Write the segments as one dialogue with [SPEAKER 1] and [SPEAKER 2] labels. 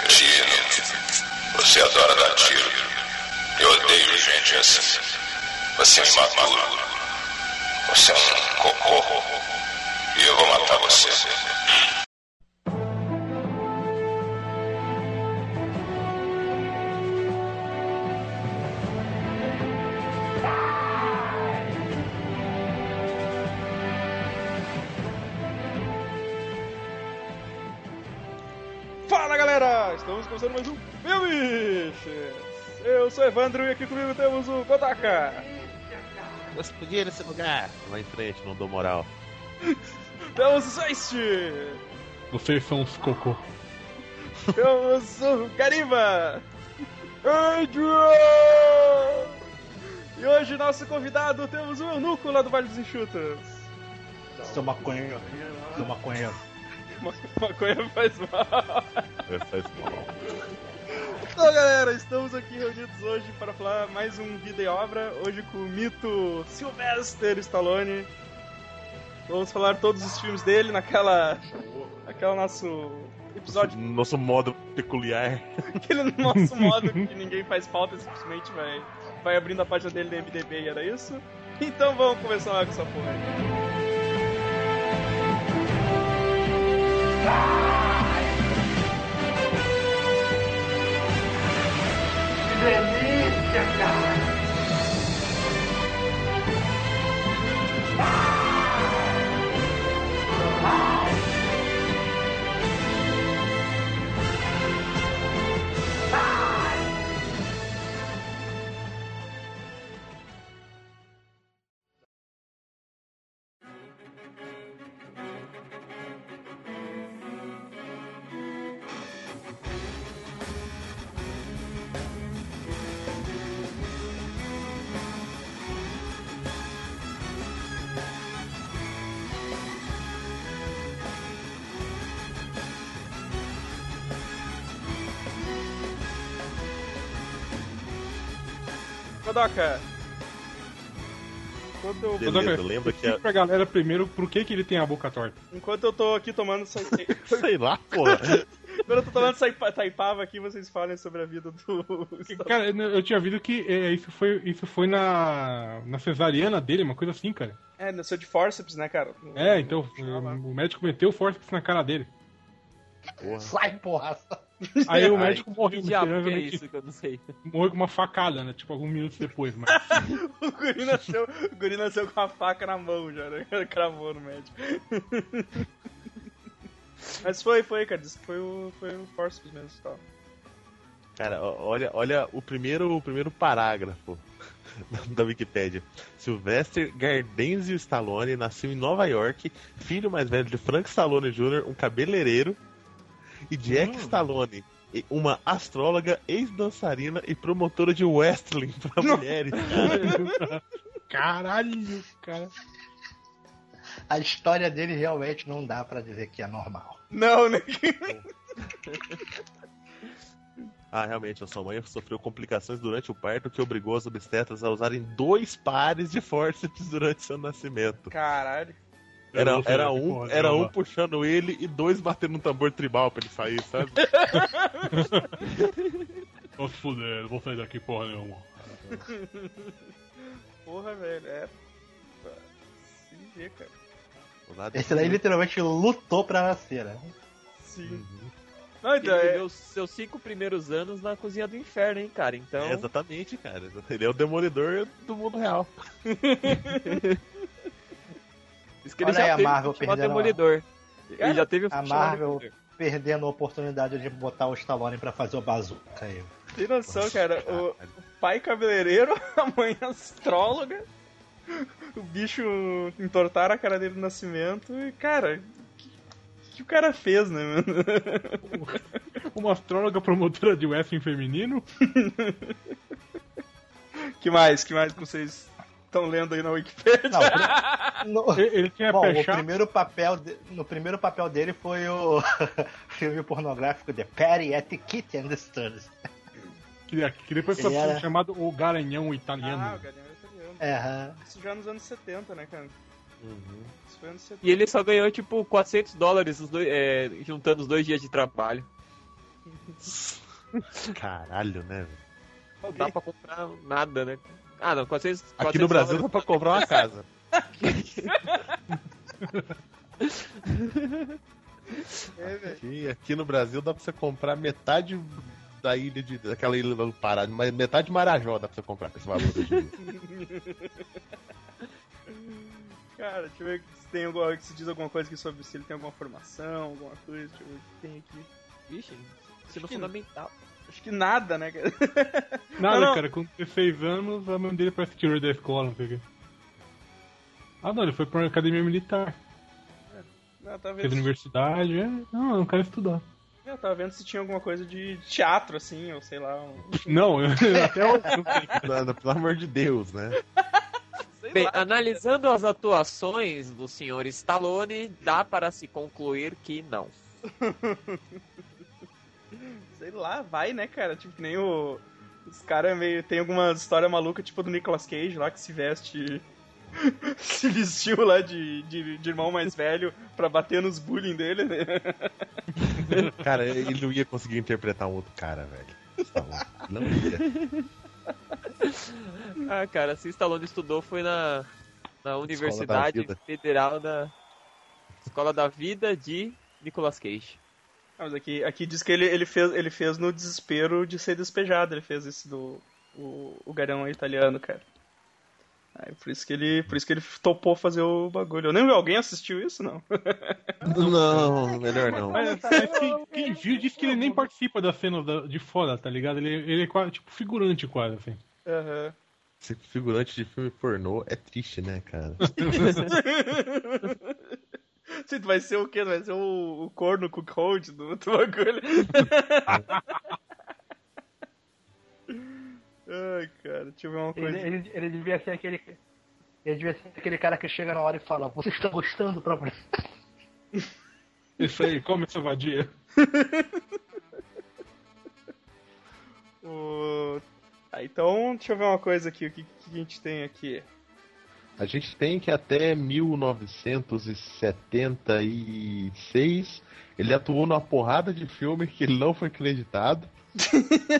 [SPEAKER 1] cretino. Você adora dar tiro. Eu odeio gente assim. Você é um imaturo. Você é um cocô. E eu vou matar você.
[SPEAKER 2] Fala galera, estamos começando mais um Filmes! Eu sou Evandro e aqui comigo temos o Kotaka.
[SPEAKER 3] Você podia ir nesse lugar. Lá em frente, não dou moral.
[SPEAKER 2] Temos o Zeist!
[SPEAKER 4] Você são uns cocô.
[SPEAKER 2] Temos o Gariba! Adrian! E hoje nosso convidado temos o Eunuco lá do Vale dos Enxutas.
[SPEAKER 5] Sou maconheiro. Sou maconheiro.
[SPEAKER 2] Ma- Maconha faz mal.
[SPEAKER 3] É, Faz mal.
[SPEAKER 2] Então galera, estamos aqui reunidos hoje para falar mais um Vida e Obra, hoje com o mito Sylvester Stallone. Vamos falar todos os filmes dele naquela. naquela nosso episódio,
[SPEAKER 3] Nosso modo peculiar.
[SPEAKER 2] aquele nosso modo que ninguém faz pauta, simplesmente vai, vai abrindo a página dele no MDB e era isso. Então vamos começar lá com essa porra. aí. Kodoka! Enquanto eu,
[SPEAKER 3] Beleza,
[SPEAKER 4] Kodoka,
[SPEAKER 3] lembra que
[SPEAKER 4] Explica
[SPEAKER 3] é.
[SPEAKER 4] pra galera primeiro por que, que ele tem a boca torta.
[SPEAKER 2] enquanto eu tô aqui tomando essa-
[SPEAKER 3] Sei lá, porra.
[SPEAKER 2] Enquanto eu tô tomando essa taipava aqui, vocês falem sobre a vida do.
[SPEAKER 4] Cara, eu eu tinha visto que é, isso foi, isso foi na, na cesariana dele, uma coisa assim, cara.
[SPEAKER 2] É, nasceu de forceps, né, cara?
[SPEAKER 4] É, então o, o médico meteu o forceps na cara dele.
[SPEAKER 3] porra.
[SPEAKER 5] Sai, porraça!
[SPEAKER 4] Aí o
[SPEAKER 3] Ai,
[SPEAKER 4] médico morreu,
[SPEAKER 6] Que diabo que é
[SPEAKER 4] miseravelmente,
[SPEAKER 6] isso que eu não sei?
[SPEAKER 4] morreu com uma facada, né? Tipo, alguns minutos depois, mas...
[SPEAKER 2] O guri, nasceu, o guri nasceu com a faca na mão já, né? Cravou no médico. Mas foi, foi, cara. Disse que foi o, foi o forceps mesmo e tal.
[SPEAKER 3] Cara, ó- olha, olha o, primeiro, o primeiro parágrafo da- da Wikipédia. Sylvester Gardenzio Stallone nasceu em Nova York, filho mais velho de Frank Stallone Jr., um cabeleireiro, e Jack Stallone, e- uma astróloga, ex-dançarina e promotora de wrestling pra mulheres.
[SPEAKER 4] Caralho, cara.
[SPEAKER 5] A história dele realmente não dá pra dizer que é normal.
[SPEAKER 2] Não, né?
[SPEAKER 3] Ah, realmente, a sua mãe sofreu complicações durante o parto que obrigou as obstetras a usarem dois pares de fórceps durante seu nascimento.
[SPEAKER 2] Caralho.
[SPEAKER 3] Era,
[SPEAKER 4] Eu não sei
[SPEAKER 3] era,
[SPEAKER 4] que
[SPEAKER 3] um,
[SPEAKER 4] porra que
[SPEAKER 3] era
[SPEAKER 4] é
[SPEAKER 3] um
[SPEAKER 4] uma-
[SPEAKER 3] puxando ele e dois batendo um tambor tribal pra ele sair, sabe?
[SPEAKER 4] Tô se fudendo, vou sair daqui porra nenhuma.
[SPEAKER 2] Porra, velho. É. Se vê, cara.
[SPEAKER 3] Nada
[SPEAKER 5] Esse daí literalmente lutou pra nascer, né?
[SPEAKER 2] Sim. Não, então,
[SPEAKER 6] ele
[SPEAKER 2] é-
[SPEAKER 6] viveu seus cinco primeiros anos na cozinha do inferno, hein, cara? Então,
[SPEAKER 3] É, exatamente, cara. Ele é o demolidor do mundo real.
[SPEAKER 6] isso que ele
[SPEAKER 5] Olha
[SPEAKER 6] já
[SPEAKER 5] aí a
[SPEAKER 6] teve
[SPEAKER 5] Marvel
[SPEAKER 6] o chamado
[SPEAKER 5] perdendo a-
[SPEAKER 6] Demolidor. Ele já teve o
[SPEAKER 5] A
[SPEAKER 6] chamado
[SPEAKER 5] Marvel
[SPEAKER 6] Demolidor.
[SPEAKER 5] perdendo a oportunidade de botar o Stallone pra fazer o bazooka aí.
[SPEAKER 2] tem
[SPEAKER 3] Então,
[SPEAKER 2] noção, cara. O pai cabeleireiro, a mãe astróloga. O bicho entortaram a cara dele no nascimento. E, cara, o que, que o cara fez, né, mano?
[SPEAKER 4] Uma astróloga promotora de wrestling feminino?
[SPEAKER 2] Que mais? Que mais que vocês estão lendo aí na Wikipedia?
[SPEAKER 5] Não, no,
[SPEAKER 4] Ele, ele tinha
[SPEAKER 5] bom, o
[SPEAKER 4] pé chato.
[SPEAKER 5] primeiro papel de- no primeiro papel dele foi o filme pornográfico The Patty at the Kitty and the Studs.
[SPEAKER 4] Que, que depois foi
[SPEAKER 5] Ele era-
[SPEAKER 4] chamado o Garanhão Italiano.
[SPEAKER 2] Ah, o Galinho é italiano.
[SPEAKER 5] É, aham.
[SPEAKER 2] Isso já nos anos 70, né, cara? Isso foi anos 70.
[SPEAKER 6] E ele só ganhou, tipo, 400 dólares os dois- é, juntando os dois dias de trabalho.
[SPEAKER 3] Caralho, né? velho?
[SPEAKER 6] Não dá pra comprar nada, né? Ah, não, 400.
[SPEAKER 3] Aqui no
[SPEAKER 6] 400
[SPEAKER 3] Brasil dá
[SPEAKER 6] dólares-
[SPEAKER 3] pra comprar uma casa.
[SPEAKER 2] É, velho.
[SPEAKER 3] Aqui, aqui no Brasil dá pra você comprar metade da ilha de. daquela ilha do Pará, mas metade de Marajó dá pra você comprar com esse valor hoje em dia.
[SPEAKER 2] Cara, deixa eu ver se tem alguma, se diz alguma coisa aqui sobre se ele tem alguma formação, alguma coisa, deixa eu ver o que tem aqui.
[SPEAKER 6] Vixe, ensino
[SPEAKER 2] que não.
[SPEAKER 6] fundamental.
[SPEAKER 2] Acho que nada, né, cara?
[SPEAKER 4] Nada,
[SPEAKER 2] Não, não.
[SPEAKER 4] cara, com 16 anos, a mãe dele parece que tirou ele da escola, não sei o quê. Ah, não, ele foi pra uma academia militar.
[SPEAKER 2] Não, eu tava
[SPEAKER 4] Teve
[SPEAKER 2] vendo,
[SPEAKER 4] universidade, é. Não, eu não quero estudar.
[SPEAKER 2] eu tava vendo se tinha alguma coisa de teatro, assim, ou sei lá. Um...
[SPEAKER 4] Não, eu, até hoje não sei.
[SPEAKER 3] Nada, Pelo amor de Deus, né?
[SPEAKER 2] Sei
[SPEAKER 6] Bem,
[SPEAKER 2] lá.
[SPEAKER 6] analisando as atuações do senhor Stallone, dá para se concluir que não.
[SPEAKER 2] Sei lá, vai, né, cara? Tipo, que nem o. Os caras meio. Tem alguma história maluca, tipo do Nicolas Cage lá que se veste. se vestiu lá de, de, de irmão mais velho pra bater nos bullying dele, né?
[SPEAKER 3] Cara, ele não ia conseguir interpretar um outro cara, velho. Tá bom. Não ia.
[SPEAKER 6] Ah, cara, se Stallone estudou foi na, na Universidade
[SPEAKER 3] Vida.
[SPEAKER 6] Federal da Escola da Vida de Nicolas Cage.
[SPEAKER 2] Ah, mas aqui, aqui diz que ele, ele, fez, ele fez no desespero de ser despejado, ele fez esse do. O, o garão italiano, cara. Aí, por isso que ele. Por isso que ele topou fazer o bagulho. Eu nem alguém assistiu isso, não.
[SPEAKER 3] Não, melhor não.
[SPEAKER 4] Mas, mas quem, quem viu disse que ele nem participa da cena da- de fora, tá ligado? Ele, ele é quase, tipo, figurante quase, assim.
[SPEAKER 2] Aham.
[SPEAKER 3] Ser figurante de filme pornô é triste, né, cara?
[SPEAKER 2] Sim, tu vai ser o quê? Tu vai ser o, o corno com o coach do, do bagulho. Ai, cara, deixa eu ver uma
[SPEAKER 5] Ele,
[SPEAKER 2] coisa.
[SPEAKER 5] ele, ele devia ser aquele. Ele devia ser aquele cara que chega na hora e fala, você está gostando pra
[SPEAKER 4] Isso aí, come essa vadia.
[SPEAKER 2] O... Tá, então, deixa eu ver uma coisa aqui. O que, que a gente tem aqui?
[SPEAKER 3] A gente tem que até 1976 ele atuou numa porrada de filme que ele não foi acreditado.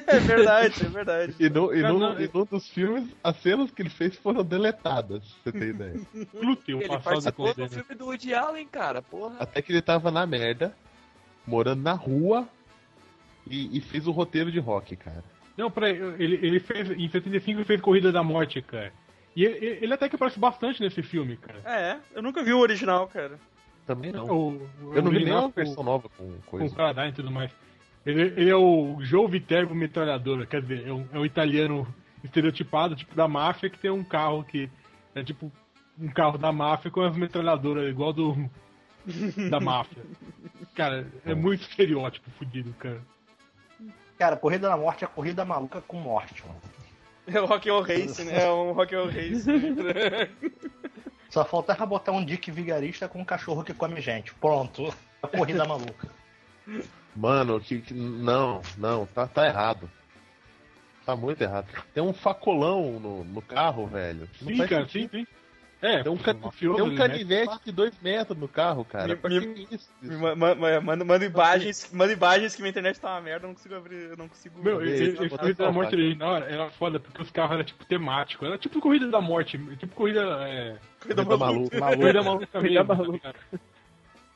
[SPEAKER 2] É verdade, é verdade.
[SPEAKER 3] E, no, e,
[SPEAKER 4] Não,
[SPEAKER 3] no,
[SPEAKER 4] não,
[SPEAKER 3] e num dos filmes, as cenas que ele fez foram deletadas, pra você tem ideia.
[SPEAKER 4] Glúteo
[SPEAKER 6] Ele
[SPEAKER 4] passado com
[SPEAKER 6] participou do
[SPEAKER 4] ele.
[SPEAKER 6] filme do Woody Allen, cara, porra.
[SPEAKER 3] Até que ele tava na merda, morando na rua, e, e fez o roteiro de rock, cara.
[SPEAKER 4] Não, peraí, ele, ele fez. Em 75 ele fez Corrida da Morte, cara. E ele, ele- ele até que aparece bastante nesse filme, cara.
[SPEAKER 2] É, eu nunca vi o original, cara.
[SPEAKER 3] Também não.
[SPEAKER 4] O- o
[SPEAKER 3] Eu não vi nem
[SPEAKER 4] original
[SPEAKER 3] uma
[SPEAKER 4] com-
[SPEAKER 3] versão nova com
[SPEAKER 4] com o
[SPEAKER 3] coisa.
[SPEAKER 4] Canadá e tudo mais. Ele, ele é o Joe Viterbo Metralhadora, quer dizer, é um, é um italiano estereotipado, tipo da máfia, que tem um carro que é tipo um carro da máfia com as metralhadoras, igual do da máfia. Cara, é muito estereótipo fudido, cara.
[SPEAKER 5] Cara, Corrida da Morte é corrida maluca com morte, mano.
[SPEAKER 2] É o Rock and Roll Race, né? É um Rock and Roll Race. né?
[SPEAKER 5] Só faltava botar um dick vigarista com um cachorro que come gente. Pronto. A corrida maluca.
[SPEAKER 3] Mano, que, que- não, não, tá, tá errado. Tá muito errado. Tem um facolão no, no carro, velho. Não
[SPEAKER 4] Sim,
[SPEAKER 3] faz
[SPEAKER 4] cara,
[SPEAKER 3] sentido.
[SPEAKER 4] sim, sim. É,
[SPEAKER 3] Tem um, can...
[SPEAKER 4] mafioso,
[SPEAKER 3] tem um
[SPEAKER 4] ele
[SPEAKER 3] canivete de dois metros no carro, cara.
[SPEAKER 2] Me-
[SPEAKER 3] Pra
[SPEAKER 2] me-
[SPEAKER 3] que isso?
[SPEAKER 2] Me ma- ma- ma- manda, manda imagens, manda imagens que minha internet tá uma merda, eu não consigo abrir, eu não consigo.
[SPEAKER 4] Meu,
[SPEAKER 3] Vê,
[SPEAKER 4] esse-
[SPEAKER 2] tá
[SPEAKER 3] ele
[SPEAKER 4] esse
[SPEAKER 3] botar
[SPEAKER 4] Corrida da
[SPEAKER 3] só,
[SPEAKER 4] Morte
[SPEAKER 3] cara.
[SPEAKER 4] original era- era foda, porque os carros eram tipo temático, era tipo Corrida da Morte, tipo Corrida. é,
[SPEAKER 3] Ele tá maluco. maluco.
[SPEAKER 4] corrida maluca mesmo. tá ligado?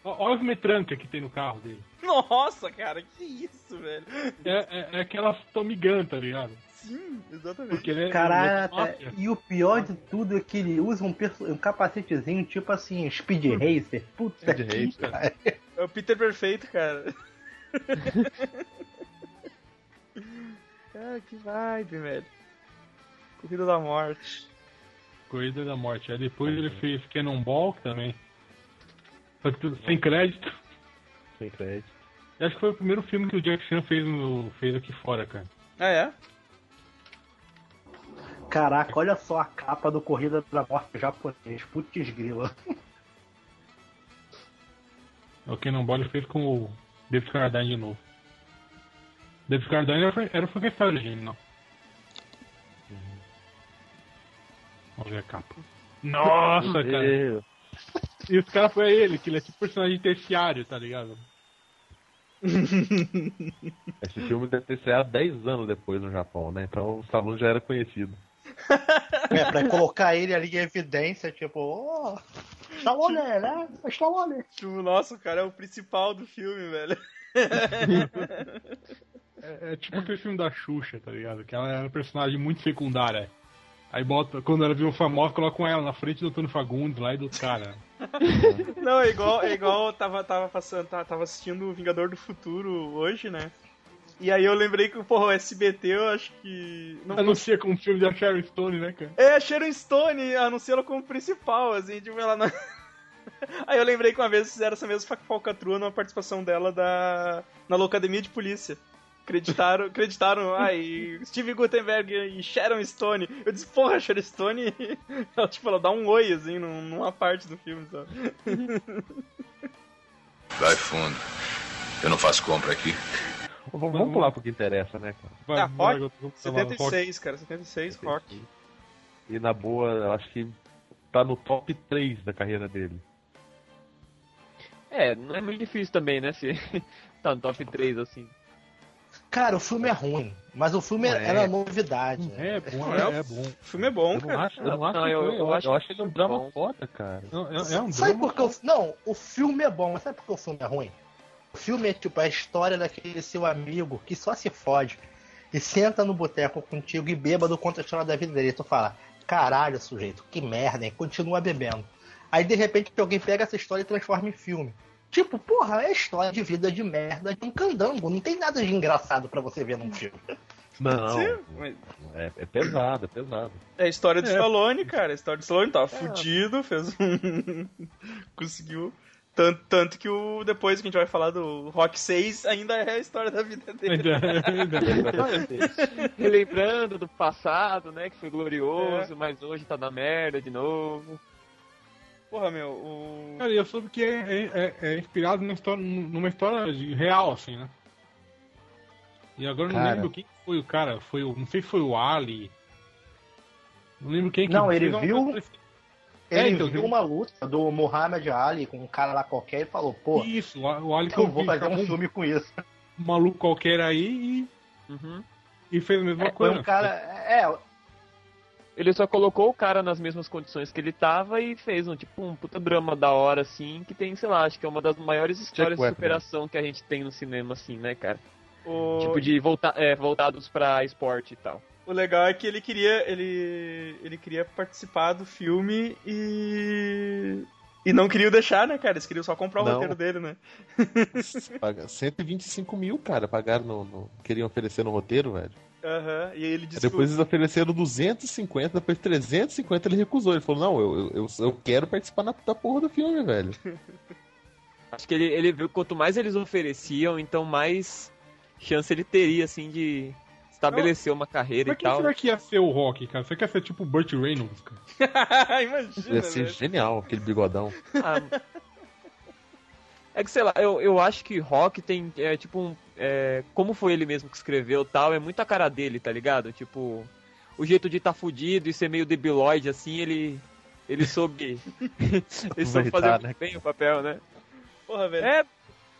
[SPEAKER 4] Ó- Olha os metranca que tem no carro dele.
[SPEAKER 2] Nossa, cara, que isso, velho.
[SPEAKER 4] É, é, é aquelas Tommy Gun, tá ligado?
[SPEAKER 2] Sim, exatamente.
[SPEAKER 4] Porque ele é-
[SPEAKER 5] Caraca,
[SPEAKER 4] ele é
[SPEAKER 5] e o pior de tudo é que ele usa um, perso- um capacetezinho tipo assim, Speed Racer. Puta
[SPEAKER 3] Speed
[SPEAKER 5] que
[SPEAKER 3] Racer.
[SPEAKER 5] pariu.
[SPEAKER 2] É o Peter Perfeito, cara. cara, É, que vibe, velho. Corrida da morte.
[SPEAKER 4] Corrida da Morte. Aí depois ele fez Cannonball também. Só que tudo sem crédito.
[SPEAKER 3] Sem crédito.
[SPEAKER 4] Eu acho que foi o primeiro filme que o Jack Chan fez, no, fez aqui fora, cara.
[SPEAKER 2] Ah, é?
[SPEAKER 5] Caraca, olha só a capa do Corrida da Morte japonês. Putz grila.
[SPEAKER 4] O Cannonball ele fez com o David Carradine de novo. David Carradine era, fran- era o Frankenstein original. Vamos ver a capa. Nossa, cara. E os caras foi ele, que ele é tipo personagem terciário, tá ligado?
[SPEAKER 3] Esse filme deve ter estreado 10 anos depois no Japão, né? Então o Stallone já era conhecido.
[SPEAKER 5] É, pra colocar ele ali em evidência, tipo, ô, oh, Stallone, né? Stallone.
[SPEAKER 2] Tipo, nossa, o cara é o principal do filme, velho.
[SPEAKER 4] É, é tipo aquele filme da Xuxa, tá ligado? Que ela era uma personagem muito secundária. Aí bota, quando ela viu famosa, colocam ela na frente do Antônio Fagundes lá e do cara.
[SPEAKER 2] Não, é igual, é igual eu tava, tava passando, tá, tava, tava assistindo o Vingador do Futuro hoje, né? E aí eu lembrei que, porra, o SBT eu acho que. Não
[SPEAKER 4] Anuncia como filme da Sharon Stone, né, cara?
[SPEAKER 2] É, Sharon Stone anunciou ela como principal, assim, tipo, ela não... Aí eu lembrei que uma vez fizeram essa mesma falcatrua numa participação dela da... na Locademia de Polícia. Acreditaram, acreditaram, ai, Steve Gutenberg e Sharon Stone. Eu disse, porra, Sharon Stone, ela, tipo, ela dá um oi, assim, num- numa parte do filme, sabe?
[SPEAKER 1] Vai fundo. Eu não faço compra aqui.
[SPEAKER 3] Vamos, vamos pular pro que interessa, né, cara?
[SPEAKER 4] Vai,
[SPEAKER 2] Ah,
[SPEAKER 4] vai,
[SPEAKER 2] Rock?
[SPEAKER 4] vamos falar do Rock.
[SPEAKER 2] 76, cara, 76, rock.
[SPEAKER 3] E na boa, eu acho que tá no top 3 da carreira dele.
[SPEAKER 6] É, não é muito difícil também, né? Se tá no top 3, assim.
[SPEAKER 5] Cara, o filme é ruim, mas o filme
[SPEAKER 3] Não é.
[SPEAKER 5] era novidade. né?
[SPEAKER 4] É bom,
[SPEAKER 2] Não,
[SPEAKER 4] é, é bom.
[SPEAKER 2] O filme é bom,
[SPEAKER 3] Eu não
[SPEAKER 2] cara.
[SPEAKER 3] acho, Ah, eu não acho,
[SPEAKER 6] Não,
[SPEAKER 3] que
[SPEAKER 6] eu-
[SPEAKER 3] foi-
[SPEAKER 6] eu acho
[SPEAKER 3] eu acho ele um drama
[SPEAKER 6] bom.
[SPEAKER 3] foda, cara.
[SPEAKER 4] Não, É, é um
[SPEAKER 5] Sabe
[SPEAKER 4] drama.
[SPEAKER 5] por que o... Não, o filme é bom, mas sabe por que o filme é ruim? O filme é tipo a história daquele seu amigo que só se fode e senta no boteco contigo e bêbado conta a história da vida dele. Tu fala, caralho, sujeito, que merda, hein? Continua bebendo. Aí de repente alguém pega essa história e transforma em filme. Tipo, porra, é a história de vida de merda de um candango. Não tem nada de engraçado pra você ver num filme.
[SPEAKER 3] Não,
[SPEAKER 2] Sim, mas
[SPEAKER 3] é, é pesado, é pesado.
[SPEAKER 2] é a história do
[SPEAKER 4] É.
[SPEAKER 2] Stallone, cara. A história do Stallone
[SPEAKER 3] É.
[SPEAKER 2] tava fudido, fez um. Conseguiu. Tanto, tanto que o depois que a gente vai falar do Rock 6 ainda é a história da vida dele.
[SPEAKER 6] Relembrando do passado, né? Que foi glorioso, mas hoje tá na merda de novo.
[SPEAKER 2] Porra, meu, o.
[SPEAKER 4] Cara, e eu soube que é, é- é- é inspirado numa história, numa história de- real, assim, né? E agora eu não
[SPEAKER 3] Cara.
[SPEAKER 4] lembro quem foi o cara. Foi o, não sei se foi o Ali. Não lembro quem que
[SPEAKER 5] Não, ele
[SPEAKER 4] fez uma
[SPEAKER 5] viu-
[SPEAKER 4] coisa assim. É,
[SPEAKER 5] Ele
[SPEAKER 4] então,
[SPEAKER 5] viu
[SPEAKER 4] viu?
[SPEAKER 5] uma luta do Muhammad Ali com um cara lá qualquer e falou, pô,
[SPEAKER 4] Isso, o A- o Ali que
[SPEAKER 5] eu vou
[SPEAKER 4] vi,
[SPEAKER 5] fazer
[SPEAKER 4] chamou
[SPEAKER 5] um filme com isso.
[SPEAKER 4] um maluco qualquer aí
[SPEAKER 6] Uhum.
[SPEAKER 4] e, e fez a mesma
[SPEAKER 5] É, Foi
[SPEAKER 4] coisa.
[SPEAKER 5] um cara. É,
[SPEAKER 6] Ele só colocou o cara nas mesmas condições que ele tava e fez um tipo um puta drama da hora, assim, que tem, sei lá, acho que é uma das maiores histórias de
[SPEAKER 3] Weapon.
[SPEAKER 6] superação que a gente tem no cinema, assim, né, cara?
[SPEAKER 2] o...
[SPEAKER 6] Tipo de volta, é, voltados pra esporte e tal.
[SPEAKER 2] O legal é que ele queria. Ele. ele queria participar do filme e. E não queria deixar, né, cara? Eles queriam só comprar o
[SPEAKER 3] Não.
[SPEAKER 2] roteiro dele, né?
[SPEAKER 3] Paga- 125 mil, cara, pagaram no, no- Queriam oferecer no roteiro, velho.
[SPEAKER 2] Aham. E aí ele disse
[SPEAKER 3] Depois eles ofereceram 250, depois 350 ele recusou. Ele falou, não, eu, eu, eu- eu quero participar na, da porra do filme, velho.
[SPEAKER 6] Acho que ele, ele viu que quanto mais eles ofereciam, então mais chance ele teria, assim, de estabelecer uma carreira
[SPEAKER 4] Mas
[SPEAKER 6] e
[SPEAKER 4] quem
[SPEAKER 6] tal.
[SPEAKER 4] será que ia ser o Rock, cara? Você quer ser tipo o Burt Reynolds, cara?
[SPEAKER 2] que. Imagina,
[SPEAKER 3] Ia ser
[SPEAKER 2] velho.
[SPEAKER 3] genial aquele bigodão.
[SPEAKER 6] Ah, é que sei lá, eu, eu acho que rock tem, é, tipo, um, é, como foi ele mesmo que escreveu e tal, é muito a cara dele, tá ligado? Tipo, o jeito de tá fudido e ser meio debilóide assim, ele. Ele soube. ele soube fazer
[SPEAKER 3] Aproveitar,
[SPEAKER 6] muito
[SPEAKER 3] né,
[SPEAKER 6] bem o papel, né?
[SPEAKER 2] Porra, velho.
[SPEAKER 6] É,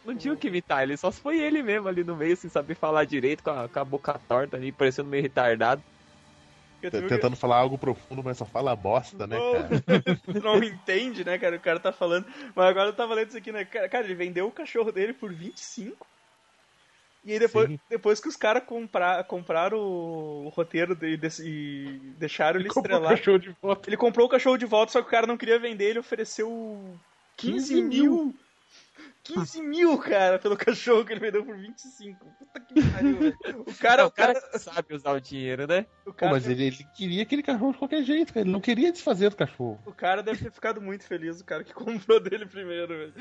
[SPEAKER 6] não tinha o que imitar, ele só foi ele mesmo ali no meio, sem saber falar direito, com a, com a boca torta ali, parecendo meio retardado.
[SPEAKER 2] Porque tu
[SPEAKER 3] T-
[SPEAKER 2] viu que-
[SPEAKER 3] Tá Tentando falar algo profundo, mas só fala bosta, né, cara?
[SPEAKER 2] Tu não entende, né, cara? O cara tá falando. Mas agora eu tava lendo isso aqui, né? Cara, cara, ele vendeu o cachorro dele por 25. E aí depois,
[SPEAKER 3] Sim.
[SPEAKER 2] depois que os caras compra, compraram o, o roteiro de- desse- e deixaram ele,
[SPEAKER 4] Como
[SPEAKER 2] estrelar.
[SPEAKER 4] cachorro de volta.
[SPEAKER 2] Ele comprou o cachorro de volta, só que o cara não queria vender, ele ofereceu 15 mil. 15 mil, cara, pelo cachorro que ele vendeu por 25. Puta que pariu, velho. O
[SPEAKER 6] Cara,
[SPEAKER 2] cara,
[SPEAKER 6] É o cara que sabe usar o dinheiro, né?
[SPEAKER 2] o
[SPEAKER 3] Pô,
[SPEAKER 2] cara,
[SPEAKER 3] mas ele, ele queria aquele cachorro de qualquer jeito, cara. Ele não queria desfazer do cachorro.
[SPEAKER 2] o cara deve ter ficado muito feliz, o cara que comprou dele primeiro, velho.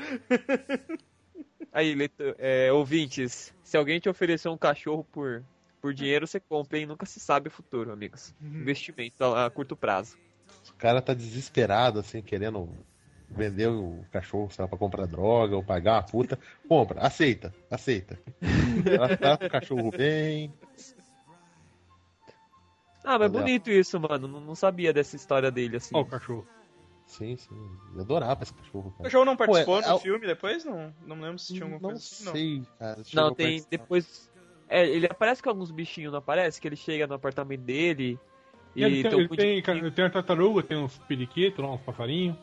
[SPEAKER 6] Aí, leitor- é, ouvintes, se alguém te oferecer um cachorro por, por dinheiro, você compra, hein? Nunca se sabe o futuro, amigos.
[SPEAKER 4] Uhum.
[SPEAKER 6] Investimento a, a curto prazo.
[SPEAKER 3] O cara tá desesperado, assim, querendo vender o cachorro, sei lá, pra comprar droga ou pagar uma puta. Compra, aceita, aceita. Ela trata o cachorro bem.
[SPEAKER 6] Ah, mas
[SPEAKER 3] Olha.
[SPEAKER 6] Ah, bonito isso, mano. Não, não sabia dessa história dele, assim.
[SPEAKER 4] Ó, o cachorro.
[SPEAKER 3] Sim, sim. Eu adorava esse cachorro,
[SPEAKER 2] O
[SPEAKER 3] cara.
[SPEAKER 2] João não participou
[SPEAKER 3] Ué,
[SPEAKER 2] do
[SPEAKER 3] ao-
[SPEAKER 2] filme depois? Não, não lembro se tinha alguma
[SPEAKER 3] é, Não
[SPEAKER 2] coisa assim, não.
[SPEAKER 3] sei, cara. Chegou
[SPEAKER 6] Não,
[SPEAKER 3] a
[SPEAKER 6] tem.
[SPEAKER 3] participar.
[SPEAKER 6] Depois. É, ele aparece com alguns bichinhos, não aparece? Que ele chega no apartamento dele. E
[SPEAKER 4] ele tem,
[SPEAKER 6] tem um
[SPEAKER 4] ele
[SPEAKER 6] monte
[SPEAKER 4] tem,
[SPEAKER 6] de-
[SPEAKER 4] cara, ele tem uma tartaruga, tem uns periquitos, lá, uns passarinhos.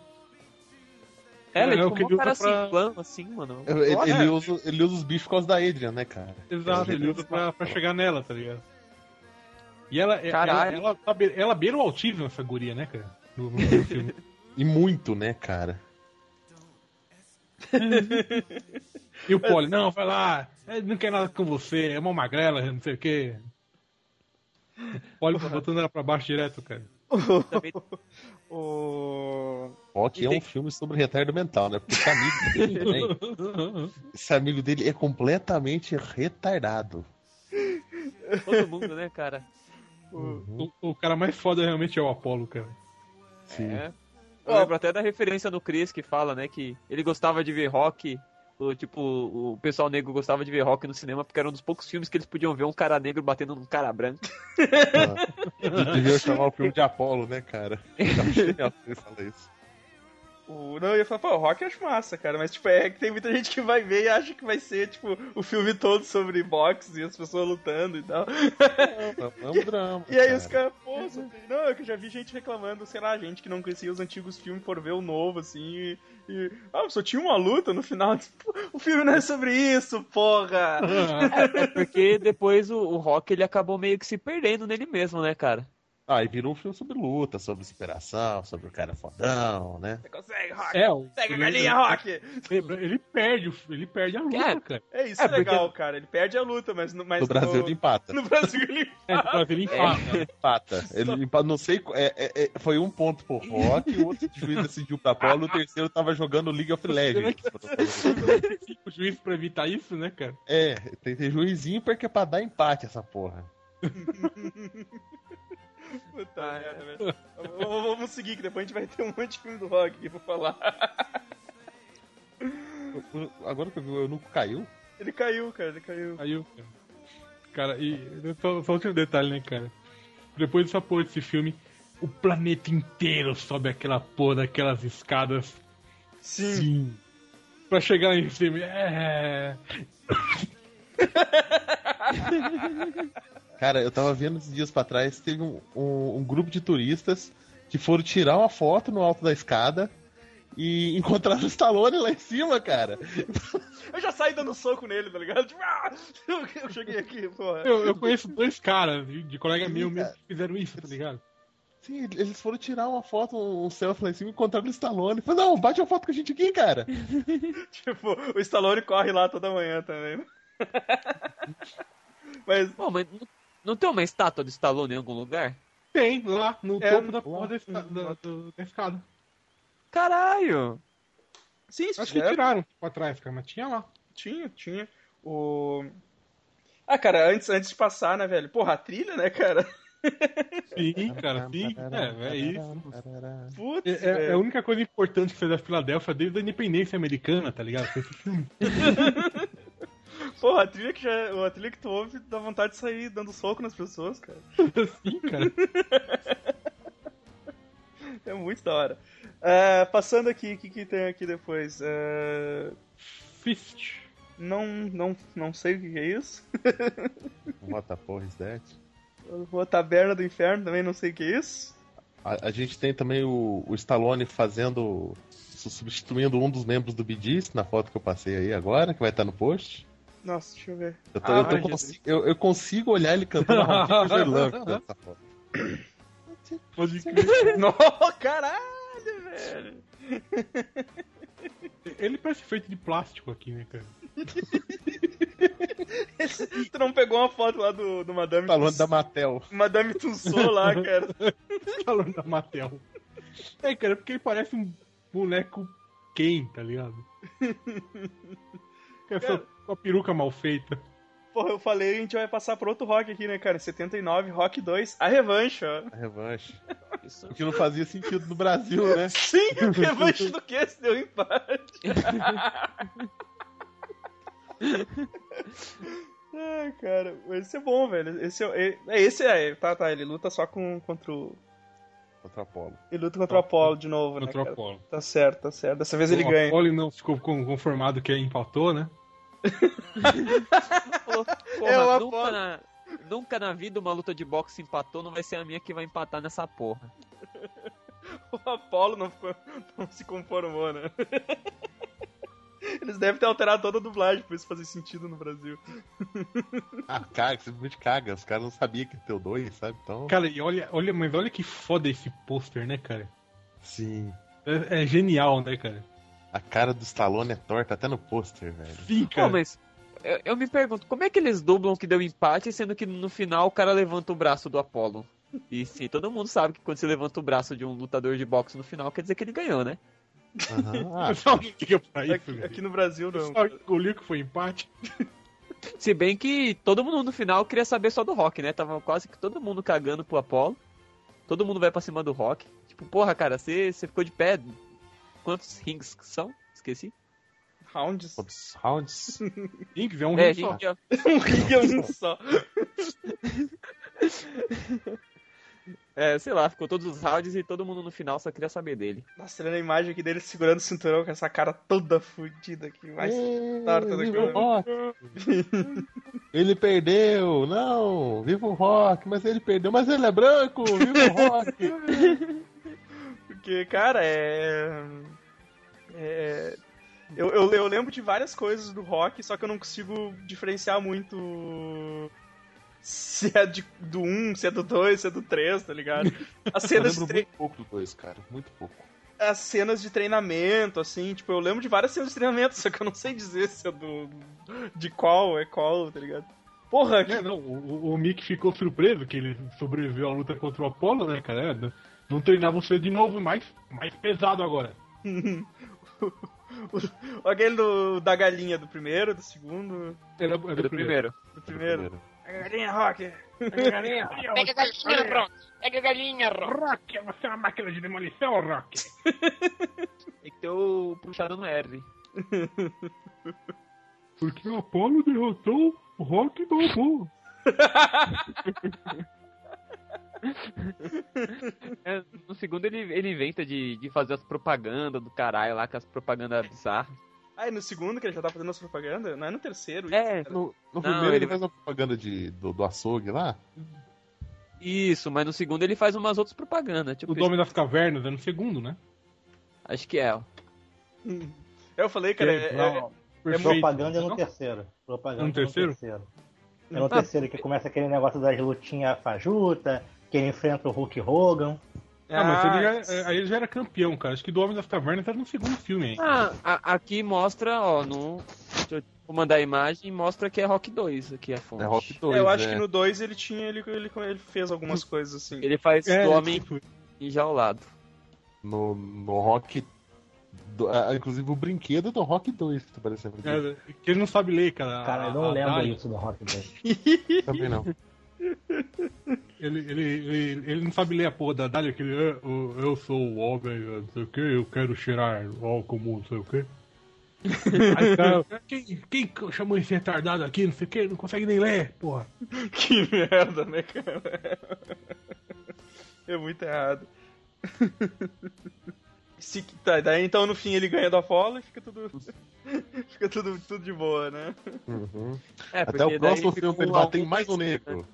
[SPEAKER 6] É, ele
[SPEAKER 4] é
[SPEAKER 6] é
[SPEAKER 4] o
[SPEAKER 6] tipo
[SPEAKER 4] que
[SPEAKER 6] um
[SPEAKER 4] ele
[SPEAKER 6] cara
[SPEAKER 4] usa pra-
[SPEAKER 6] sem plano, assim, mano.
[SPEAKER 3] Ele, ele-
[SPEAKER 2] Olha.
[SPEAKER 3] ele usa, ele usa os bichos por causa da Adrian, né, cara?
[SPEAKER 4] Exato, ele usa pra, pra chegar nela, tá ligado? E ela, é- ela,
[SPEAKER 6] Caralho.
[SPEAKER 4] ela, tá be- ela beira o autismo, essa guria, né, cara? No, no filme.
[SPEAKER 3] E muito, né, cara?
[SPEAKER 4] E o Poli, não, vai lá, é, não quer nada com você, é uma magrela, não sei o quê. O Poli tá botando ela pra baixo direto, cara.
[SPEAKER 6] Também
[SPEAKER 2] O...
[SPEAKER 3] Rock é um filme sobre retardo mental, né? Porque esse amigo dele, né? Esse amigo dele é completamente retardado.
[SPEAKER 6] todo mundo, né, cara?
[SPEAKER 4] O, o cara mais foda realmente é o Apolo, cara.
[SPEAKER 3] Sim.
[SPEAKER 6] É. Eu lembro até da referência no Chris que fala, né, que ele gostava de ver rock. o- Tipo, o pessoal negro gostava de ver rock no cinema porque era um dos poucos filmes que eles podiam ver um cara negro batendo num cara branco.
[SPEAKER 3] Devia chamar o filme de Apolo, né, cara? Eu achei legal ele falar isso.
[SPEAKER 2] O... Não, eu ia falar, pô, o Rock eu acho massa, cara, mas tipo, é que tem muita gente que vai ver e acha que vai ser, tipo, o filme todo sobre boxe e as pessoas lutando e tal.
[SPEAKER 3] É um drama.
[SPEAKER 2] E aí os caras, pô, só tem- não, é eu já vi gente reclamando, sei lá, gente que não conhecia os antigos filmes por ver o novo, assim, e. e, ah, só tinha uma luta no final. Tipo, o filme não é sobre isso, porra!
[SPEAKER 6] É porque depois o, o rock ele acabou meio que se perdendo nele mesmo, né, cara?
[SPEAKER 3] Ah, e virou um filme sobre luta, sobre superação, sobre o cara fodão, né?
[SPEAKER 2] Você consegue, Rock!
[SPEAKER 4] É, o,
[SPEAKER 2] Pega a galinha, Rock!
[SPEAKER 4] ele, ele perde, o- ele perde a luta,
[SPEAKER 6] É.
[SPEAKER 4] cara.
[SPEAKER 2] É isso,
[SPEAKER 6] É,
[SPEAKER 2] é
[SPEAKER 6] porque-
[SPEAKER 2] legal, cara. Ele perde a luta, mas no, mas
[SPEAKER 3] No Brasil
[SPEAKER 2] no,
[SPEAKER 3] ele empata.
[SPEAKER 2] no Brasil ele.
[SPEAKER 4] É, pra ele empata.
[SPEAKER 3] Empata. Ele empata. Não sei. qu- é- é- é- foi um ponto pro Rock, o outro juiz decidiu pra Apolo, o terceiro tava jogando League of Legends.
[SPEAKER 4] O juiz pra evitar isso, né, cara?
[SPEAKER 3] É, tem que ter juiz ímpar que é pra dar empate essa porra.
[SPEAKER 2] Puta merda, velho. V- v- né? Vamos seguir, que depois a gente vai ter um monte de filme do Rock aqui pra falar.
[SPEAKER 3] Eu- eu- Agora que eu vi, eu nunca caiu. Ah,
[SPEAKER 2] Ele caiu, cara, ele caiu.
[SPEAKER 4] Aí eu. Cara, e só, só um detalhe, né, cara? Depois dessa porra desse filme, o planeta inteiro sobe aquela porra daquelas escadas
[SPEAKER 2] Sim.
[SPEAKER 4] Sim. Pra chegar lá em cima. É.
[SPEAKER 3] Cara, eu tava vendo esses dias pra trás, teve um, um- um grupo de turistas que foram tirar uma foto no alto da escada e encontraram o Stallone lá em cima, cara.
[SPEAKER 2] Eu já saí dando soco nele, tá ligado? Tipo, ah, eu, eu cheguei aqui, porra.
[SPEAKER 4] Eu, eu conheço dois caras de de colega meu mesmo que fizeram isso, tá ligado?
[SPEAKER 3] Sim, eles foram tirar uma foto, um selfie lá em cima e encontraram o Stallone. Falei, não, bate uma foto com a gente aqui, cara.
[SPEAKER 2] Tipo, o Stallone corre lá toda manhã também. né? Mas
[SPEAKER 6] Pô, mas não, não tem uma estátua do Stallone em algum lugar?
[SPEAKER 4] Tem, lá no
[SPEAKER 2] É,
[SPEAKER 4] topo da
[SPEAKER 2] lá,
[SPEAKER 4] porra da, esca- da- do- da escada.
[SPEAKER 6] Caralho!
[SPEAKER 2] sim, isso
[SPEAKER 4] Acho que tiraram pra trás, cara, mas tinha lá.
[SPEAKER 2] tinha, tinha. O Ah, cara, antes, antes de passar, né, velho? Porra, a trilha, né, cara?
[SPEAKER 4] Sim, cara, sim. É, é isso.
[SPEAKER 2] Putz,
[SPEAKER 4] É, é- é a
[SPEAKER 2] velho.
[SPEAKER 4] única coisa importante que fez a Filadélfia desde a independência americana, tá ligado? Foi esse filme.
[SPEAKER 2] Porra, a trilha que já, a trilha que tu ouve dá vontade de sair dando soco nas pessoas, cara.
[SPEAKER 4] Sim, cara.
[SPEAKER 2] É muito da hora. Ah, passando aqui, o que, que tem aqui depois? Ah,
[SPEAKER 4] Fist.
[SPEAKER 2] não, não, não sei o que que é isso.
[SPEAKER 3] What the porra is that?
[SPEAKER 2] A Taberna do Inferno também não sei o que é isso.
[SPEAKER 3] A, a gente tem também o, o Stallone fazendo. su- substituindo um dos membros do BDs na foto que eu passei aí agora, que vai estar no post.
[SPEAKER 2] Nossa, deixa eu ver.
[SPEAKER 3] Eu, tô-
[SPEAKER 2] Ah,
[SPEAKER 3] eu tô
[SPEAKER 2] ai,
[SPEAKER 3] consi-
[SPEAKER 2] Jesus.
[SPEAKER 3] eu- eu consigo olhar ele cantando a Rock Your Love nessa foto.
[SPEAKER 4] Pode crer.
[SPEAKER 2] No, caralho, velho.
[SPEAKER 4] Ele parece feito de plástico aqui, né, cara?
[SPEAKER 2] Tu não pegou uma foto lá do, do Madame
[SPEAKER 3] Stallone da Mattel.
[SPEAKER 2] Madame Tussauds lá, cara.
[SPEAKER 4] Falando da Mattel. É, cara, porque ele parece um boneco Ken, tá ligado? Com essa-
[SPEAKER 2] Cara.
[SPEAKER 4] com a peruca mal feita.
[SPEAKER 2] Porra, eu falei, a gente vai passar pro outro rock aqui, né, cara? 79, Rock 2, a revanche, ó.
[SPEAKER 3] A revanche.
[SPEAKER 6] Isso.
[SPEAKER 3] O que não fazia sentido no Brasil, né?
[SPEAKER 2] Sim, revanche do que? Se deu empate. Ai, cara, esse é bom, velho. Esse é. é- é, Esse é. Tá, tá, ele luta só com, contra o.
[SPEAKER 3] Contra Apolo.
[SPEAKER 2] Ele luta contra o Apollo de novo, né?
[SPEAKER 4] Contra o
[SPEAKER 2] cara?
[SPEAKER 4] Apollo.
[SPEAKER 2] Tá certo, tá certo. Dessa vez ele
[SPEAKER 4] o
[SPEAKER 2] ganha.
[SPEAKER 4] Apollo não ficou con- conformado que empatou, né?
[SPEAKER 6] Falou,
[SPEAKER 2] Eu
[SPEAKER 6] Porra,
[SPEAKER 2] aposto.
[SPEAKER 6] nunca, na, nunca na vida uma luta de boxe empatou, não vai ser a minha que vai empatar nessa porra.
[SPEAKER 2] O Apollo não, ficou- não se conformou, né? Eles devem ter alterado toda a dublagem pra isso fazer sentido no Brasil.
[SPEAKER 3] Ah, caga, simplesmente caga. Os caras não sabiam que ia ter o 2, sabe? Então.
[SPEAKER 4] Cara, e olha, olha, mas olha que foda esse pôster, né, cara?
[SPEAKER 3] Sim.
[SPEAKER 4] É, é genial, né, cara?
[SPEAKER 3] A cara do Stallone é torta até no pôster, velho.
[SPEAKER 4] Sim,
[SPEAKER 6] Pô,
[SPEAKER 4] cara.
[SPEAKER 6] mas eu, eu me pergunto, como é que eles dublam que deu empate, sendo que no final o cara levanta o braço do Apollo? E sim, todo mundo sabe que quando você levanta o braço de um lutador de boxe no final, quer dizer que ele ganhou, né?
[SPEAKER 3] Aham. Ah,
[SPEAKER 4] Só alguém liga pra isso,
[SPEAKER 2] Aqui,
[SPEAKER 4] velho.
[SPEAKER 2] aqui no Brasil, é não.
[SPEAKER 4] Só alguém engoliu que foi empate.
[SPEAKER 6] Se bem que todo mundo no final queria saber só do Rock, né? Tava quase que todo mundo cagando pro Apollo. Todo mundo vai pra cima do Rock. Tipo, porra, cara, você você ficou de pé. Quantos rings que são? Esqueci.
[SPEAKER 2] Rounds.
[SPEAKER 3] quantos rounds?
[SPEAKER 4] Inks é um
[SPEAKER 6] é,
[SPEAKER 4] rim só.
[SPEAKER 6] gente, ó,
[SPEAKER 2] Um ring é um só.
[SPEAKER 6] é, sei lá, ficou todos os rounds e todo mundo no final só queria saber dele.
[SPEAKER 2] Nossa, olhando a imagem aqui dele segurando o cinturão com essa cara toda fudida aqui. Mas tá torta do que
[SPEAKER 3] Viva o
[SPEAKER 2] eu-
[SPEAKER 3] rock! Ele perdeu! Não! Viva o rock! Mas ele perdeu, mas ele é branco! Viva o rock!
[SPEAKER 2] Porque, cara, é. É. Eu, eu, eu lembro de várias coisas do rock, só que eu não consigo diferenciar muito se é de, do 1, se é do 2, se é do 3, tá ligado? As
[SPEAKER 3] Eu
[SPEAKER 2] cenas, de
[SPEAKER 3] lembro
[SPEAKER 2] tre...
[SPEAKER 3] muito pouco do dois, cara. Muito pouco.
[SPEAKER 2] As cenas de treinamento, assim, tipo, eu lembro de várias cenas de treinamento, só que eu não sei dizer se é do. de qual é qual, tá ligado? Porra,
[SPEAKER 3] Né?
[SPEAKER 2] que
[SPEAKER 4] É, não, o, o- o Mick ficou surpreso que ele sobreviveu à luta contra o Apollo, né, cara? É, não- Não treinava você de novo, mais, mais pesado agora.
[SPEAKER 2] O- Aquele do, da galinha do primeiro, do segundo,
[SPEAKER 4] Era, era
[SPEAKER 6] Do
[SPEAKER 4] o primeiro.
[SPEAKER 6] primeiro.
[SPEAKER 2] do primeiro. A galinha rock.
[SPEAKER 7] Pega a galinha, Rock. Pega a galinha, Rock.
[SPEAKER 4] Rock, você é uma máquina de demolição, Rock.
[SPEAKER 6] Tem que ter o puxado no R.
[SPEAKER 4] Porque o Apollo derrotou o Rock do Apollo.
[SPEAKER 6] É, no segundo ele, ele inventa de, de fazer as propagandas do caralho lá, com as propagandas bizarras.
[SPEAKER 2] Ah, e no segundo que ele já tá fazendo as propagandas? Não é no terceiro?
[SPEAKER 6] É,
[SPEAKER 2] isso, cara?
[SPEAKER 3] No, no primeiro ele,
[SPEAKER 6] ele-
[SPEAKER 3] faz uma propaganda de, do, do açougue lá.
[SPEAKER 6] Isso, mas no segundo ele faz umas outras propagandas. Tipo,
[SPEAKER 4] O Domem das Cavernas é no segundo, né?
[SPEAKER 6] acho que é. ó.
[SPEAKER 2] Eu falei, cara, é, é,
[SPEAKER 5] Propaganda é no
[SPEAKER 4] Não?
[SPEAKER 5] terceiro. Propaganda
[SPEAKER 4] No terceiro?
[SPEAKER 5] É no terceiro, É
[SPEAKER 2] tá
[SPEAKER 5] no terceiro que começa aquele negócio das lutinhas fajuta, que ele enfrenta o Hulk Hogan.
[SPEAKER 4] Ah, mas ele
[SPEAKER 2] Ah,
[SPEAKER 4] já, aí ele já era campeão, cara. Acho que do Homem das Cavernas era no segundo filme ainda.
[SPEAKER 6] Ah, a- aqui mostra, ó, no. Deixa eu vou mandar a imagem e mostra que é Rock 2 aqui a fonte.
[SPEAKER 3] É Rock 2.
[SPEAKER 2] eu acho
[SPEAKER 3] né?
[SPEAKER 2] que no 2 ele tinha, ele, ele, ele fez algumas coisas assim.
[SPEAKER 6] Ele faz
[SPEAKER 4] É,
[SPEAKER 6] do homem
[SPEAKER 4] tipo,
[SPEAKER 6] enjaulado.
[SPEAKER 3] no, no Rock. do- ah, inclusive o brinquedo do Rock 2, que tá parecendo. aqui.
[SPEAKER 4] é, que ele não sabe ler, cara.
[SPEAKER 5] Cara,
[SPEAKER 4] A-
[SPEAKER 5] eu não
[SPEAKER 4] a
[SPEAKER 2] Ah,
[SPEAKER 5] lembro
[SPEAKER 4] Dália,
[SPEAKER 5] isso do Rock 2.
[SPEAKER 3] Também não.
[SPEAKER 4] Ele, ele, ele, ele não sabe ler a porra da Dália, que ele, "É, eu, eu sou o homem, eu não sei o que, eu quero cheirar álcool, não sei o que. Aí, cara, quem, quem chamou esse retardado aqui, não sei o que, não consegue nem ler, porra.
[SPEAKER 2] Que merda, né, cara? É muito errado. Se, tá, daí então no fim ele ganha do Apollo e fica tudo. fica tudo, tudo de boa, né?
[SPEAKER 3] Uhum.
[SPEAKER 6] É,
[SPEAKER 3] Até o próximo filme pra ele bater em mais um
[SPEAKER 2] né?
[SPEAKER 6] negro.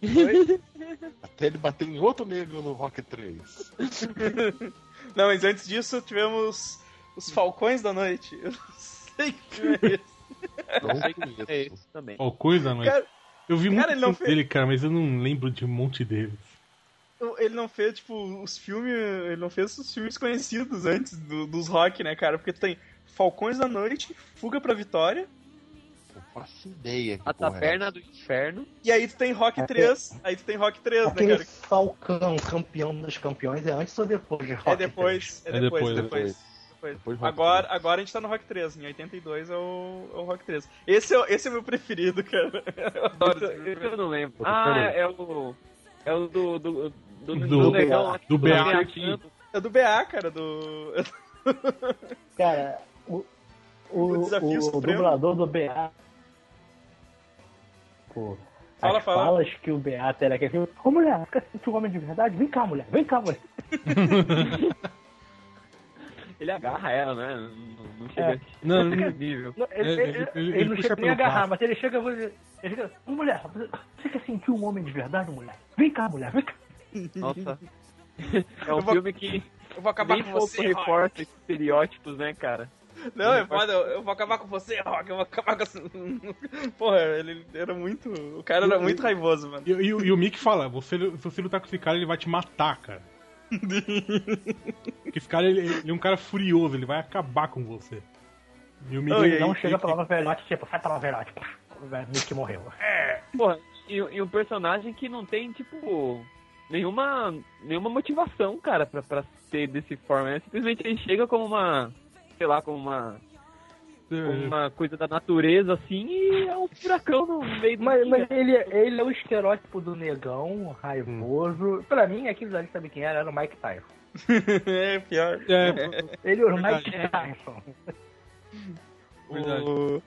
[SPEAKER 3] negro. Até ele bater em outro negro no Rock 3.
[SPEAKER 2] Não, mas antes disso tivemos os Falcões da Noite. Eu não sei o que é isso.
[SPEAKER 3] Não
[SPEAKER 6] sei
[SPEAKER 3] conheço.
[SPEAKER 6] É isso também.
[SPEAKER 4] Ó, coisa, mas.
[SPEAKER 2] Cara-
[SPEAKER 4] eu vi muito
[SPEAKER 2] cara, ele não
[SPEAKER 4] filme
[SPEAKER 2] fez-
[SPEAKER 4] dele, cara, mas eu não lembro de um monte deles.
[SPEAKER 2] Então, Ele não fez, tipo, os filmes. Ele não fez os filmes conhecidos antes do- dos rock, né, cara? Porque tem Falcões da Noite, Fuga pra Vitória.
[SPEAKER 3] Não faço ideia. que
[SPEAKER 6] A
[SPEAKER 3] porra é.
[SPEAKER 6] taberna do inferno.
[SPEAKER 2] E aí tu tem Rock 3. Aí tu tem Rock 3, né,
[SPEAKER 5] Aquele
[SPEAKER 2] cara?
[SPEAKER 5] Falcão, campeão dos campeões, é antes ou depois de Rock
[SPEAKER 2] É depois, é
[SPEAKER 4] É
[SPEAKER 2] depois,
[SPEAKER 4] depois,
[SPEAKER 2] depois.
[SPEAKER 4] é
[SPEAKER 2] depois.
[SPEAKER 3] Depois Rock
[SPEAKER 2] Agora,
[SPEAKER 3] 3.
[SPEAKER 2] agora a gente tá no Rock 3, em 82 é o, é o Rock 3. Esse é, o- esse é o meu preferido, cara. Eu adoro esse
[SPEAKER 6] Eu,
[SPEAKER 2] filme.
[SPEAKER 6] eu não lembro.
[SPEAKER 4] Ah,
[SPEAKER 6] Ah,
[SPEAKER 4] é-
[SPEAKER 6] é, o. É o do. Do, do,
[SPEAKER 4] do
[SPEAKER 6] do
[SPEAKER 4] Do
[SPEAKER 5] negão
[SPEAKER 6] negão né?
[SPEAKER 5] lá,
[SPEAKER 4] do do BA. cantando.
[SPEAKER 2] É do BA, cara, do.
[SPEAKER 5] Cara, o, o,
[SPEAKER 2] O desafio
[SPEAKER 5] o
[SPEAKER 2] supremo.
[SPEAKER 5] dublador do BA. Pô,
[SPEAKER 2] Fala,
[SPEAKER 5] as
[SPEAKER 2] fala.
[SPEAKER 5] falas que o Beato era aquele. Ô mulher, fica se um homem de verdade? Vem cá, mulher, vem cá, mulher.
[SPEAKER 6] Ele agarra ela, né? Não, não chega
[SPEAKER 5] É.
[SPEAKER 4] Não,
[SPEAKER 5] Fica-
[SPEAKER 4] não,
[SPEAKER 6] nível.
[SPEAKER 5] Não, Ele,
[SPEAKER 4] Ele-
[SPEAKER 5] ele,
[SPEAKER 4] ele-
[SPEAKER 5] ele
[SPEAKER 4] ele
[SPEAKER 5] não
[SPEAKER 4] puxa
[SPEAKER 5] chega nem
[SPEAKER 4] pelo
[SPEAKER 5] a agarrar, mas ele chega. Ele chega. Ô mulher, você você quer sentir um homem de verdade, mulher? Vem cá, mulher, vem cá.
[SPEAKER 6] Nossa. É um
[SPEAKER 2] Eu vou-
[SPEAKER 6] filme que
[SPEAKER 2] Eu vou acabar
[SPEAKER 6] bem
[SPEAKER 2] com
[SPEAKER 6] pouco
[SPEAKER 2] você, Rock.
[SPEAKER 6] reforça estereótipos, né, cara?
[SPEAKER 2] Não, é foda, eu, eu vou acabar com você, Rock, eu vou acabar com você. Porra, ele era muito. O cara era muito raivoso, mano.
[SPEAKER 4] E, e o- e o Mick fala, você, se você lutar com esse cara, ele vai te matar, cara. Porque esse cara, ele, ele é um cara furioso, ele vai acabar com você. E o Mick... um
[SPEAKER 2] Não, e aí,
[SPEAKER 5] Então chega pra lá no velhote, tipo, sai pra lá, velhote. Pá, O velho Mickey morreu.
[SPEAKER 6] Porra, e, e um personagem que não tem, tipo, nenhuma, nenhuma motivação, cara, pra, pra ser desse forma. né? Simplesmente ele chega como uma, sei lá, como uma,
[SPEAKER 4] É.
[SPEAKER 6] como uma coisa da natureza, assim, e é um furacão no meio do
[SPEAKER 5] Mas,
[SPEAKER 6] dia.
[SPEAKER 5] mas ele, ele é o estereótipo do negão, raivoso. Pra mim, aquele ali sabe quem era? Era o Mike Tyson.
[SPEAKER 2] é pior.
[SPEAKER 4] É,
[SPEAKER 5] Ele era o
[SPEAKER 4] Verdade.
[SPEAKER 5] Mike Tyson.
[SPEAKER 4] Verdade.
[SPEAKER 2] O-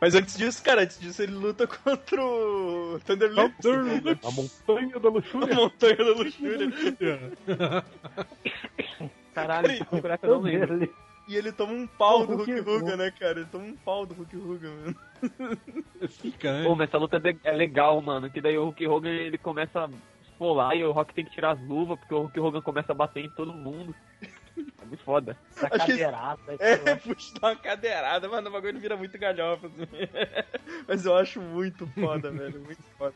[SPEAKER 2] Mas antes disso, cara, antes disso ele luta contra o Thunder Lips,
[SPEAKER 3] A
[SPEAKER 4] montanha
[SPEAKER 3] montanha
[SPEAKER 4] da
[SPEAKER 2] a
[SPEAKER 4] luxúria.
[SPEAKER 2] montanha da luxúria.
[SPEAKER 4] É.
[SPEAKER 6] Caralho, esse furacão eu não lembro.
[SPEAKER 5] Ele-
[SPEAKER 2] E ele toma um pau
[SPEAKER 5] O
[SPEAKER 2] do Hulk
[SPEAKER 5] Hulk
[SPEAKER 2] Hogan, né, cara? Ele toma um pau do Hulk Hogan, mano.
[SPEAKER 4] Fica, né?
[SPEAKER 6] Pô, mas essa luta é le- é legal, mano, que daí o Hulk Hogan, ele começa a esfolar e o Rock tem que tirar as luvas, porque o Hulk Hogan começa a bater em todo mundo. É muito foda.
[SPEAKER 5] Da
[SPEAKER 2] Acho que-
[SPEAKER 5] cadeirada. tipo,
[SPEAKER 2] É, puxa, dá uma cadeirada, mano, o bagulho vira muito galhofa, assim. Mas eu acho muito foda, velho, muito foda.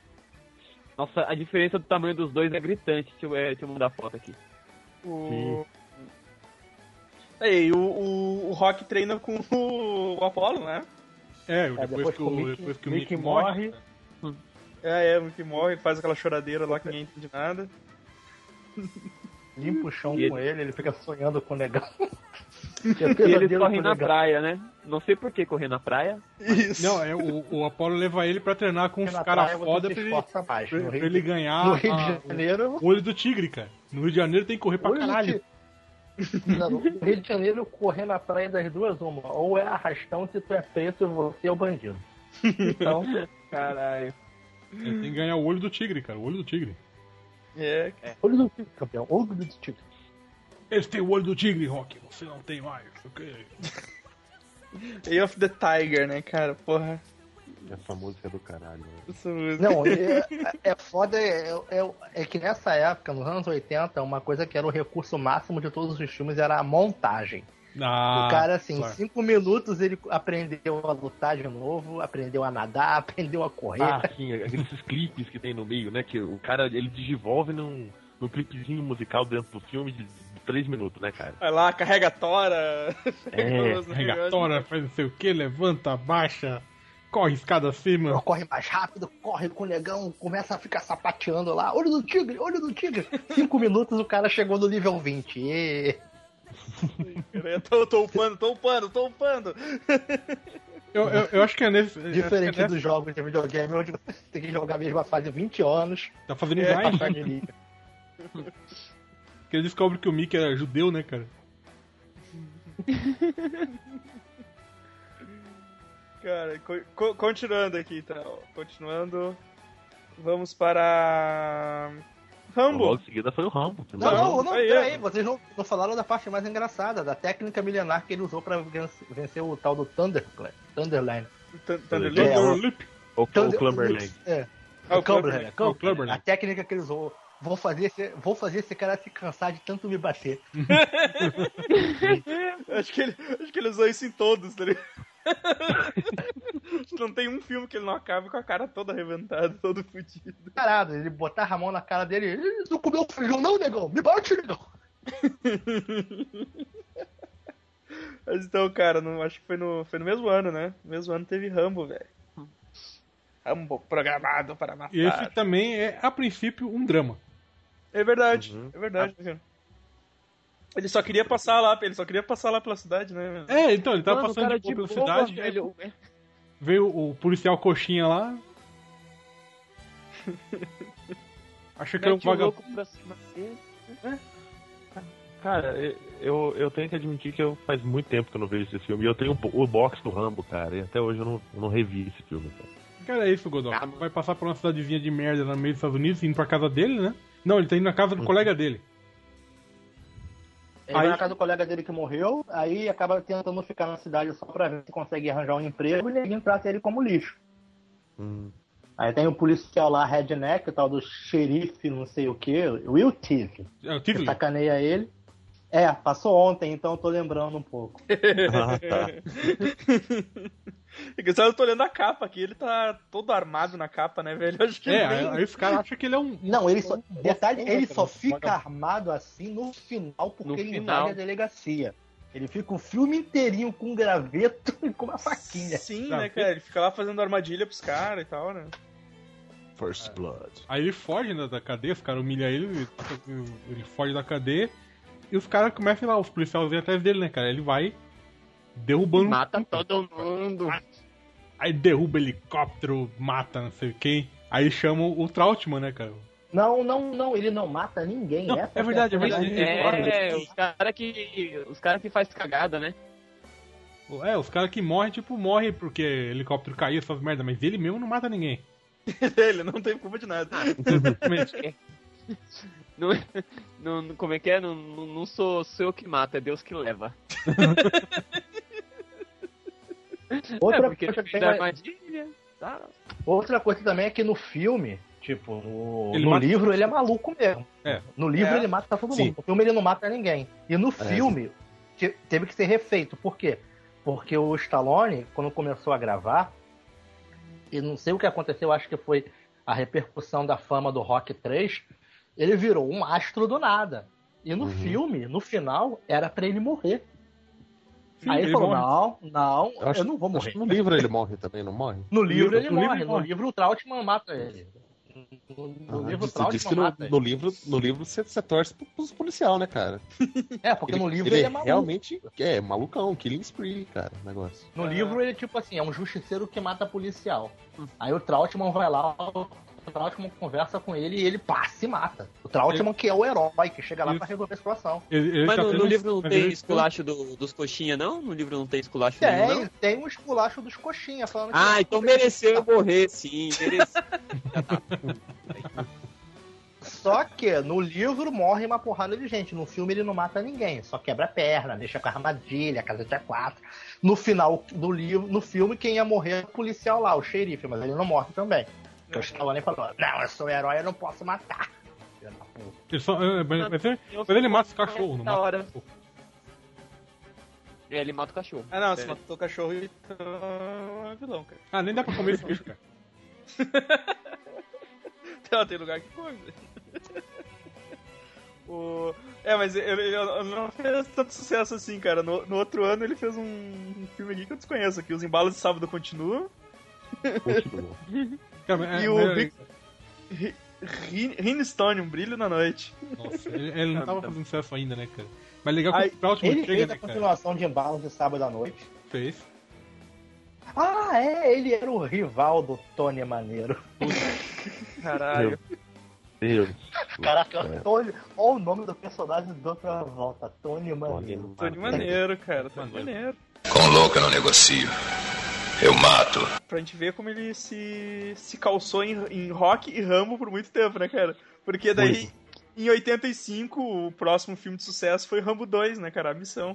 [SPEAKER 6] Nossa, a diferença do tamanho dos dois é gritante. Deixa eu, é, deixa eu mudar a foto aqui.
[SPEAKER 2] O... Aí, o, o, o Rock treina com o, o Apollo, né?
[SPEAKER 4] É,
[SPEAKER 5] É,
[SPEAKER 4] depois, que, o,
[SPEAKER 5] Mickey-
[SPEAKER 4] depois que o
[SPEAKER 5] Mickey
[SPEAKER 4] Mickey morre...
[SPEAKER 2] É, é, o que morre, faz aquela choradeira lá que ninguém entende nada.
[SPEAKER 5] Limpa o chão
[SPEAKER 6] E
[SPEAKER 5] com ele, ele fica sonhando com o negão.
[SPEAKER 6] E eles correm na praia, né? Não sei por que correr na praia.
[SPEAKER 2] Isso.
[SPEAKER 4] Não, é, o, o Apollo leva ele pra treinar com uns
[SPEAKER 5] Na
[SPEAKER 4] caras
[SPEAKER 5] praia você
[SPEAKER 4] foda
[SPEAKER 5] se
[SPEAKER 4] pra ele,
[SPEAKER 5] esforça mais.
[SPEAKER 4] pra-
[SPEAKER 5] No
[SPEAKER 4] pra
[SPEAKER 5] Rio
[SPEAKER 4] ele
[SPEAKER 5] de-
[SPEAKER 4] ganhar
[SPEAKER 5] no Rio
[SPEAKER 4] a-
[SPEAKER 5] de Janeiro,
[SPEAKER 4] o olho do tigre, cara. No Rio de Janeiro tem que correr pra
[SPEAKER 5] Olho do
[SPEAKER 4] caralho.
[SPEAKER 5] Não, no Rio de Janeiro, correr na praia das duas, uma. Ou é arrastão se tu é preto e você é o bandido.
[SPEAKER 2] é
[SPEAKER 5] Então,
[SPEAKER 6] Caralho.
[SPEAKER 4] Ele tem que ganhar o olho do tigre, cara. O olho do tigre.
[SPEAKER 2] É,
[SPEAKER 5] olho do tigre, campeão. Olho do tigre.
[SPEAKER 4] Eles têm o olho do tigre, Rock. Você não tem mais. ok?
[SPEAKER 2] Eye of the Tiger, né, cara? Porra,
[SPEAKER 3] Essa música é do caralho. né?
[SPEAKER 2] essa música.
[SPEAKER 5] Não, é, é foda, é, é, é que nessa época, nos anos 80, uma coisa que era o recurso máximo de todos os filmes era a montagem.
[SPEAKER 4] Ah,
[SPEAKER 5] o cara, assim, em
[SPEAKER 4] claro.
[SPEAKER 5] cinco minutos ele aprendeu a lutar de novo, aprendeu a nadar, aprendeu a correr.
[SPEAKER 3] Ah, sim, aqueles clipes que tem no meio, né? Que o cara, ele desenvolve num, num clipezinho musical dentro do filme de três minutos, né, cara?
[SPEAKER 2] Vai lá, carrega a tora.
[SPEAKER 3] É,
[SPEAKER 4] Regatora, faz não sei o que, levanta, baixa, corre escada acima.
[SPEAKER 5] Corre mais rápido, corre com o negão, começa a ficar sapateando lá. Olho do tigre, olho do tigre. Cinco minutos o cara chegou no nível 20. E...
[SPEAKER 2] Eu tô, tô upando, tô upando, tô upando.
[SPEAKER 4] Eu, eu, eu acho que é nesse. eu acho que é
[SPEAKER 5] Diferente
[SPEAKER 4] nessa-
[SPEAKER 5] dos jogos de videogame, onde você tem que jogar a mesma fase 20 anos.
[SPEAKER 4] Tá fazendo
[SPEAKER 2] É,
[SPEAKER 4] grind.
[SPEAKER 5] Passar de nível.
[SPEAKER 4] Porque ele descobre que o Mickey era judeu, né, cara?
[SPEAKER 2] Cara, co- co- continuando aqui, então. Continuando. Vamos para.
[SPEAKER 3] Logo
[SPEAKER 2] Rambo.
[SPEAKER 3] em seguida foi o Rambo.
[SPEAKER 5] Não,
[SPEAKER 3] entendeu?
[SPEAKER 5] não, é não,
[SPEAKER 2] Aí,
[SPEAKER 5] peraí, vocês não, não falaram da parte mais engraçada, da técnica milenar que ele usou pra venc- vencer o tal do Thunderclap. Thunderline.
[SPEAKER 2] Thun- Thunder
[SPEAKER 3] Beleza.
[SPEAKER 2] Lip.
[SPEAKER 5] É,
[SPEAKER 4] Thunder Lip.
[SPEAKER 3] O, o
[SPEAKER 5] Thunder-
[SPEAKER 3] Clumberland.
[SPEAKER 5] É,
[SPEAKER 2] Ah, o
[SPEAKER 5] o
[SPEAKER 2] Cumberland.
[SPEAKER 5] Cumberland.
[SPEAKER 4] O Clubber,
[SPEAKER 5] A
[SPEAKER 4] né?
[SPEAKER 5] técnica que ele usou. Vou fazer, esse, vou fazer esse cara se cansar de tanto me bater.
[SPEAKER 2] Acho que, ele, acho que ele usou isso em todos, tá ligado? Acho que não tem um filme que ele não acabe com a cara toda arrebentada, todo fudido.
[SPEAKER 5] Caralho, ele botava a mão na cara dele. "Ih, Não comeu feijão, não, negão? Me bate, negão.
[SPEAKER 2] Mas então, cara, não, acho que foi no, foi no mesmo ano, né? No mesmo ano teve Rambo, velho. Rambo programado para matar.
[SPEAKER 4] E esse também é, a princípio, um drama.
[SPEAKER 2] É verdade,
[SPEAKER 3] Uhum.
[SPEAKER 2] é verdade. né, cara? Ele só queria passar lá, ele só queria passar lá pela cidade, né?
[SPEAKER 4] É, então, ele tava
[SPEAKER 6] Mano, o
[SPEAKER 4] passando
[SPEAKER 6] cara
[SPEAKER 4] de boa pela
[SPEAKER 6] boa,
[SPEAKER 4] cidade.
[SPEAKER 6] velho. é.
[SPEAKER 4] Veio o policial coxinha lá. Achei que era um
[SPEAKER 6] Mete o
[SPEAKER 4] vagabundo.
[SPEAKER 6] louco pra cima dele.
[SPEAKER 3] Cara, eu, eu tenho que admitir que eu faz muito tempo que eu não vejo esse filme. E eu tenho o bo- o box do Rambo, cara. E até hoje eu não, eu não revi esse filme. cara.
[SPEAKER 4] Cara, é isso, Godot. Vai passar por uma cidadezinha de merda no meio dos Estados Unidos, indo pra casa dele, né? Não, ele tá indo na casa do colega dele.
[SPEAKER 5] Ele
[SPEAKER 4] Aí-
[SPEAKER 5] vai na casa do colega dele que morreu, aí acaba tentando ficar na cidade só pra ver se consegue arranjar um emprego e ninguém trata ele como lixo. Aí tem o policial lá, redneck, o tal do xerife, não sei o que, Will Tive,
[SPEAKER 4] É o
[SPEAKER 5] que
[SPEAKER 4] Tivoli.
[SPEAKER 5] sacaneia ele. tá É, passou ontem, então eu tô lembrando um pouco.
[SPEAKER 3] Ah, tá.
[SPEAKER 2] É que sabe, eu tô olhando a capa aqui, ele tá todo armado na capa, né, velho? Eu Acho que
[SPEAKER 4] É,
[SPEAKER 2] nem-
[SPEAKER 4] aí os caras acham que ele é um.
[SPEAKER 5] Não, ele só. Detalhe, ele só fica
[SPEAKER 4] Vagabundo.
[SPEAKER 5] armado assim no final, porque
[SPEAKER 6] No
[SPEAKER 5] ele
[SPEAKER 6] final.
[SPEAKER 5] invade a delegacia. Ele fica o filme inteirinho com um graveto e com uma faquinha.
[SPEAKER 2] Sim,
[SPEAKER 4] Não,
[SPEAKER 2] né, cara? Ele fica lá fazendo armadilha pros caras e tal, né?
[SPEAKER 3] First Blood.
[SPEAKER 4] Aí ele foge né, da cadeia, os caras humilham ele, ele- tá- ele foge da cadeia. E os caras começam lá, os policiais vêm atrás dele, né, cara? Ele vai derrubando.
[SPEAKER 7] Mata todo mundo.
[SPEAKER 4] Aí derruba helicóptero, mata não sei quem. Aí chamam o Trautmann, né, cara?
[SPEAKER 5] Não, não, não, ele não mata ninguém.
[SPEAKER 4] Não,
[SPEAKER 5] essa
[SPEAKER 4] é verdade,
[SPEAKER 5] a
[SPEAKER 4] é verdade.
[SPEAKER 5] verdade.
[SPEAKER 6] É, os caras que. Os caras que faz cagada, né?
[SPEAKER 4] É, os caras que morrem, tipo, morrem porque helicóptero caiu, essas merdas, mas ele mesmo não mata ninguém.
[SPEAKER 2] Ele não tem culpa de nada.
[SPEAKER 4] Exatamente.
[SPEAKER 6] Não, não- não- como é que é? Não, não, não sou, sou eu que mata, é Deus que leva. é
[SPEAKER 5] Outra
[SPEAKER 6] É, porque
[SPEAKER 5] coisa
[SPEAKER 6] ele fez
[SPEAKER 5] que tem
[SPEAKER 6] a
[SPEAKER 5] mais-
[SPEAKER 6] armadilha. Tá?
[SPEAKER 5] Outra coisa também é que no filme, tipo, no,
[SPEAKER 4] Ele
[SPEAKER 5] no
[SPEAKER 4] mata-
[SPEAKER 5] livro ele é maluco mesmo.
[SPEAKER 4] É.
[SPEAKER 5] No livro
[SPEAKER 2] É.
[SPEAKER 5] ele mata todo
[SPEAKER 3] Sim.
[SPEAKER 5] mundo. No filme ele não mata ninguém. E
[SPEAKER 3] É,
[SPEAKER 5] no filme te- teve que ser refeito. Por quê? Porque o Stallone, quando começou a gravar, e não sei o que aconteceu, acho que foi a repercussão da fama do Rock 3, ele virou um astro do nada. E no
[SPEAKER 3] Uhum.
[SPEAKER 5] filme, no final, era pra ele morrer.
[SPEAKER 4] Sim,
[SPEAKER 5] Aí ele
[SPEAKER 4] ele
[SPEAKER 5] falou:
[SPEAKER 4] morre.
[SPEAKER 5] não, não, eu,
[SPEAKER 3] Eu acho-
[SPEAKER 5] não vou
[SPEAKER 3] Acho
[SPEAKER 5] morrer.
[SPEAKER 3] que no livro ele morre também, não morre?
[SPEAKER 5] No livro
[SPEAKER 4] No
[SPEAKER 5] ele
[SPEAKER 4] livro
[SPEAKER 5] morre,
[SPEAKER 4] ele
[SPEAKER 5] no
[SPEAKER 4] morre.
[SPEAKER 5] livro o Trautmann mata ele. No, no
[SPEAKER 3] Ah,
[SPEAKER 5] livro o
[SPEAKER 3] diz- diz que
[SPEAKER 5] Trautmann
[SPEAKER 3] no,
[SPEAKER 5] mata ele.
[SPEAKER 3] no livro, no livro você, você torce pro- pros policial, né, cara?
[SPEAKER 5] É, porque no livro ele, é
[SPEAKER 8] Tá
[SPEAKER 5] maluco.
[SPEAKER 3] realmente é malucão, killing spree, cara, o negócio.
[SPEAKER 5] No livro ele, tipo assim, é um justiceiro que mata policial. Aí o Trautmann vai lá, o Trautmann conversa com ele e ele pá, se mata. O Trautmann que é o herói, que chega lá
[SPEAKER 4] Isso.
[SPEAKER 5] pra resolver a situação.
[SPEAKER 4] Ele- ele
[SPEAKER 6] Mas
[SPEAKER 4] tá
[SPEAKER 6] no,
[SPEAKER 4] tendo
[SPEAKER 6] no
[SPEAKER 4] um-
[SPEAKER 6] livro não
[SPEAKER 4] mas
[SPEAKER 6] tem
[SPEAKER 4] ele-
[SPEAKER 6] esculacho do- dos coxinha, não? No livro não tem esculacho nenhum, não?
[SPEAKER 5] Tem, tem um esculacho dos coxinhas falando que-
[SPEAKER 6] Ah, então mereceu morrer, sim, mereceu.
[SPEAKER 5] Só que no livro morre uma porrada de gente. No filme ele não mata ninguém, só quebra a perna, deixa com a armadilha, casete a quatro. No final do livro, no filme, quem ia morrer é o policial lá, o xerife, mas ele não morre também. Porque o Stallone falou: Não, eu sou herói, eu não posso matar. Filho da puta.
[SPEAKER 4] ele só- é, mas, mas ele, mas ele mata os cachorros, não
[SPEAKER 6] Da
[SPEAKER 4] mata
[SPEAKER 6] hora.
[SPEAKER 4] os cachorros.
[SPEAKER 6] É, ele mata o cachorro.
[SPEAKER 2] Ah, não,
[SPEAKER 6] É.
[SPEAKER 2] se matou o cachorro, então é vilão, cara.
[SPEAKER 4] Ah, nem dá pra comer esse bicho, cara.
[SPEAKER 2] Então, tem lugar que come. né? o... É, mas ele, ele não fez tanto sucesso assim, cara. No, no outro ano ele fez um, um filme aqui que eu desconheço, que Os Embalos de Sábado Continuam.
[SPEAKER 3] Continua.
[SPEAKER 4] Cara, mas-
[SPEAKER 2] E
[SPEAKER 4] é-
[SPEAKER 2] o
[SPEAKER 4] mas-
[SPEAKER 2] Rick- Rin- Rin Stone, Um Brilho na Noite.
[SPEAKER 4] Nossa, ele, ele não tava fazendo sucesso ainda, né, cara? Mas legal que
[SPEAKER 2] Aí,
[SPEAKER 4] o Trautmann
[SPEAKER 5] Ele
[SPEAKER 4] chega,
[SPEAKER 5] fez a
[SPEAKER 4] né, cara?
[SPEAKER 5] continuação de Embalos de sábado à noite.
[SPEAKER 4] Fez.
[SPEAKER 5] Ah, é, ele era o rival do Tony Maneiro.
[SPEAKER 2] Caralho.
[SPEAKER 3] Meu
[SPEAKER 5] Caraca,
[SPEAKER 3] É.
[SPEAKER 5] Tony, olha o nome do personagem do outra volta: Tony Maneiro.
[SPEAKER 3] Deus.
[SPEAKER 2] Tô de maneiro, cara. Tô de
[SPEAKER 4] Maneiro.
[SPEAKER 2] maneiro.
[SPEAKER 1] Com louca eu não negocio. Eu mato.
[SPEAKER 2] Pra gente ver como ele se, se calçou em, em rock e rambo por muito tempo, né, cara? Porque daí, em 85, o próximo filme de sucesso foi Rambo 2, né, cara? A missão.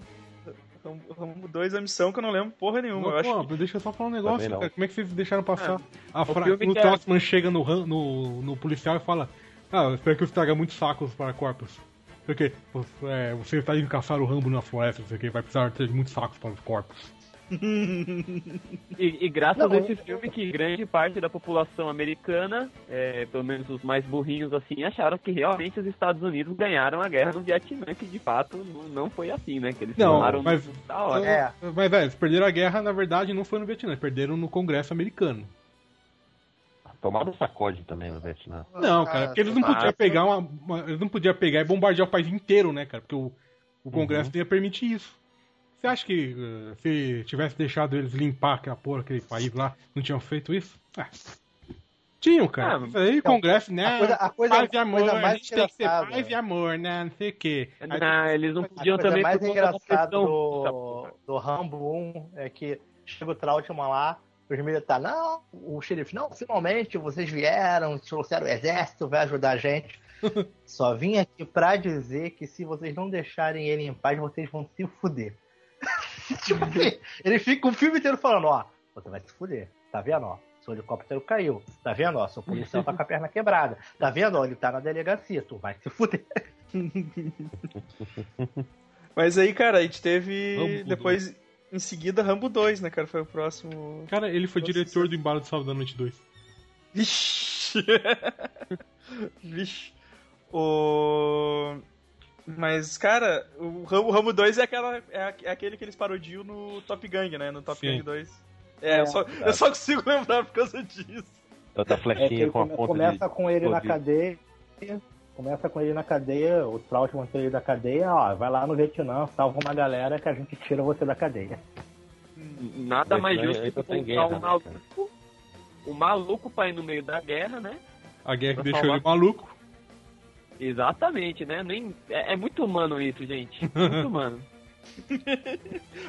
[SPEAKER 2] Rambo, Rambo 2, a missão que eu não lembro porra nenhuma. eu
[SPEAKER 4] Mas,
[SPEAKER 2] acho
[SPEAKER 4] pô,
[SPEAKER 2] que
[SPEAKER 4] deixa eu só falar um
[SPEAKER 3] Também
[SPEAKER 4] negócio,
[SPEAKER 3] não.
[SPEAKER 4] cara. Como é que vocês deixaram passar a frase?
[SPEAKER 6] filme
[SPEAKER 4] Quando o
[SPEAKER 6] que é-
[SPEAKER 4] Trautmann chega no, ran- no, no policial e fala: Ah, eu espero que você traga muitos sacos para corpos. Porque é, você está indo caçar o Rambo na floresta, não sei o que, vai precisar ter muitos sacos para os corpos.
[SPEAKER 6] E, e graças
[SPEAKER 5] Não,
[SPEAKER 6] a esse filme que grande parte da população americana, é, pelo menos os mais burrinhos assim, acharam que realmente os Estados Unidos ganharam a guerra do Vietnã, que de fato não, não foi assim, né? Que eles
[SPEAKER 4] Não,
[SPEAKER 6] falaram
[SPEAKER 4] mas-
[SPEAKER 6] da hora.
[SPEAKER 5] É,
[SPEAKER 4] Mas, velho, eles perderam a guerra, na verdade, não foi no Vietnã, eles perderam no Congresso americano.
[SPEAKER 3] Tomaram um sacode também no Vietnã.
[SPEAKER 5] Ah,
[SPEAKER 4] Não,
[SPEAKER 5] É,
[SPEAKER 4] cara, porque
[SPEAKER 5] tá
[SPEAKER 4] eles não
[SPEAKER 6] claro.
[SPEAKER 4] podiam pegar uma, uma- Eles não podiam pegar e bombardear o país inteiro, né, cara? Porque o, o Congresso não ia permitir isso. Você acha que eh, se tivesse deixado eles limpar aquela porra, aquele país lá, não tinham feito isso? Ah, tinham, cara.
[SPEAKER 6] Ah,
[SPEAKER 4] Isso aí o Congresso, né?
[SPEAKER 5] então, a coisa, a coisa,
[SPEAKER 4] paz e
[SPEAKER 5] a
[SPEAKER 4] amor,
[SPEAKER 5] coisa
[SPEAKER 4] a
[SPEAKER 5] mais
[SPEAKER 4] gente tem que ser
[SPEAKER 5] engraçada. É
[SPEAKER 4] paz e amor, né? Não sei o quê. Aí-
[SPEAKER 6] Não, eles não
[SPEAKER 5] A
[SPEAKER 6] podiam
[SPEAKER 5] coisa
[SPEAKER 6] também
[SPEAKER 5] mais
[SPEAKER 6] por conta da
[SPEAKER 5] engraçada
[SPEAKER 6] pressão.
[SPEAKER 5] um do, do Rambo 1 é que chega o Trautmann lá, Os militares, não, o xerife, não, finalmente vocês vieram, trouxeram o exército, vai ajudar a gente. Só vim aqui pra dizer que se vocês não deixarem ele em paz, vocês vão se fuder. tipo assim, ele fica o filme inteiro falando, ó, você vai se fuder, tá vendo, ó? Seu helicóptero caiu, tá vendo, ó? Seu policial tá com a perna quebrada, tá vendo, ó? Ele tá na delegacia, tu vai se fuder.
[SPEAKER 2] Mas aí, cara, a gente teve.
[SPEAKER 4] Rambo
[SPEAKER 2] depois, em seguida, Rambo 2, né, cara? Foi o próximo.
[SPEAKER 4] Cara, ele foi
[SPEAKER 2] Nossa,
[SPEAKER 4] diretor do Embalo de Sábado da Noite 2.
[SPEAKER 2] Vixe! Vixe. O... Mas, cara, o Rambo, o Rambo 2 é, aquela, é, a- é aquele que eles parodiam no Top Gang, né? No Top
[SPEAKER 4] Sim.
[SPEAKER 2] Gang 2. É, eu, só, eu só consigo lembrar por causa disso.
[SPEAKER 8] Da, da
[SPEAKER 3] É que
[SPEAKER 8] flechinha
[SPEAKER 3] ele
[SPEAKER 8] com a
[SPEAKER 3] come-
[SPEAKER 8] ponta
[SPEAKER 3] começa com ele na
[SPEAKER 8] de-
[SPEAKER 3] cadeia. Começa com ele na cadeia, o Trautmann tira ele da cadeia, ó, vai lá no Vietnã, salva uma galera que a gente tira você da cadeia.
[SPEAKER 8] Tá
[SPEAKER 6] Nada mais justo que
[SPEAKER 8] ainda tá em
[SPEAKER 6] colocar
[SPEAKER 8] guerra,
[SPEAKER 6] um
[SPEAKER 8] né,
[SPEAKER 6] maluco, um maluco pra ir no meio da guerra, né?
[SPEAKER 4] A guerra que
[SPEAKER 6] Pra
[SPEAKER 4] deixou
[SPEAKER 6] salvar-
[SPEAKER 4] ele maluco.
[SPEAKER 6] Exatamente, né? Nem, é, é muito humano isso, gente. Muito humano.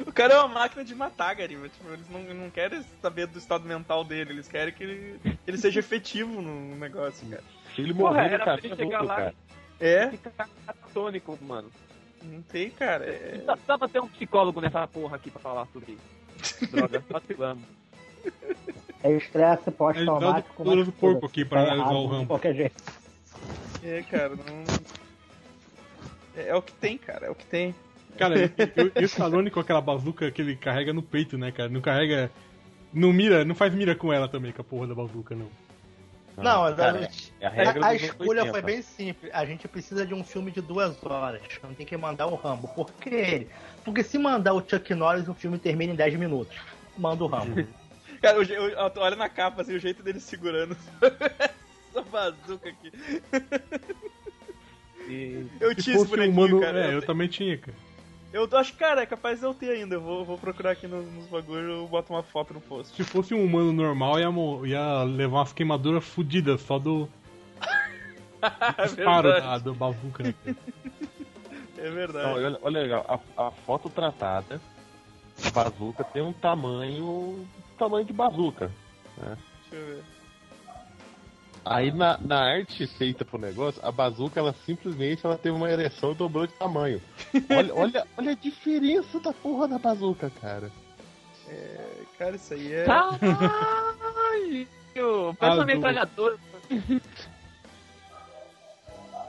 [SPEAKER 2] O cara é uma máquina de matar, Garima. Tipo, eles não, não querem saber do estado mental dele, eles querem que ele, que ele seja efetivo no negócio, cara.
[SPEAKER 8] Se ele
[SPEAKER 6] Porra,
[SPEAKER 8] morrer
[SPEAKER 6] era
[SPEAKER 8] no
[SPEAKER 6] pra ele
[SPEAKER 8] caminho,
[SPEAKER 6] chegar
[SPEAKER 8] adulto,
[SPEAKER 6] lá
[SPEAKER 8] cara.
[SPEAKER 2] É,
[SPEAKER 6] e ficar catatônico, mano.
[SPEAKER 2] não tem, cara. É...
[SPEAKER 6] Só Precisava ter um psicólogo nessa porra aqui pra falar sobre isso. Droga, vacilamos.
[SPEAKER 3] É estresse
[SPEAKER 4] Ele dá o
[SPEAKER 3] pós-traumático.
[SPEAKER 4] todo
[SPEAKER 3] mas
[SPEAKER 4] do
[SPEAKER 3] tudo,
[SPEAKER 4] corpo aqui pra
[SPEAKER 3] tá errado
[SPEAKER 4] analisar o
[SPEAKER 3] de
[SPEAKER 4] Rambo.
[SPEAKER 3] qualquer jeito.
[SPEAKER 2] É, cara, não. É, é o que tem, cara, é o que tem.
[SPEAKER 4] Cara, e- e- e o Stallone com aquela bazuca que ele carrega no peito, né, cara? Não carrega. Não mira, não faz mira com ela também, com a porra da bazuca, não.
[SPEAKER 5] Não, eu-
[SPEAKER 8] cara, é a regra
[SPEAKER 5] A, a
[SPEAKER 8] dos anos
[SPEAKER 5] escolha
[SPEAKER 8] 80.
[SPEAKER 5] foi bem simples. A gente precisa de um filme de duas horas. Não tem que mandar o Rambo. Por que ele? Porque se mandar o Chuck Norris, o filme termina em 10 minutos. Manda o Rambo.
[SPEAKER 2] Cara, o je- o- olha na capa, assim, o jeito dele segurando essa bazuca aqui.
[SPEAKER 6] E
[SPEAKER 2] Eu
[SPEAKER 4] Se
[SPEAKER 2] tinha esse
[SPEAKER 4] fosse um
[SPEAKER 2] bonequinho,
[SPEAKER 4] humano.
[SPEAKER 2] cara.
[SPEAKER 4] É,
[SPEAKER 2] eu,
[SPEAKER 4] eu também tinha, cara.
[SPEAKER 2] eu tô- acho que, cara, é capaz de eu ter ainda. Eu vou, vou procurar aqui nos, nos bagulhos, eu boto uma foto no post.
[SPEAKER 4] Se fosse um humano normal, ia, mo- ia levar umas queimaduras fodidas só do
[SPEAKER 2] É
[SPEAKER 4] disparo da,
[SPEAKER 2] verdade.
[SPEAKER 4] do bazuca, né? cara?
[SPEAKER 2] É
[SPEAKER 8] Não,
[SPEAKER 2] verdade.
[SPEAKER 8] olha, olha legal, a, a foto tratada, a bazuca tem um tamanho. tamanho de bazuca.
[SPEAKER 3] né?
[SPEAKER 2] Deixa eu ver.
[SPEAKER 8] Aí na, na arte feita pro negócio, a bazuca ela simplesmente ela teve uma ereção e dobrou de tamanho. Olha, olha, olha a diferença da porra da bazuca, cara.
[SPEAKER 2] Cara, isso aí é.
[SPEAKER 6] Caralho! Faz uma
[SPEAKER 4] Azul.
[SPEAKER 6] metralhadora.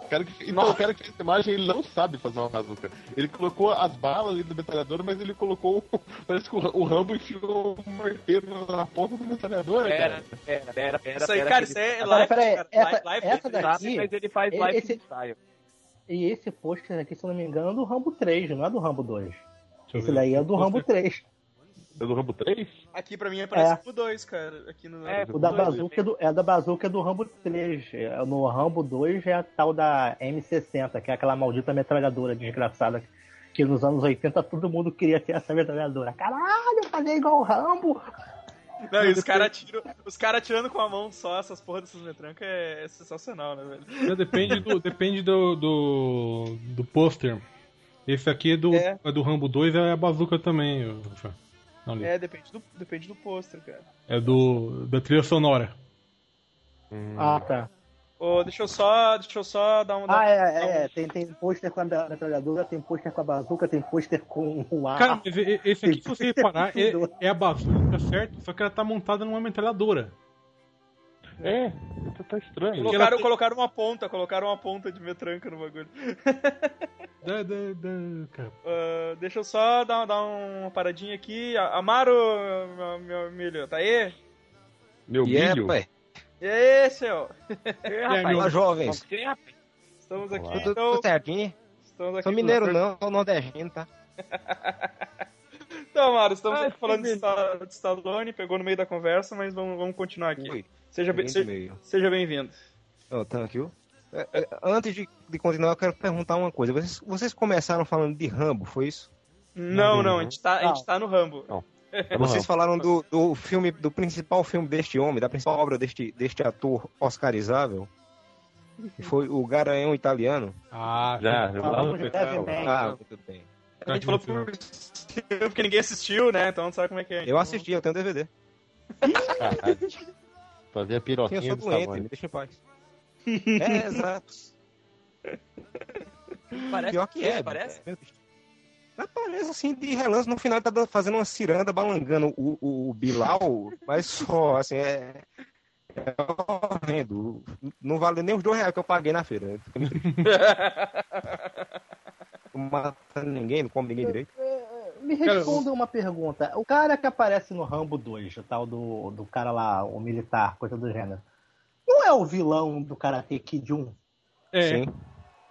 [SPEAKER 8] O cara que, então o cara que fez essa imagem ele não sabe fazer uma bazuca. Ele colocou as balas ali do metralhador, mas ele colocou. Parece que o, o Rambo enfiou um martelo na ponta do metralhador,
[SPEAKER 6] Pera,
[SPEAKER 8] cara.
[SPEAKER 6] pera, pera, pera.
[SPEAKER 2] Isso aí,
[SPEAKER 6] pera,
[SPEAKER 2] cara,
[SPEAKER 6] que
[SPEAKER 2] isso aí é
[SPEAKER 5] Agora,
[SPEAKER 2] live.
[SPEAKER 5] peraí,
[SPEAKER 2] cara,
[SPEAKER 5] essa-
[SPEAKER 2] live- é live
[SPEAKER 5] essa
[SPEAKER 6] ele
[SPEAKER 2] dele.
[SPEAKER 6] sabe,
[SPEAKER 5] daqui-
[SPEAKER 6] mas ele faz
[SPEAKER 5] Esse-
[SPEAKER 6] live style.
[SPEAKER 5] e esse pôster aqui, se eu não me engano, é do Rambo 3, não é do Rambo 2.
[SPEAKER 4] Deixa eu
[SPEAKER 5] Esse
[SPEAKER 4] ver.
[SPEAKER 5] daí é do Rambo 3.
[SPEAKER 8] É do Rambo 3?
[SPEAKER 2] Aqui pra mim aparece
[SPEAKER 5] É.
[SPEAKER 2] o 2, cara. Aqui no.
[SPEAKER 6] É,
[SPEAKER 5] O da
[SPEAKER 6] Dois
[SPEAKER 5] Bazooka é do, é da Bazooka é do Rambo 3. É, No Rambo 2 é a tal da M60, que é aquela maldita metralhadora desgraçada. Que nos anos 80 todo mundo queria ter essa metralhadora. Caralho, fazer igual o Rambo!
[SPEAKER 2] Não, e os caras atiram, os cara atirando com a mão só, essas porra dessas metrancas é, é sensacional, né, velho?
[SPEAKER 4] Não, depende do, depende do, do, do pôster. Esse aqui é do,
[SPEAKER 2] É.
[SPEAKER 4] é do Rambo 2, é a bazuca também. ô, Rafa. Não, ali.
[SPEAKER 2] É, depende do, depende do pôster, cara.
[SPEAKER 4] É do da trilha sonora. Hum.
[SPEAKER 5] Ah, tá.
[SPEAKER 2] Ô, deixa eu só. Deixa eu só dar um uma.
[SPEAKER 3] Ah, é, é, tem, tem pôster com a metralhadora, tem pôster com a bazuca, tem pôster com o ar.
[SPEAKER 4] Cara, mas e- e- esse aqui, se você reparar, é, é a bazuca, certo? Só que ela tá montada numa metralhadora.
[SPEAKER 8] É, tá, tá estranho.
[SPEAKER 2] Colocaram, colocaram uma ponta, colocaram uma ponta de metranca no bagulho.
[SPEAKER 4] Da, da, da, cara.
[SPEAKER 2] Ah, deixa eu só dar, dar uma paradinha aqui. A- Amaro, meu, meu milho, tá aí?
[SPEAKER 8] Meu
[SPEAKER 9] E é,
[SPEAKER 8] milho?
[SPEAKER 9] pai.
[SPEAKER 2] E aí, seu?
[SPEAKER 6] É,
[SPEAKER 4] meu-
[SPEAKER 6] rapaz,
[SPEAKER 9] Olá, jovens.
[SPEAKER 6] vamos ver, rapaz.
[SPEAKER 2] Estamos aqui,
[SPEAKER 8] Olá.
[SPEAKER 9] Tudo,
[SPEAKER 2] então.
[SPEAKER 9] tudo certinho?
[SPEAKER 2] Estamos aqui né?
[SPEAKER 9] Sou mineiro né? não, sou nordestino, tá?
[SPEAKER 2] Então, Amaro, estamos
[SPEAKER 6] Ah,
[SPEAKER 2] aqui falando de,
[SPEAKER 6] sim,
[SPEAKER 2] Sta- de Stallone, pegou no meio da conversa, mas vamos, vamos continuar aqui.
[SPEAKER 9] Ui,
[SPEAKER 2] Seja, bem-
[SPEAKER 9] ninguém
[SPEAKER 2] se-
[SPEAKER 9] do meio.
[SPEAKER 2] seja bem-vindo.
[SPEAKER 9] Ó, tranquilo. É, é, Antes de, de continuar, eu quero perguntar uma coisa. Vocês, vocês começaram falando de Rambo, foi isso?
[SPEAKER 8] Não,
[SPEAKER 2] Não, não,
[SPEAKER 8] não.
[SPEAKER 2] a gente tá, a gente tá no Rambo.
[SPEAKER 9] Vocês falaram do, do filme, do principal filme deste homem, da principal obra deste, deste ator oscarizável, que foi o Garanhão Italiano.
[SPEAKER 4] Ah,
[SPEAKER 8] Já, já lá no
[SPEAKER 3] Falamos
[SPEAKER 5] é
[SPEAKER 8] final.
[SPEAKER 3] brevemente.
[SPEAKER 9] Ah, muito bem.
[SPEAKER 2] A gente falou por porque ninguém assistiu, né? Então não sabe como é que é.
[SPEAKER 9] Eu assisti, eu tenho DVD.
[SPEAKER 8] Caralho. Fazer a
[SPEAKER 9] Sim, eu
[SPEAKER 8] piroquinha
[SPEAKER 9] sou
[SPEAKER 8] do
[SPEAKER 9] doente,
[SPEAKER 8] Stallone.
[SPEAKER 9] me deixa em paz. É, exato.
[SPEAKER 6] Parece
[SPEAKER 9] Pior que é.
[SPEAKER 6] parece.
[SPEAKER 9] bicho. Mas parece assim, de relance, no final ele tá da- fazendo uma ciranda, balangando o, o, o Bilal, mas só, assim, é. É horrendo. Não vale nem os dois reais que eu paguei na feira. né? Fica muito triste. Não mata ninguém, não come ninguém direito.
[SPEAKER 5] Me
[SPEAKER 4] Cara,
[SPEAKER 5] responda uma pergunta. O cara que aparece no Rambo 2, o tal do, do cara lá, o militar, coisa do gênero, não é o vilão do Karate Kid 1?
[SPEAKER 4] É,
[SPEAKER 9] Sim.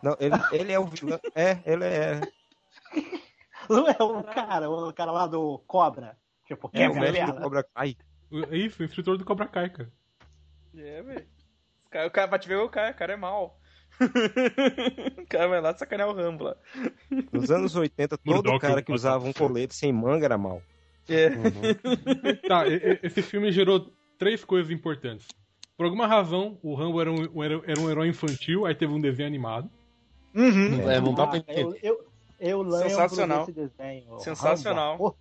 [SPEAKER 9] Não, ele, ele é o vilão. É, ele é.
[SPEAKER 5] Não é o cara, o cara lá do Cobra? Tipo,
[SPEAKER 9] É,
[SPEAKER 5] quebra
[SPEAKER 9] o
[SPEAKER 5] a
[SPEAKER 9] mestre do
[SPEAKER 5] perna.
[SPEAKER 9] Cobra Kai.
[SPEAKER 4] o- isso, o instrutor do Cobra Kai, cara.
[SPEAKER 2] É, velho. O cara- O cara vai te ver o cara, o cara é mal. o cara vai lá sacanear o Rambo lá.
[SPEAKER 9] Nos anos 80, todo
[SPEAKER 4] Murdoch,
[SPEAKER 9] cara que
[SPEAKER 4] eu-
[SPEAKER 9] usava um colete sem manga era mal. É.
[SPEAKER 4] Tá, e- e- esse filme gerou três coisas importantes. Por alguma razão, o Rambo era um, era, era um herói infantil, aí teve um desenho animado.
[SPEAKER 8] É, não dá pra
[SPEAKER 5] Ah, eu,
[SPEAKER 8] entender.
[SPEAKER 5] eu, eu lembro
[SPEAKER 2] Sensacional.
[SPEAKER 5] desse desenho.
[SPEAKER 2] Sensacional.
[SPEAKER 5] Rambo,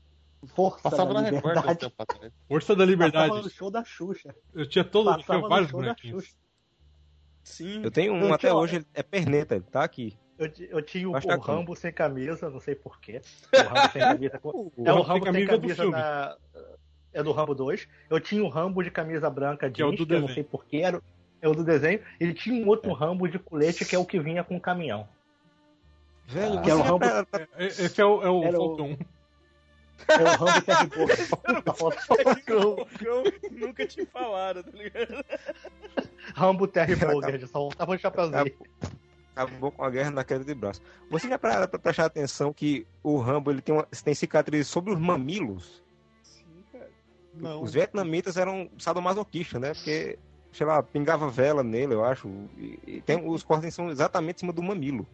[SPEAKER 5] for- Força
[SPEAKER 8] Passava
[SPEAKER 5] da
[SPEAKER 8] na Record um
[SPEAKER 5] liberdade.
[SPEAKER 8] tempo atrás.
[SPEAKER 4] Força da
[SPEAKER 5] Passava no
[SPEAKER 4] Liberdade.
[SPEAKER 5] show da Xuxa.
[SPEAKER 4] Eu tinha todo, eu tinha
[SPEAKER 5] Passava no
[SPEAKER 4] vários
[SPEAKER 5] show da
[SPEAKER 4] bonequinhos.
[SPEAKER 5] Xuxa.
[SPEAKER 2] Sim.
[SPEAKER 9] Eu tenho um
[SPEAKER 5] Eu
[SPEAKER 9] até
[SPEAKER 5] tinha-
[SPEAKER 9] hoje, ele é perneta, ele tá aqui.
[SPEAKER 5] Eu, ti- eu tinha o,
[SPEAKER 9] Acho que
[SPEAKER 5] o
[SPEAKER 9] tá com-
[SPEAKER 5] Rambo sem camisa, não sei porquê. O Rambo sem camisa. com- É o
[SPEAKER 4] Rambo sem
[SPEAKER 5] Rambo sem
[SPEAKER 4] camisa do
[SPEAKER 5] camisa
[SPEAKER 4] filme.
[SPEAKER 5] da. É do Rambo 2. Eu tinha o Rambo de camisa branca
[SPEAKER 4] Que é o
[SPEAKER 5] jeans,
[SPEAKER 4] do
[SPEAKER 5] que eu não
[SPEAKER 4] desenho.
[SPEAKER 5] sei porquê, era o- é o do desenho. Ele tinha um outro Rambo de colete, que é o que vinha com o caminhão.
[SPEAKER 9] Velho,
[SPEAKER 5] Que é o
[SPEAKER 9] você já
[SPEAKER 5] Rambo-
[SPEAKER 9] pra- pra-
[SPEAKER 4] É, Esse é o, é o
[SPEAKER 5] Era o-
[SPEAKER 4] Falcão.
[SPEAKER 5] É o Rambo que arribou. Falcão.
[SPEAKER 2] Falcão, nunca te falaram, tá ligado?
[SPEAKER 5] Rambo Terry Burger, de só tava um chapéuzinho.
[SPEAKER 9] acabou com a guerra na queda de braço. Você já para pra prestar atenção que o Rambo ele tem, uma, tem cicatriz sobre os mamilos?
[SPEAKER 2] Sim, cara.
[SPEAKER 8] Não.
[SPEAKER 9] Os vietnamitas eram sadomasoquistas, né? Porque, sei lá, pingava vela nele, eu acho. E, e
[SPEAKER 2] Uhum.
[SPEAKER 9] tem, os cortes são exatamente em cima do mamilo.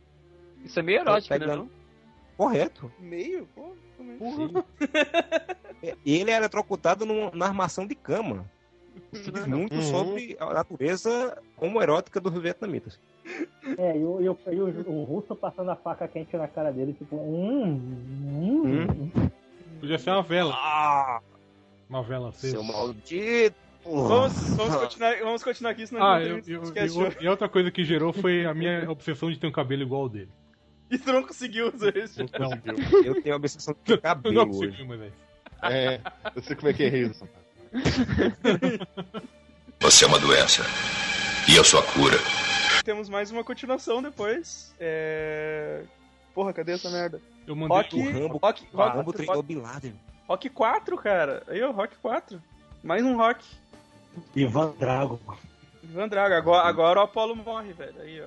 [SPEAKER 6] Isso é meio erótico, né?
[SPEAKER 9] Pega-
[SPEAKER 6] Não?
[SPEAKER 9] Correto.
[SPEAKER 2] Meio? Pô, como é?
[SPEAKER 9] É, Ele era trocutado num- na armação de cama. Isso diz muito
[SPEAKER 8] Uhum.
[SPEAKER 9] sobre a natureza homoerótica dos vietnamitas.
[SPEAKER 5] É, e, o, e, o, e o- o russo passando a faca quente na cara dele, tipo, hum, hum.
[SPEAKER 4] Podia ser uma vela.
[SPEAKER 9] Ah,
[SPEAKER 4] Uma vela acesa.
[SPEAKER 9] seu maldito!
[SPEAKER 2] Vamos, vamos, continuar, vamos continuar aqui, senão
[SPEAKER 4] Ah,
[SPEAKER 2] a gente
[SPEAKER 4] eu,
[SPEAKER 2] não
[SPEAKER 4] eu-
[SPEAKER 2] esquece.
[SPEAKER 4] e o- e outra coisa que gerou foi a minha obsessão de ter um cabelo igual ao dele.
[SPEAKER 2] E tu não conseguiu usar isso.
[SPEAKER 4] Não,
[SPEAKER 9] Eu tenho a obsessão de
[SPEAKER 4] eu não
[SPEAKER 9] cabelo hoje.
[SPEAKER 4] consegui, mas é.
[SPEAKER 8] É, eu sei como é que é isso.
[SPEAKER 10] Você é uma doença. E eu sou a cura.
[SPEAKER 2] Temos mais uma continuação depois. É... Porra, cadê essa merda?
[SPEAKER 4] Eu mandei.
[SPEAKER 2] Rock,
[SPEAKER 9] o
[SPEAKER 2] Rock,
[SPEAKER 9] Rambo- O
[SPEAKER 2] Rock,
[SPEAKER 9] Ah, Rambo
[SPEAKER 2] Rock,
[SPEAKER 9] treinou Bin Laden.
[SPEAKER 2] Rock 4, cara. Aí, ó, Rock 4. Mais um Rock.
[SPEAKER 5] Ivan Drago.
[SPEAKER 2] Ivan Drago. Agora, agora o Apollo morre, velho. Aí, ó.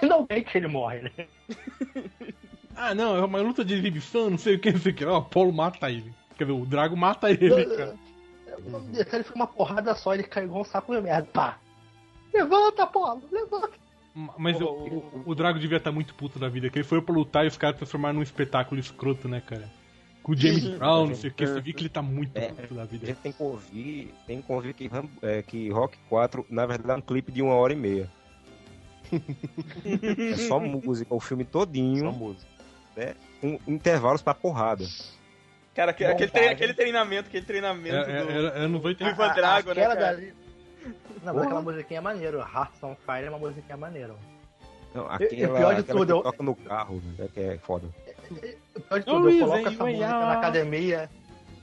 [SPEAKER 5] Finalmente ele morre, né?
[SPEAKER 4] Ah, não, é uma luta de exibição, não sei o que, não sei o que. Ó, o Paulo mata ele. Quer ver, o Drago mata ele,
[SPEAKER 9] Ah.
[SPEAKER 4] cara. Hum.
[SPEAKER 5] Ele foi uma porrada só, ele caiu igual um saco de merda. Pá! Levanta, Polo! Levanta!
[SPEAKER 4] Mas o,
[SPEAKER 2] O-
[SPEAKER 4] o Drago devia estar muito puto da vida, que ele foi pra lutar e os caras transformaram num espetáculo escroto, né, cara? Com o James Brown, não sei o que, você viu que ele tá muito
[SPEAKER 9] É.
[SPEAKER 4] puto da
[SPEAKER 9] A
[SPEAKER 4] vida.
[SPEAKER 9] gente tem que ouvir, tem que ouvir que, Rambo- é, que Rock 4, na verdade, é um clipe de uma hora e meia. é só música, o filme
[SPEAKER 8] Só
[SPEAKER 9] todinho,
[SPEAKER 8] música.
[SPEAKER 9] com intervalos pra porrada.
[SPEAKER 2] Cara, aquele, aquele,
[SPEAKER 5] Montagem.
[SPEAKER 2] tre- aquele treinamento, aquele
[SPEAKER 4] É,
[SPEAKER 2] treinamento
[SPEAKER 4] é,
[SPEAKER 2] do...
[SPEAKER 4] era- era nos
[SPEAKER 2] do
[SPEAKER 4] 80.
[SPEAKER 2] Ivan
[SPEAKER 9] Ah,
[SPEAKER 2] Drago, né,
[SPEAKER 5] Aquela
[SPEAKER 2] cara?
[SPEAKER 5] dali. Não, mas aquela musiquinha é maneiro. Hearts on Fire é uma musiquinha maneira.
[SPEAKER 9] Não,
[SPEAKER 5] E- e o
[SPEAKER 9] aquela,
[SPEAKER 5] pior de
[SPEAKER 9] aquela
[SPEAKER 5] tudo,
[SPEAKER 9] que
[SPEAKER 5] eu-
[SPEAKER 9] toca no carro, né, que é foda.
[SPEAKER 5] O pior de
[SPEAKER 4] Não,
[SPEAKER 5] tudo, Então, tipo, eu
[SPEAKER 4] Luiz,
[SPEAKER 5] coloco
[SPEAKER 4] aí
[SPEAKER 5] essa
[SPEAKER 4] vai
[SPEAKER 5] música
[SPEAKER 4] lá.
[SPEAKER 5] na academia.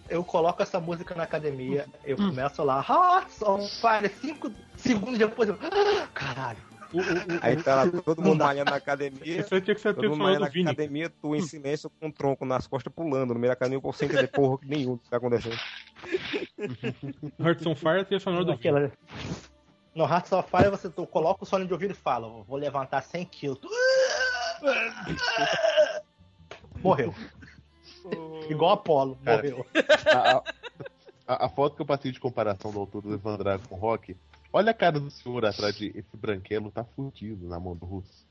[SPEAKER 5] Eu coloco essa música na academia, eu começo lá, Hearts on Fire, cinco segundos depois eu. "Ah, Caralho!
[SPEAKER 4] O- o- o-
[SPEAKER 9] Aí tá lá todo mundo malhando na academia,
[SPEAKER 4] Isso aí tinha que ser a
[SPEAKER 9] todo mundo malhando
[SPEAKER 4] personagem
[SPEAKER 9] na
[SPEAKER 4] do Vini.
[SPEAKER 9] academia, tu em silêncio com um tronco nas costas pulando no meio da academia, por sem entender porra nenhuma que tá acontecendo.
[SPEAKER 4] Hearts on Fire é a trilha sonora do Vini.
[SPEAKER 5] Aquela- No Hearts on Fire você tu coloca o sonho de ouvido e fala, vou levantar 100 quilos. "Ah, Morreu. Igual Apolo,
[SPEAKER 8] Cara.
[SPEAKER 5] morreu.
[SPEAKER 8] A, a- a- a foto que eu passei de comparação da altura do Ivan Drago com o Rock, olha a cara do senhor atrás de esse branquelo tá fudido na mão do russo.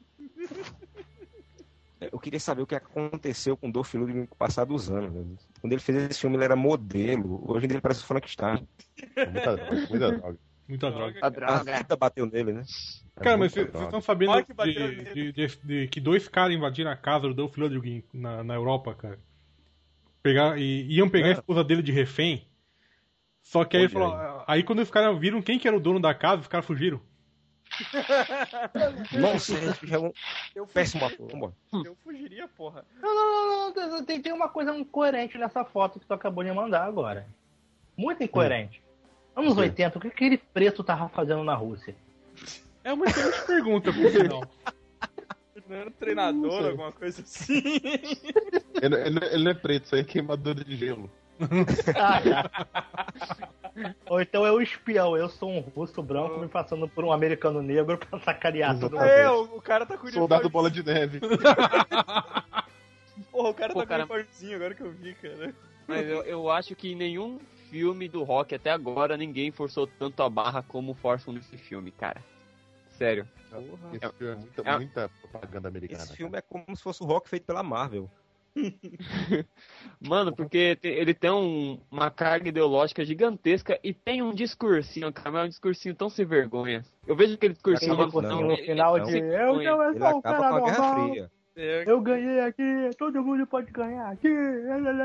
[SPEAKER 11] É,
[SPEAKER 9] Eu queria saber o que aconteceu com o Dolph Lundgren com o passar dos anos. né? Quando ele fez esse filme, ele era modelo. Hoje em dia ele parece o Frankenstein.
[SPEAKER 8] É muita droga, muita droga.
[SPEAKER 4] Muita droga.
[SPEAKER 9] A, a vida bateu nele, né? É
[SPEAKER 4] Cara, mas
[SPEAKER 9] muita
[SPEAKER 4] vocês
[SPEAKER 9] droga.
[SPEAKER 4] estão sabendo
[SPEAKER 2] Olha que
[SPEAKER 4] de,
[SPEAKER 2] bateu nele.
[SPEAKER 4] de- de- de que dois caras invadiram a casa do Dolph Lundgren na, na Europa, cara. Pegar, e, iam pegar a esposa dele de refém. Só que aí, ele
[SPEAKER 3] Olha
[SPEAKER 4] falou, aí quando os caras viram quem que era o dono da casa, os caras fugiram.
[SPEAKER 11] Nossa, esse é um
[SPEAKER 2] Eu fugi-
[SPEAKER 11] péssimo ator. Vambora.
[SPEAKER 2] Eu fugiria, porra.
[SPEAKER 5] Não, não, não, não, não, tem, tem uma coisa incoerente nessa foto que tu acabou de mandar agora. Muito incoerente.
[SPEAKER 8] Hum.
[SPEAKER 5] Anos
[SPEAKER 3] Sim.
[SPEAKER 5] 80, o que aquele preto tava fazendo na Rússia?
[SPEAKER 4] É uma excelente pergunta, por sinal.
[SPEAKER 2] Não era um treinador, alguma coisa assim.
[SPEAKER 8] Ele, ele- ele não é preto, isso aí é queimadura de gelo.
[SPEAKER 5] Ou então é o espião, eu sou um russo branco me passando por um americano negro pra sacanear todo mundo.
[SPEAKER 2] É, o, o cara tá com o
[SPEAKER 8] Soldado Bola
[SPEAKER 2] uniforme.
[SPEAKER 8] de Neve.
[SPEAKER 2] Porra, o cara
[SPEAKER 6] Pô,
[SPEAKER 2] tá com o
[SPEAKER 6] cara.
[SPEAKER 2] uniformezinho agora que eu vi, cara.
[SPEAKER 6] Mas eu, eu acho que em nenhum filme do rock até agora ninguém forçou tanto a barra como forçam nesse filme, cara. Sério.
[SPEAKER 8] Esse filme é muita,
[SPEAKER 6] É-
[SPEAKER 8] muita propaganda americana.
[SPEAKER 11] Esse filme é como se fosse o rock feito pela Marvel.
[SPEAKER 6] Mano, porque te- ele tem um- uma carga ideológica gigantesca e tem um discursinho, cara, mas é um discursinho tão sem vergonha. Eu vejo aquele discursinho
[SPEAKER 11] Acaba
[SPEAKER 6] no
[SPEAKER 11] com-
[SPEAKER 6] final,
[SPEAKER 5] no
[SPEAKER 6] ele-
[SPEAKER 5] final
[SPEAKER 6] ele-
[SPEAKER 5] de
[SPEAKER 6] ele-
[SPEAKER 5] eu não eu
[SPEAKER 11] Ele
[SPEAKER 5] sou um cara
[SPEAKER 11] acaba com a Guerra
[SPEAKER 5] normal,
[SPEAKER 11] Fria.
[SPEAKER 2] É,
[SPEAKER 5] eu ganhei aqui, todo mundo pode ganhar aqui.
[SPEAKER 4] E aí, ele-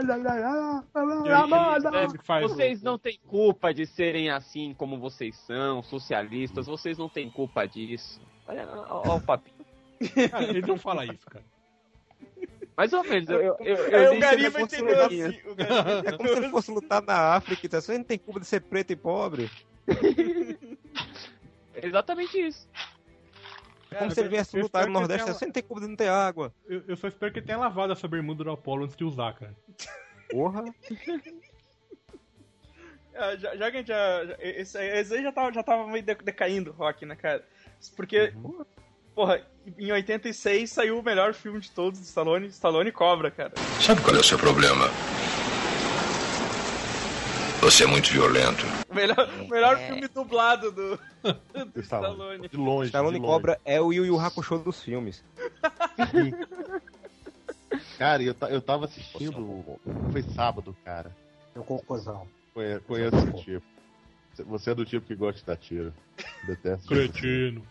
[SPEAKER 4] ele faz o-
[SPEAKER 6] Vocês não têm culpa de serem assim como vocês são, socialistas, vocês não têm culpa disso. Olha, olha o papinho.
[SPEAKER 4] Cara, ele não fala isso, cara.
[SPEAKER 6] Mais ou menos, eu, eu, eu,
[SPEAKER 2] Aí
[SPEAKER 6] eu
[SPEAKER 2] É, o
[SPEAKER 6] li-
[SPEAKER 2] Gariba
[SPEAKER 11] negócio
[SPEAKER 2] entendeu
[SPEAKER 11] aí.
[SPEAKER 2] assim. O Gariba
[SPEAKER 11] É como se ele fosse lutar na África e tal. Você não tem culpa de ser preto e pobre.
[SPEAKER 6] exatamente isso.
[SPEAKER 11] É como se ele viesse
[SPEAKER 4] eu
[SPEAKER 11] lutar
[SPEAKER 4] espero que
[SPEAKER 11] no Nordeste.
[SPEAKER 4] tenha-
[SPEAKER 11] Você não tem culpa de não ter água.
[SPEAKER 4] Eu, eu só espero que ele tenha lavado essa bermuda do Apollo antes de usar, cara.
[SPEAKER 11] Porra.
[SPEAKER 2] Ah, já, já que a gente já. já- esse, esse aí já tava, já tava meio de- decaindo o rock, né, cara? Porque. Porra, em 86 saiu o melhor filme de todos do Stallone, Stallone Cobra, cara.
[SPEAKER 1] Sabe qual é o seu problema? Você é muito violento.
[SPEAKER 2] O melhor, o melhor filme dublado do, do Stallone.
[SPEAKER 3] De longe.
[SPEAKER 11] Stallone
[SPEAKER 3] de longe.
[SPEAKER 11] Cobra é o Yu Yu Hakusho dos filmes.
[SPEAKER 8] Cara, eu, ta- eu tava assistindo. Foi sábado, cara.
[SPEAKER 5] Meu cocôzão.
[SPEAKER 8] Conhe- Conheço o tipo. Você é do tipo que gosta de dar tiro. Detesto.
[SPEAKER 4] Cretino.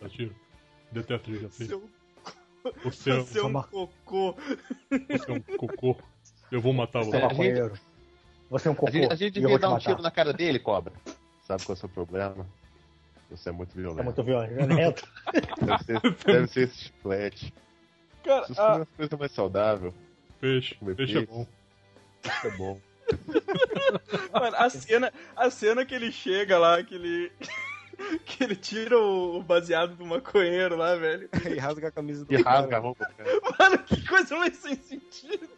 [SPEAKER 4] Tá tiro. Detesto já fez.
[SPEAKER 2] Seu,
[SPEAKER 4] Você, é-
[SPEAKER 2] seu
[SPEAKER 5] uma-
[SPEAKER 2] cocô.
[SPEAKER 4] você é um cocô. Eu vou matar
[SPEAKER 5] Você é
[SPEAKER 4] você.
[SPEAKER 8] A gente-
[SPEAKER 5] maconheiro. Você é um cocô.
[SPEAKER 8] A gente, a gente
[SPEAKER 5] e eu
[SPEAKER 8] devia
[SPEAKER 5] vou te
[SPEAKER 8] dar um
[SPEAKER 5] matar.
[SPEAKER 8] tiro na cara dele, cobra. Sabe qual é o seu problema? Você é muito violento.
[SPEAKER 5] É muito violento.
[SPEAKER 8] Deve, ser, deve ser esse chiclete.
[SPEAKER 2] Cara,
[SPEAKER 8] Se
[SPEAKER 11] Ah.
[SPEAKER 8] você
[SPEAKER 2] a,
[SPEAKER 8] comer uma coisa mais saudável,
[SPEAKER 4] Peixe.
[SPEAKER 8] comer
[SPEAKER 4] Peixe é bom.
[SPEAKER 8] Isso é bom.
[SPEAKER 2] mano, a cena, a cena que ele chega lá, que ele. Que ele tira o o baseado do maconheiro lá, velho.
[SPEAKER 11] E rasga a camisa do
[SPEAKER 8] E rasga a
[SPEAKER 11] cara.
[SPEAKER 8] roupa, né? cara.
[SPEAKER 2] Mano, que coisa mais sem sentido.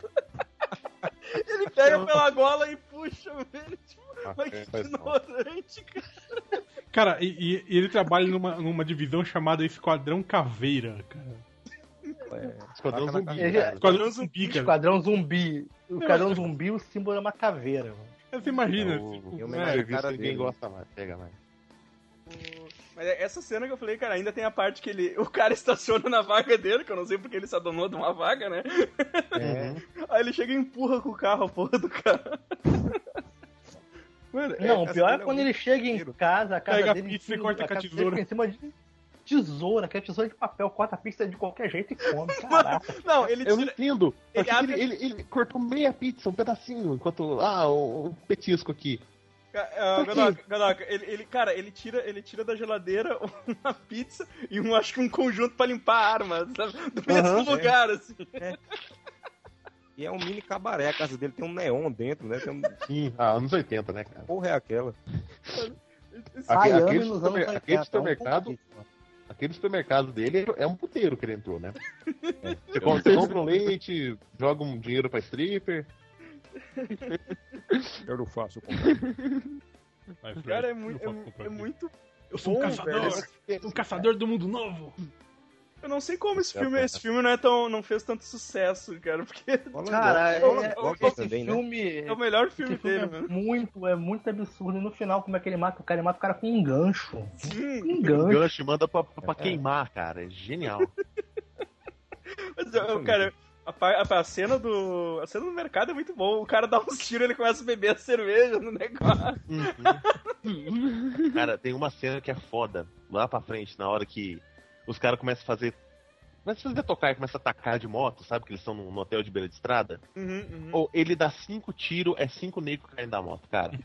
[SPEAKER 2] Ele pega pela gola e puxa, velho. Tipo, mas
[SPEAKER 8] Então- Ah,
[SPEAKER 2] que
[SPEAKER 8] faz mal.
[SPEAKER 2] ignorante, cara.
[SPEAKER 4] Cara, e, e- e ele trabalha numa, numa divisão chamada Esquadrão Caveira, cara.
[SPEAKER 8] Esquadrão
[SPEAKER 11] Taca na
[SPEAKER 8] zumbi,
[SPEAKER 5] cara.
[SPEAKER 8] cara.
[SPEAKER 4] Esquadrão Zumbi, cara.
[SPEAKER 5] Esquadrão zumbi. O esquadrão zumbi, o símbolo é uma caveira. mano.
[SPEAKER 4] Você imagina.
[SPEAKER 8] É o-
[SPEAKER 4] tipo,
[SPEAKER 11] eu
[SPEAKER 4] né,
[SPEAKER 11] me imagino.
[SPEAKER 8] Serviço
[SPEAKER 11] cara
[SPEAKER 8] ninguém
[SPEAKER 11] dele.
[SPEAKER 8] gosta mais. Pega mais.
[SPEAKER 2] Mas é essa cena que eu falei, cara, ainda tem a parte que ele, o cara estaciona na vaga dele, que eu não sei porque ele se adonou de uma vaga, né?
[SPEAKER 8] é.
[SPEAKER 2] Aí ele chega e empurra com o carro a porra do cara. Mano,
[SPEAKER 5] Não, o
[SPEAKER 11] essa
[SPEAKER 5] pior é
[SPEAKER 11] mulher é
[SPEAKER 5] quando
[SPEAKER 11] um
[SPEAKER 5] ele chega em
[SPEAKER 11] inteiro.
[SPEAKER 5] casa, a casa
[SPEAKER 4] Pega a
[SPEAKER 5] dele... em
[SPEAKER 4] pizza e
[SPEAKER 5] cima-
[SPEAKER 4] corta com a
[SPEAKER 5] casa dele
[SPEAKER 4] tesoura.
[SPEAKER 5] fica em cima de tesoura, que é tesoura de papel, corta a pizza de qualquer jeito e come. Caraca.
[SPEAKER 2] não, ele
[SPEAKER 8] Eu não
[SPEAKER 2] tira,
[SPEAKER 8] entendo.
[SPEAKER 4] É,
[SPEAKER 2] ele
[SPEAKER 8] Porque
[SPEAKER 2] abre-
[SPEAKER 8] Ele, ele- ele cortou meia pizza, um pedacinho, enquanto. Ah, um, um petisco aqui.
[SPEAKER 2] Ca- ah,
[SPEAKER 8] Por quê?
[SPEAKER 2] Godoka, Godoka, ele, ele- cara, ele tira, ele tira da geladeira uma pizza e um, acho que um conjunto pra limpar a arma, sabe? Do mesmo
[SPEAKER 11] Aham,
[SPEAKER 2] lugar, assim.
[SPEAKER 11] E é um mini cabaré. A casa dele tem um neon dentro, né? Tem um...
[SPEAKER 8] Sim, ah, anos 80, né, cara?
[SPEAKER 11] Porra, é aquela.
[SPEAKER 8] Aque-
[SPEAKER 5] Miami
[SPEAKER 8] aquele,
[SPEAKER 5] nos anos
[SPEAKER 8] supermer-
[SPEAKER 5] 80,
[SPEAKER 8] aquele
[SPEAKER 5] é um
[SPEAKER 8] supermercado,
[SPEAKER 5] pouco disso,
[SPEAKER 8] aquele supermercado dele é um puteiro que ele entrou, né? Você compra, você compra um leite, joga um dinheiro pra stripper.
[SPEAKER 11] Eu não faço.
[SPEAKER 4] Vai, Fred,
[SPEAKER 2] Cara, é,
[SPEAKER 4] eu
[SPEAKER 2] mui- é
[SPEAKER 4] posso
[SPEAKER 2] mu-
[SPEAKER 4] comprar
[SPEAKER 2] é
[SPEAKER 4] aqui.
[SPEAKER 2] muito.
[SPEAKER 4] Eu sou um
[SPEAKER 2] bom,
[SPEAKER 4] caçador.
[SPEAKER 2] velho.
[SPEAKER 4] Um caçador do mundo novo.
[SPEAKER 2] Eu não sei como esse filme, esse filme não, é tão, não fez tanto sucesso, cara, porque
[SPEAKER 5] Cara, é,
[SPEAKER 11] Roland
[SPEAKER 5] é-
[SPEAKER 11] Gogg
[SPEAKER 5] esse
[SPEAKER 11] também, né?
[SPEAKER 5] filme...
[SPEAKER 2] é o melhor filme
[SPEAKER 5] esse filme
[SPEAKER 2] dele,
[SPEAKER 5] é
[SPEAKER 4] né?
[SPEAKER 2] mano.
[SPEAKER 5] muito, é muito absurdo. E no final, como é que ele mata o cara? Ele mata o cara com um gancho.
[SPEAKER 2] Sim,
[SPEAKER 5] Um
[SPEAKER 3] O
[SPEAKER 5] gancho.
[SPEAKER 3] Gush manda pra, pra queimar, cara. É genial.
[SPEAKER 2] mas, eu- cara. A, pa- a- a cena do. A cena do mercado é muito bom. O cara dá uns tiros e ele começa a beber a cerveja no negócio.
[SPEAKER 3] Cara, tem uma cena que é foda. Lá pra frente, na hora que os caras começam a fazer Mas se você tocar e começa a atacar de moto, sabe? Que eles estão num, num hotel de beira de estrada.
[SPEAKER 2] Uhum, uhum.
[SPEAKER 3] Ou ele dá cinco tiros, é cinco negros caindo da moto, cara.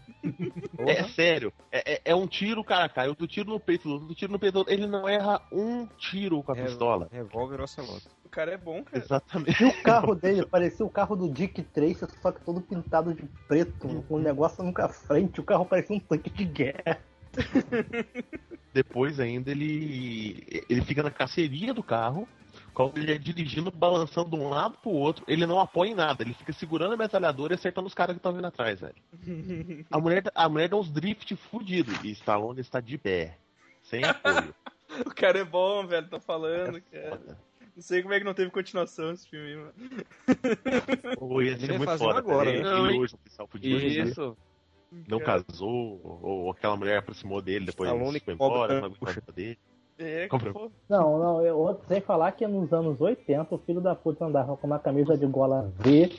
[SPEAKER 3] é sério. É, é- é um tiro, o cara cai. Outro tiro no peito do outro, outro tiro no peito do outro. Ele não erra um tiro com a
[SPEAKER 9] É,
[SPEAKER 3] pistola.
[SPEAKER 9] Revólver ocelote.
[SPEAKER 2] O cara é bom, cara.
[SPEAKER 3] Exatamente.
[SPEAKER 5] E o carro dele parecia o carro do Dick Tracy, só que todo pintado de preto, com um negócio nunca à frente. O carro parecia um tanque de guerra.
[SPEAKER 3] Depois ainda ele ele fica na caceria do carro, qual ele é dirigindo, balançando de um lado pro outro, ele não apoia em nada, ele fica segurando a metralhadora e acertando os caras que estão vindo atrás, velho. A mulher, a mulher dá uns drift fudidos e Stallone está de pé, sem apoio.
[SPEAKER 2] O cara é bom, velho, tô falando, cara.
[SPEAKER 3] Foda.
[SPEAKER 2] Não sei como é que não teve continuação esse filme, aí, mano.
[SPEAKER 3] Ou ia
[SPEAKER 9] Ele
[SPEAKER 3] ser
[SPEAKER 9] ia
[SPEAKER 3] muito
[SPEAKER 9] fazer um
[SPEAKER 3] foda.
[SPEAKER 9] agora,
[SPEAKER 3] né?
[SPEAKER 9] né?
[SPEAKER 3] Ele hoje, oficial fudido, né?
[SPEAKER 6] Isso.
[SPEAKER 3] não
[SPEAKER 2] Cara,
[SPEAKER 3] casou, ou, ou aquela mulher aproximou dele, depois
[SPEAKER 9] Stallone
[SPEAKER 3] foi
[SPEAKER 9] cobra
[SPEAKER 3] embora, não
[SPEAKER 9] puxa.
[SPEAKER 3] aguentava dele.
[SPEAKER 2] É,
[SPEAKER 3] Compra.
[SPEAKER 2] pô.
[SPEAKER 5] Não, não, eu outro, sem falar que nos anos 80 o filho da puta andava com uma camisa de gola V,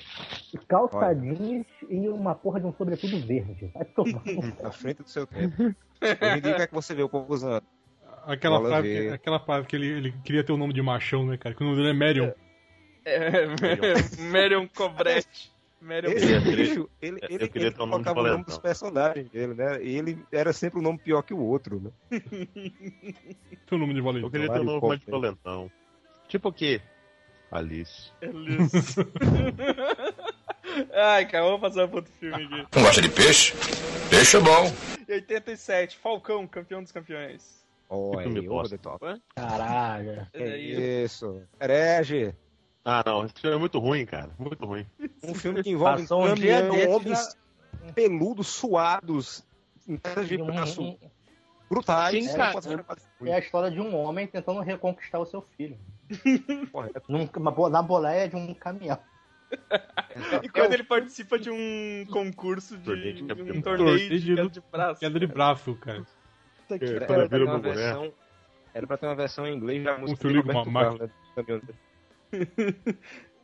[SPEAKER 5] calça
[SPEAKER 9] Olha.
[SPEAKER 5] jeans e uma porra de um sobretudo verde. Vai tomar no cu.
[SPEAKER 9] Na frente do seu tempo. Hoje em dia, o que é que você vê o povo usando?
[SPEAKER 4] Aquela
[SPEAKER 9] Bola
[SPEAKER 4] frase,
[SPEAKER 9] verde.
[SPEAKER 4] que, aquela frase que ele, ele queria ter o nome de machão, né, cara? Que o nome dele é Marion.
[SPEAKER 2] É, Marion Cobretti. Marion
[SPEAKER 9] Esse
[SPEAKER 3] Eu queria-
[SPEAKER 9] bicho, ele,
[SPEAKER 3] eu
[SPEAKER 9] ele,
[SPEAKER 3] queria
[SPEAKER 9] ele
[SPEAKER 3] ter o nome de
[SPEAKER 9] colocava o
[SPEAKER 3] coleção.
[SPEAKER 9] nome dos personagens dele, né? E ele era sempre um nome pior que o outro, né?
[SPEAKER 4] Seu nome de
[SPEAKER 3] Eu
[SPEAKER 4] valente.
[SPEAKER 3] queria ter um
[SPEAKER 9] Vários
[SPEAKER 3] novo
[SPEAKER 9] copos,
[SPEAKER 3] Monte Polentão. Tipo o quê? Alice. é
[SPEAKER 2] Elise. Ai, cara, vamos passar pro outro filme aqui.
[SPEAKER 12] Não gosta de peixe? Peixe é bom.
[SPEAKER 2] Em 87, Falcão, campeão dos campeões.
[SPEAKER 9] Olha,
[SPEAKER 3] filme
[SPEAKER 9] ovo
[SPEAKER 3] bosta.
[SPEAKER 9] de top.
[SPEAKER 5] Caralho.
[SPEAKER 2] É, e-
[SPEAKER 9] Isso. Herege.
[SPEAKER 3] Ah, não, esse filme é muito ruim, cara. Muito ruim.
[SPEAKER 9] Um filme que envolve
[SPEAKER 5] Passou um dia
[SPEAKER 9] caminhão,
[SPEAKER 5] desses
[SPEAKER 9] homens peludos, suados, em terra de
[SPEAKER 5] E um-
[SPEAKER 9] braço, brutais.
[SPEAKER 6] Sim,
[SPEAKER 9] né?
[SPEAKER 6] cara.
[SPEAKER 9] Fazendo- fazendo-
[SPEAKER 5] É a história de um homem tentando reconquistar o seu filho.
[SPEAKER 9] Porra, é-
[SPEAKER 5] Num- uma bo- na boleia de um caminhão.
[SPEAKER 9] É
[SPEAKER 2] e quando ele participa de um concurso de,
[SPEAKER 3] Torneio de
[SPEAKER 2] de um
[SPEAKER 3] campeão.
[SPEAKER 2] torneio de,
[SPEAKER 4] Torneio de
[SPEAKER 2] queda
[SPEAKER 4] luta.
[SPEAKER 2] de braço.
[SPEAKER 4] Queda de braço, cara.
[SPEAKER 2] Puta que
[SPEAKER 3] Cara,
[SPEAKER 2] pariu.
[SPEAKER 9] Era pra, ter
[SPEAKER 3] vira
[SPEAKER 9] uma
[SPEAKER 3] no boneco.
[SPEAKER 9] versão, era pra ter uma versão em inglês da música
[SPEAKER 4] que eu
[SPEAKER 9] de
[SPEAKER 4] ligo uma
[SPEAKER 9] Roberto Carlos, né? Caminhoneiro.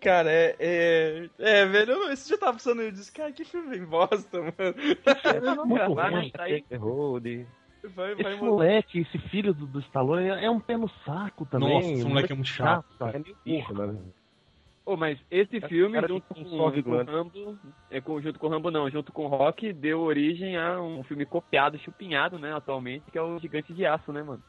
[SPEAKER 2] Cara, é, é. é, velho, eu- esse dia tava pensando e eu disse, cara, que filme bem bosta, mano.
[SPEAKER 4] Muito
[SPEAKER 6] Vai
[SPEAKER 4] ruim.
[SPEAKER 6] gastar aí.
[SPEAKER 9] Errou de-
[SPEAKER 2] Vai, vai
[SPEAKER 8] Esse
[SPEAKER 2] mudar.
[SPEAKER 8] moleque, esse filho do, do Stallone é é um pé no saco também.
[SPEAKER 4] Nossa, esse moleque é muito chato.
[SPEAKER 9] É meio bicho, mano.
[SPEAKER 6] Ô, mas esse
[SPEAKER 9] Cara,
[SPEAKER 6] filme,
[SPEAKER 9] cara,
[SPEAKER 6] junto
[SPEAKER 9] um
[SPEAKER 6] com,
[SPEAKER 9] suave
[SPEAKER 6] com o
[SPEAKER 9] glândula.
[SPEAKER 6] Rambo, é, com- junto com o Rambo não, junto com o Rock, deu origem a um filme copiado, chupinhado, né, atualmente, que é o Gigante de Aço, né, mano?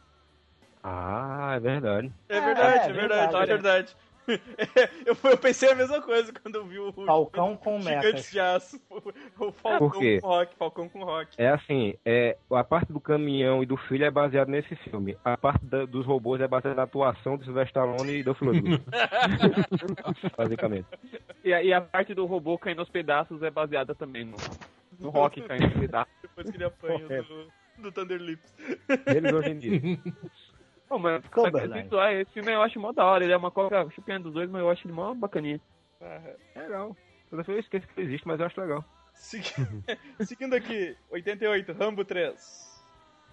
[SPEAKER 9] Ah, é verdade.
[SPEAKER 2] É verdade,
[SPEAKER 5] É,
[SPEAKER 2] é verdade, é verdade. eu, eu pensei a mesma coisa quando eu vi o
[SPEAKER 5] Falcão com mecas.
[SPEAKER 2] Gigantes de Aço. O, o Falcão
[SPEAKER 9] Por quê?
[SPEAKER 2] com Rock, Falcão com Rock.
[SPEAKER 9] É assim, é, a parte do caminhão e do filho é baseada nesse filme. A parte da- dos robôs é baseada na atuação de Sylvester Stallone e do Lundgren. Basicamente.
[SPEAKER 6] E, a- e a parte do robô caindo aos pedaços é baseada também no, no Rock caindo aos pedaços.
[SPEAKER 2] Depois que ele apanha do, do Thunder Lips.
[SPEAKER 9] Eles hoje em dia.
[SPEAKER 6] Ô, mano,
[SPEAKER 5] Cumberland.
[SPEAKER 6] mas isso aí, esse filme eu acho mó da hora, ele é uma cópia chupinhada dos dois, mas eu acho ele mó bacaninha.
[SPEAKER 2] Ah,
[SPEAKER 9] É legal. Toda vez eu esqueço que ele existe, mas eu acho legal.
[SPEAKER 2] segui- Seguindo aqui, 88, Rambo 3.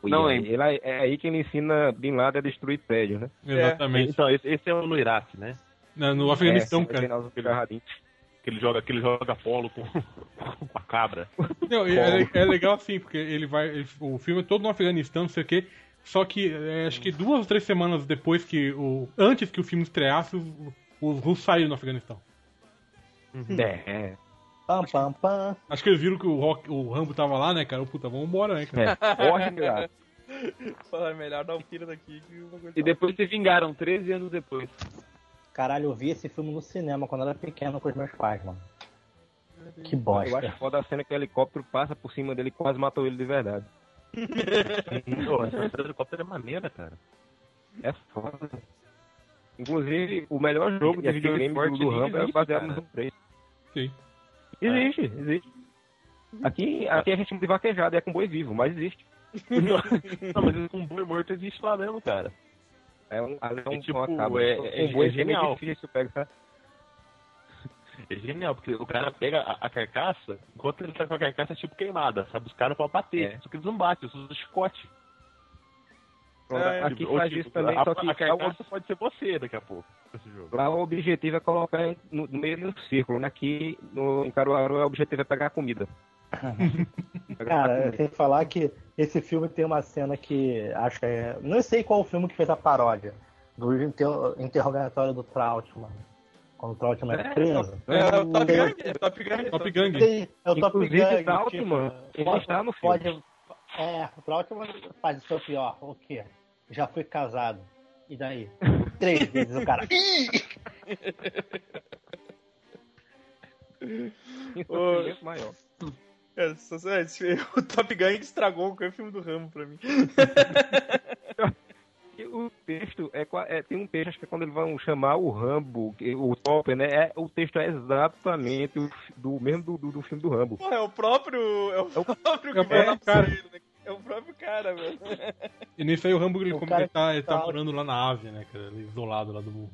[SPEAKER 6] Não
[SPEAKER 9] E aí,
[SPEAKER 6] lembro.
[SPEAKER 9] ele aí- é aí que ele ensina Bin Laden a destruir prédios, né?
[SPEAKER 4] Exatamente.
[SPEAKER 8] Então, esse, esse é o no Iraque, né?
[SPEAKER 4] Na- No Afeganistão,
[SPEAKER 9] É,
[SPEAKER 4] cara.
[SPEAKER 9] treinar os agarradinhos.
[SPEAKER 8] Que ele joga, que ele joga polo com, com a cabra.
[SPEAKER 4] Não, é, é- é legal assim, porque ele vai. ele- o filme é todo no Afeganistão, não sei o quê. Só que é, acho que duas ou três semanas depois que o. Antes que o filme estreasse, os, os russos saíram do Afeganistão.
[SPEAKER 9] É, é.
[SPEAKER 5] Pam, pam, pam.
[SPEAKER 4] Acho que eles viram que o, Rock, o Rambo tava lá, né, cara? Ô, Puta, vamos embora, né,
[SPEAKER 9] é.
[SPEAKER 4] cara?
[SPEAKER 9] Corre, cara.
[SPEAKER 2] Falar melhor dar um tiro daqui que o bagulho
[SPEAKER 6] E
[SPEAKER 2] tá-
[SPEAKER 6] depois se vingaram, 13 anos depois.
[SPEAKER 5] Caralho, eu vi esse filme no cinema quando eu era pequeno com os meus pais, mano. Que
[SPEAKER 9] Eu
[SPEAKER 5] bosta.
[SPEAKER 9] acho foda a cena que o helicóptero passa por cima dele e quase matou ele de verdade.
[SPEAKER 8] Pô, essa cena do helicóptero é maneira, cara.
[SPEAKER 9] É foda. Inclusive, o melhor jogo de
[SPEAKER 8] aquele
[SPEAKER 9] videogame do,
[SPEAKER 8] esporte
[SPEAKER 9] do
[SPEAKER 8] nem
[SPEAKER 9] Rambo é
[SPEAKER 8] existe,
[SPEAKER 9] baseado
[SPEAKER 8] cara. É.
[SPEAKER 9] no Rambo 3.
[SPEAKER 4] Sim.
[SPEAKER 9] Existe, existe. Aqui, aqui a gente chama de vaquejada, é com boi vivo, mas existe.
[SPEAKER 8] Não, mas esse boi morto existe lá mesmo, cara.
[SPEAKER 9] É um, ali é um
[SPEAKER 8] É tipo,
[SPEAKER 9] uma cabra.
[SPEAKER 8] é- é-
[SPEAKER 9] um boi
[SPEAKER 8] é genial.
[SPEAKER 9] meio difícil, pega, tá? sabe?
[SPEAKER 8] É genial, porque o cara pega a, a carcaça, enquanto ele tá com a carcaça é tipo queimada, sabe? Os caras podem bater,
[SPEAKER 9] É.
[SPEAKER 8] só que eles não batem, eles usam chicote.
[SPEAKER 9] Pronto,
[SPEAKER 2] É,
[SPEAKER 9] aqui
[SPEAKER 8] Ou,
[SPEAKER 9] faz
[SPEAKER 8] tipo,
[SPEAKER 9] isso também,
[SPEAKER 8] a, é
[SPEAKER 9] só que
[SPEAKER 8] a
[SPEAKER 9] lá o-
[SPEAKER 8] carcaça pode ser você daqui a pouco. Esse jogo.
[SPEAKER 9] lá o objetivo é colocar no, no meio de um círculo, né? Aqui no, em Caruaru o objetivo é pegar comida. Pegar
[SPEAKER 5] Cara, eu
[SPEAKER 9] comida.
[SPEAKER 5] tenho que falar que esse filme tem uma cena que acho que é. Não sei qual o filme que fez a paródia. do inter- interrogatório do Trautmann. Quando o Trautmann era preso.
[SPEAKER 2] É, é o Top Gang, é o Top Gang.
[SPEAKER 4] Top Gang.
[SPEAKER 5] Tem- É o Top
[SPEAKER 11] Inclusive,
[SPEAKER 5] Gun. tipo,
[SPEAKER 11] o Trautmann, ele está no filme.
[SPEAKER 5] pode, É, o Trautmann faz o seu pior. O quê? Já fui casado. E daí? Três vezes o cara. Ih!
[SPEAKER 2] O, é, só- só- esse- o Top Gang estragou qualquer filme do Ramo pra mim.
[SPEAKER 11] E O texto é, qua- é- tem um texto, acho que é quando eles vão chamar o Rambo, que- o Topper, né? é- o texto é exatamente o fi- do mesmo do, do, do filme do Rambo.
[SPEAKER 2] Porra, é o próprio. É o próprio que
[SPEAKER 4] é o
[SPEAKER 2] vai lá
[SPEAKER 4] próprio cara.
[SPEAKER 2] pro ele, né? É o próprio cara, velho.
[SPEAKER 4] E nisso aí o Rambo ele,
[SPEAKER 5] O
[SPEAKER 4] como
[SPEAKER 5] cara
[SPEAKER 4] ele tá, ele tá
[SPEAKER 5] tá-
[SPEAKER 4] morando lá na ave, né, cara? Ele isolado lá do mundo.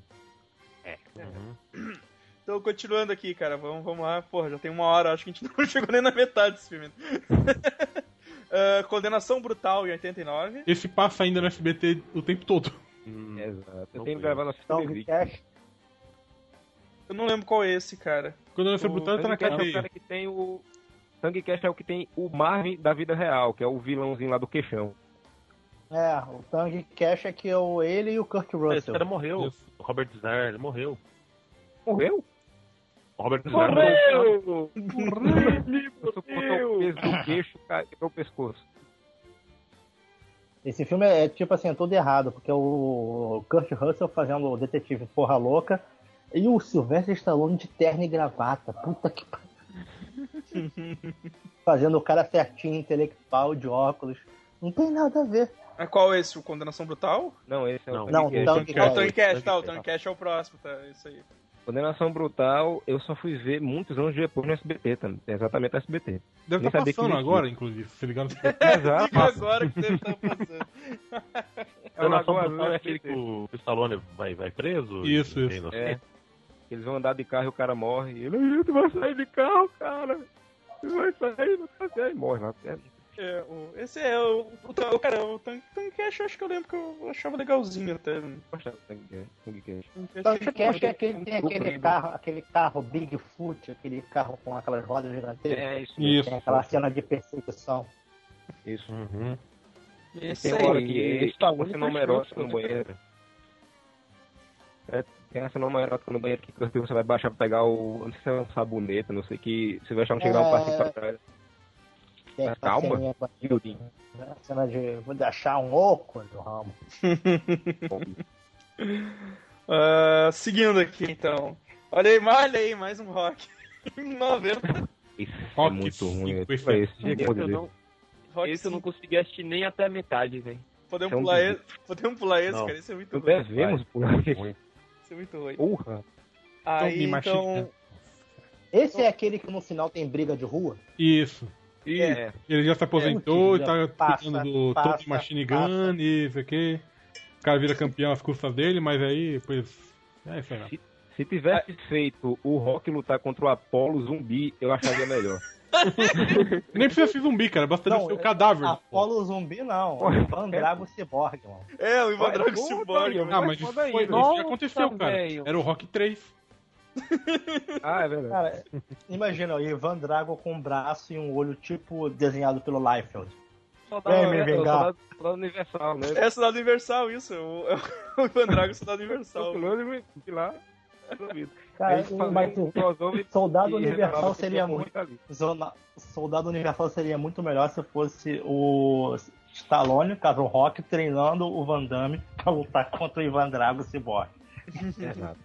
[SPEAKER 2] Então, continuando aqui, cara, vamos, vamos lá. Porra, já tem uma hora, acho que a gente não chegou nem na metade desse filme. Ah, condenação Brutal em 89.
[SPEAKER 4] Esse passa ainda no SBT o tempo todo.
[SPEAKER 11] É Exato. Eu
[SPEAKER 3] Não
[SPEAKER 11] tenho
[SPEAKER 3] foi.
[SPEAKER 11] gravado na
[SPEAKER 5] Então,
[SPEAKER 11] fita
[SPEAKER 5] o
[SPEAKER 11] vídeo.
[SPEAKER 5] Cash
[SPEAKER 2] Eu não lembro qual é esse, cara.
[SPEAKER 4] Quando ele foi brutado, ele tá na
[SPEAKER 11] Sangue Cash é o
[SPEAKER 4] cadeia.
[SPEAKER 11] cara que tem o. Sangue Cash é o que tem o Marvin da vida real, que é o vilãozinho lá do queixão.
[SPEAKER 5] É, o Tang Cash é que é o ele e o Kurt
[SPEAKER 3] Esse
[SPEAKER 5] Russell.
[SPEAKER 3] cara morreu. O Robert Zar, ele morreu.
[SPEAKER 11] Morreu?
[SPEAKER 3] O Robert Zar
[SPEAKER 11] Morreu! Morreu! Eu sou contra o peso do queixo cai pro pescoço.
[SPEAKER 5] Esse filme é, é, tipo assim, é todo errado, porque o Kurt Russell fazendo o detetive porra louca e o Sylvester Stallone de terno e gravata. Puta que pariu. Fazendo o cara certinho, intelectual, de óculos. Não tem nada a ver.
[SPEAKER 2] Ah, qual é esse? O Condenação Brutal?
[SPEAKER 11] Não, esse é o
[SPEAKER 3] Não,
[SPEAKER 11] Sangue
[SPEAKER 5] Não, então,
[SPEAKER 11] Cash.
[SPEAKER 5] Tang
[SPEAKER 2] É o
[SPEAKER 5] Cash.
[SPEAKER 2] Tony Cash, tá? O Tony Cash é o próximo, tá? É Isso aí.
[SPEAKER 11] Condenação Brutal, eu só fui ver muitos anos depois no SBT também. tá? Exatamente no SBT.
[SPEAKER 4] Deve
[SPEAKER 11] nem
[SPEAKER 4] estar
[SPEAKER 11] sabia que
[SPEAKER 4] passando
[SPEAKER 11] existia.
[SPEAKER 4] agora, inclusive, se ligar no
[SPEAKER 11] Exato.
[SPEAKER 2] Diga agora que deve tá estar passando.
[SPEAKER 11] É o
[SPEAKER 3] Nação
[SPEAKER 11] Lagoa
[SPEAKER 3] Brutal é
[SPEAKER 11] Azul
[SPEAKER 3] aquele que o que o Stallone vai, vai preso?
[SPEAKER 4] Isso,
[SPEAKER 3] E-
[SPEAKER 4] isso.
[SPEAKER 3] e não sei.
[SPEAKER 11] É. Eles vão andar de carro e o cara morre. E ele, "Ih, tu vai sair de carro, cara. Tu vai sair, né?" não vai sair. E morre lá. É,
[SPEAKER 2] É, o- esse é o, o, ta- o cara, o Tank, Tank Cash, eu acho que eu lembro que eu achava legalzinho até. né?
[SPEAKER 11] gostava do Tank Cash, Tank Cash.
[SPEAKER 2] Tank Cash,
[SPEAKER 5] Tank Cash é aquele que tem aquele
[SPEAKER 11] Comprido.
[SPEAKER 5] carro, aquele carro Bigfoot, aquele carro com aquelas rodas gigantescas.
[SPEAKER 11] É isso.
[SPEAKER 4] Isso.
[SPEAKER 5] Tem aquela cena de perseguição.
[SPEAKER 11] isso.
[SPEAKER 3] Uhum.
[SPEAKER 2] Esse
[SPEAKER 11] Tem
[SPEAKER 2] aí.
[SPEAKER 11] uma hora que
[SPEAKER 6] Esse
[SPEAKER 11] ele
[SPEAKER 6] tá
[SPEAKER 11] tá
[SPEAKER 6] muito
[SPEAKER 11] sendo homoerótico no banheiro. É, tem essa cena homoerótica no banheiro que quando você vai baixar pra pegar o. Não sei se é um sabonete, não sei que. Você vai achar um chegar um
[SPEAKER 5] É.
[SPEAKER 11] passinho pra trás.
[SPEAKER 5] Tem aquela
[SPEAKER 11] É, Calma.
[SPEAKER 5] ceninha com
[SPEAKER 11] Guildinho.
[SPEAKER 5] a Cena de vou deixar um oco do ramo.
[SPEAKER 2] Ah, seguindo aqui então. Olha aí, olha aí, mais um rock. Em 90.
[SPEAKER 11] Isso é
[SPEAKER 4] Rock
[SPEAKER 11] muito
[SPEAKER 4] cinco,
[SPEAKER 11] ruim.
[SPEAKER 4] esse
[SPEAKER 11] Esse, é esse,
[SPEAKER 6] Esse eu, não,
[SPEAKER 2] Rock
[SPEAKER 6] esse eu não
[SPEAKER 2] cinco.
[SPEAKER 6] consegui assistir nem até a metade, velho.
[SPEAKER 2] Podemos
[SPEAKER 11] São
[SPEAKER 2] pular
[SPEAKER 11] dos-
[SPEAKER 2] esse, podemos pular esse
[SPEAKER 3] Não.
[SPEAKER 2] cara. Esse é muito
[SPEAKER 11] Não
[SPEAKER 2] ruim.
[SPEAKER 11] devemos pular
[SPEAKER 3] Ruim.
[SPEAKER 2] Esse é muito ruim.
[SPEAKER 11] Porra.
[SPEAKER 2] Aí
[SPEAKER 4] me machuca.
[SPEAKER 2] então.
[SPEAKER 5] Esse é aquele que no final tem briga de rua?
[SPEAKER 4] Isso. E
[SPEAKER 11] É.
[SPEAKER 4] ele já se aposentou
[SPEAKER 5] É,
[SPEAKER 4] e tá
[SPEAKER 5] passa,
[SPEAKER 4] cuidando do
[SPEAKER 5] passa,
[SPEAKER 4] Top Machine
[SPEAKER 5] passa.
[SPEAKER 4] Gun e isso aqui. O cara vira campeão às custas dele, mas aí depois. É, sei lá.
[SPEAKER 11] Se tivesse feito o Rock lutar contra o Apollo zumbi, eu acharia melhor.
[SPEAKER 4] Nem precisa ser zumbi, cara. Basta
[SPEAKER 5] Não,
[SPEAKER 4] de ser o
[SPEAKER 5] é-
[SPEAKER 4] cadáver.
[SPEAKER 5] Apolo zumbi não.
[SPEAKER 11] Porra,
[SPEAKER 5] Van Drago Cyborg, mano.
[SPEAKER 2] É, o Ivan
[SPEAKER 11] Vai,
[SPEAKER 2] Drago
[SPEAKER 11] puta,
[SPEAKER 2] Cyborg.
[SPEAKER 11] meu.
[SPEAKER 4] Ah, mas isso,
[SPEAKER 11] Mas
[SPEAKER 4] foi,
[SPEAKER 11] foda aí,
[SPEAKER 4] isso
[SPEAKER 6] nossa,
[SPEAKER 4] já aconteceu, cara.
[SPEAKER 6] velho.
[SPEAKER 4] Era o Rock 3.
[SPEAKER 11] Ah, é verdade.
[SPEAKER 5] Cara, imagina, o Ivan Drago com um braço e um olho tipo desenhado pelo Liefeld.
[SPEAKER 11] Soldado,
[SPEAKER 5] Vem me
[SPEAKER 11] é,
[SPEAKER 5] vingar.
[SPEAKER 11] soldado, soldado universal, né?
[SPEAKER 2] É Soldado Universal, isso. É o, é o Ivan Drago Soldado Universal.
[SPEAKER 11] de lá. é resolvido. Aí
[SPEAKER 5] Cara,
[SPEAKER 11] eles faziam
[SPEAKER 5] mas
[SPEAKER 11] um crossover
[SPEAKER 5] Soldado
[SPEAKER 11] e
[SPEAKER 5] Universal
[SPEAKER 11] revelava que
[SPEAKER 5] seria
[SPEAKER 11] tinha
[SPEAKER 5] é muito.
[SPEAKER 11] morrido ali.
[SPEAKER 5] Zona- Soldado Universal seria muito melhor se fosse o Stallone, caso o Rock, treinando o Van Damme pra lutar contra o Ivan Drago Cyborg.
[SPEAKER 11] Exato.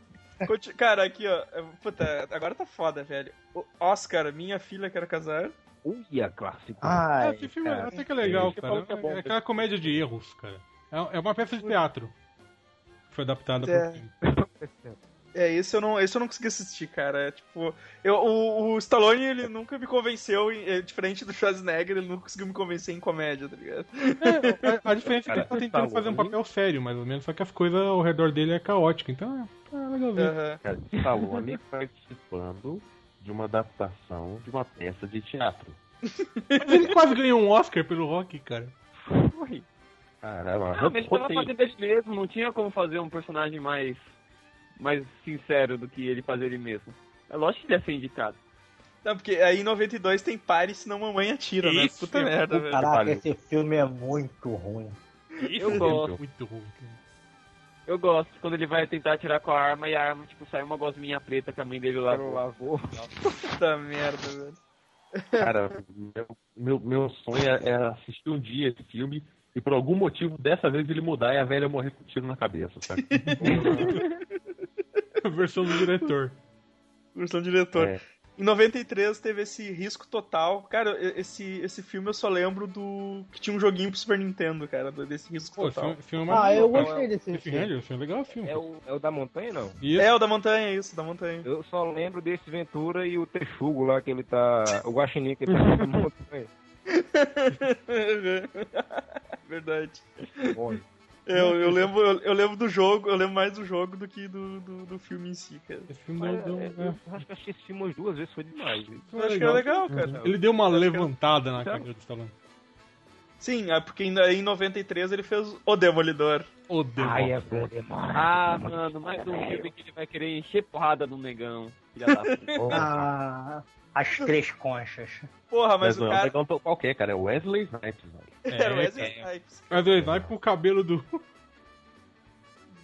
[SPEAKER 2] Conti- Cara, aqui, ó. é- Puta, agora tá foda, velho. O Oscar, minha filha quer casar.
[SPEAKER 11] Uia, clássico.
[SPEAKER 4] Ah,
[SPEAKER 5] Ai,
[SPEAKER 4] esse filme
[SPEAKER 5] cara.
[SPEAKER 4] até que é legal,
[SPEAKER 11] Você
[SPEAKER 4] cara.
[SPEAKER 11] falou que é bom,
[SPEAKER 4] É aquela comédia de erros, cara. É é uma peça de teatro. Foi adaptada
[SPEAKER 2] É.
[SPEAKER 4] pro filme.
[SPEAKER 2] É, esse eu não, esse eu não consegui assistir, cara. É, tipo, eu, o, o Stallone, ele nunca me convenceu, em- é, diferente do Schwarzenegger, ele nunca conseguiu me convencer em comédia, tá ligado?
[SPEAKER 4] É, a, a diferença é que
[SPEAKER 11] Cara,
[SPEAKER 4] ele tá tentando
[SPEAKER 11] Stallone-
[SPEAKER 4] fazer um papel sério, mais ou menos, só que as coisas ao redor dele é caótica, então é, é legalzinho.
[SPEAKER 2] Aham.
[SPEAKER 3] Cara, Stallone participando de uma adaptação de uma peça de teatro.
[SPEAKER 4] Mas ele quase ganhou um Oscar pelo Rock, cara.
[SPEAKER 6] Foi.
[SPEAKER 3] Caramba,
[SPEAKER 6] Não, Ah, mas ele tava
[SPEAKER 3] Ah, roteiro.
[SPEAKER 6] fazendo ele mesmo, não tinha como fazer um personagem mais, mais sincero do que ele fazer ele mesmo. É lógico que ele ia ser indicado.
[SPEAKER 2] Não, porque aí em 92 tem pare, senão mamãe atira, né?
[SPEAKER 4] Isso,
[SPEAKER 2] Puta
[SPEAKER 4] meu.
[SPEAKER 2] merda, velho.
[SPEAKER 5] Caraca,
[SPEAKER 3] Valeu.
[SPEAKER 5] esse filme é muito ruim.
[SPEAKER 6] Eu gosto.
[SPEAKER 4] Muito ruim. cara.
[SPEAKER 6] Eu gosto quando ele vai tentar atirar com a arma e a arma, tipo, sai uma gosminha preta que a mãe dele
[SPEAKER 2] Cara,
[SPEAKER 6] lavou.
[SPEAKER 2] lavou. Puta merda, velho.
[SPEAKER 8] Cara, meu, meu, meu sonho é assistir um dia esse filme e por algum motivo, dessa vez, ele mudar e a velha morrer com um tiro na cabeça, sabe?
[SPEAKER 4] A versão do diretor.
[SPEAKER 2] Versão diretor.
[SPEAKER 8] É.
[SPEAKER 2] Em 93 teve esse risco total. Cara, e- esse, esse filme eu só lembro do. que tinha um joguinho pro Super Nintendo, cara, do- desse risco
[SPEAKER 4] Pô, esse
[SPEAKER 2] total.
[SPEAKER 4] filme,
[SPEAKER 5] tá.
[SPEAKER 4] filme é
[SPEAKER 9] Ah, eu
[SPEAKER 4] maravilhoso, cara.
[SPEAKER 5] um
[SPEAKER 9] gostei desse
[SPEAKER 4] Esse filme
[SPEAKER 9] filme.
[SPEAKER 4] é esse filme é legal, o filme.
[SPEAKER 11] É o, é o da montanha, não?
[SPEAKER 4] Isso.
[SPEAKER 2] É, o da montanha, isso, da montanha.
[SPEAKER 11] Eu só lembro desse Ventura e o Texugo lá, que ele tá. O Guaxinim que ele tá na montanha.
[SPEAKER 2] Verdade.
[SPEAKER 11] Morre.
[SPEAKER 2] Eu, eu, lembro, eu, eu lembro do jogo, eu lembro mais do jogo do que do, do, do filme em si, cara.
[SPEAKER 4] Esse filme
[SPEAKER 11] Mas,
[SPEAKER 4] deu,
[SPEAKER 11] é,
[SPEAKER 4] deu- é.
[SPEAKER 11] eu acho que eu assisti esse filme umas duas vezes, foi demais.
[SPEAKER 2] Eu acho que era legal,
[SPEAKER 11] É,
[SPEAKER 2] cara.
[SPEAKER 4] Ele deu uma
[SPEAKER 2] que era-
[SPEAKER 4] levantada na tá carreira do Stallone.
[SPEAKER 2] Sim, é porque em, em 93 ele fez O Demolidor.
[SPEAKER 4] Ô, Deus.
[SPEAKER 11] Ai, é bom demais.
[SPEAKER 6] Ah, mano, mais um filme que ele vai querer encher porrada no negão. Filha da puta.
[SPEAKER 5] Ah, as três conchas.
[SPEAKER 2] Porra,
[SPEAKER 8] Mas
[SPEAKER 2] mas, o
[SPEAKER 8] não é um
[SPEAKER 2] cara
[SPEAKER 8] negão to- qualquer, cara. É Wesley Snipes, velho.
[SPEAKER 2] era o
[SPEAKER 4] É,
[SPEAKER 2] Wesley Snipes.
[SPEAKER 4] Mas ele vai com o cabelo do.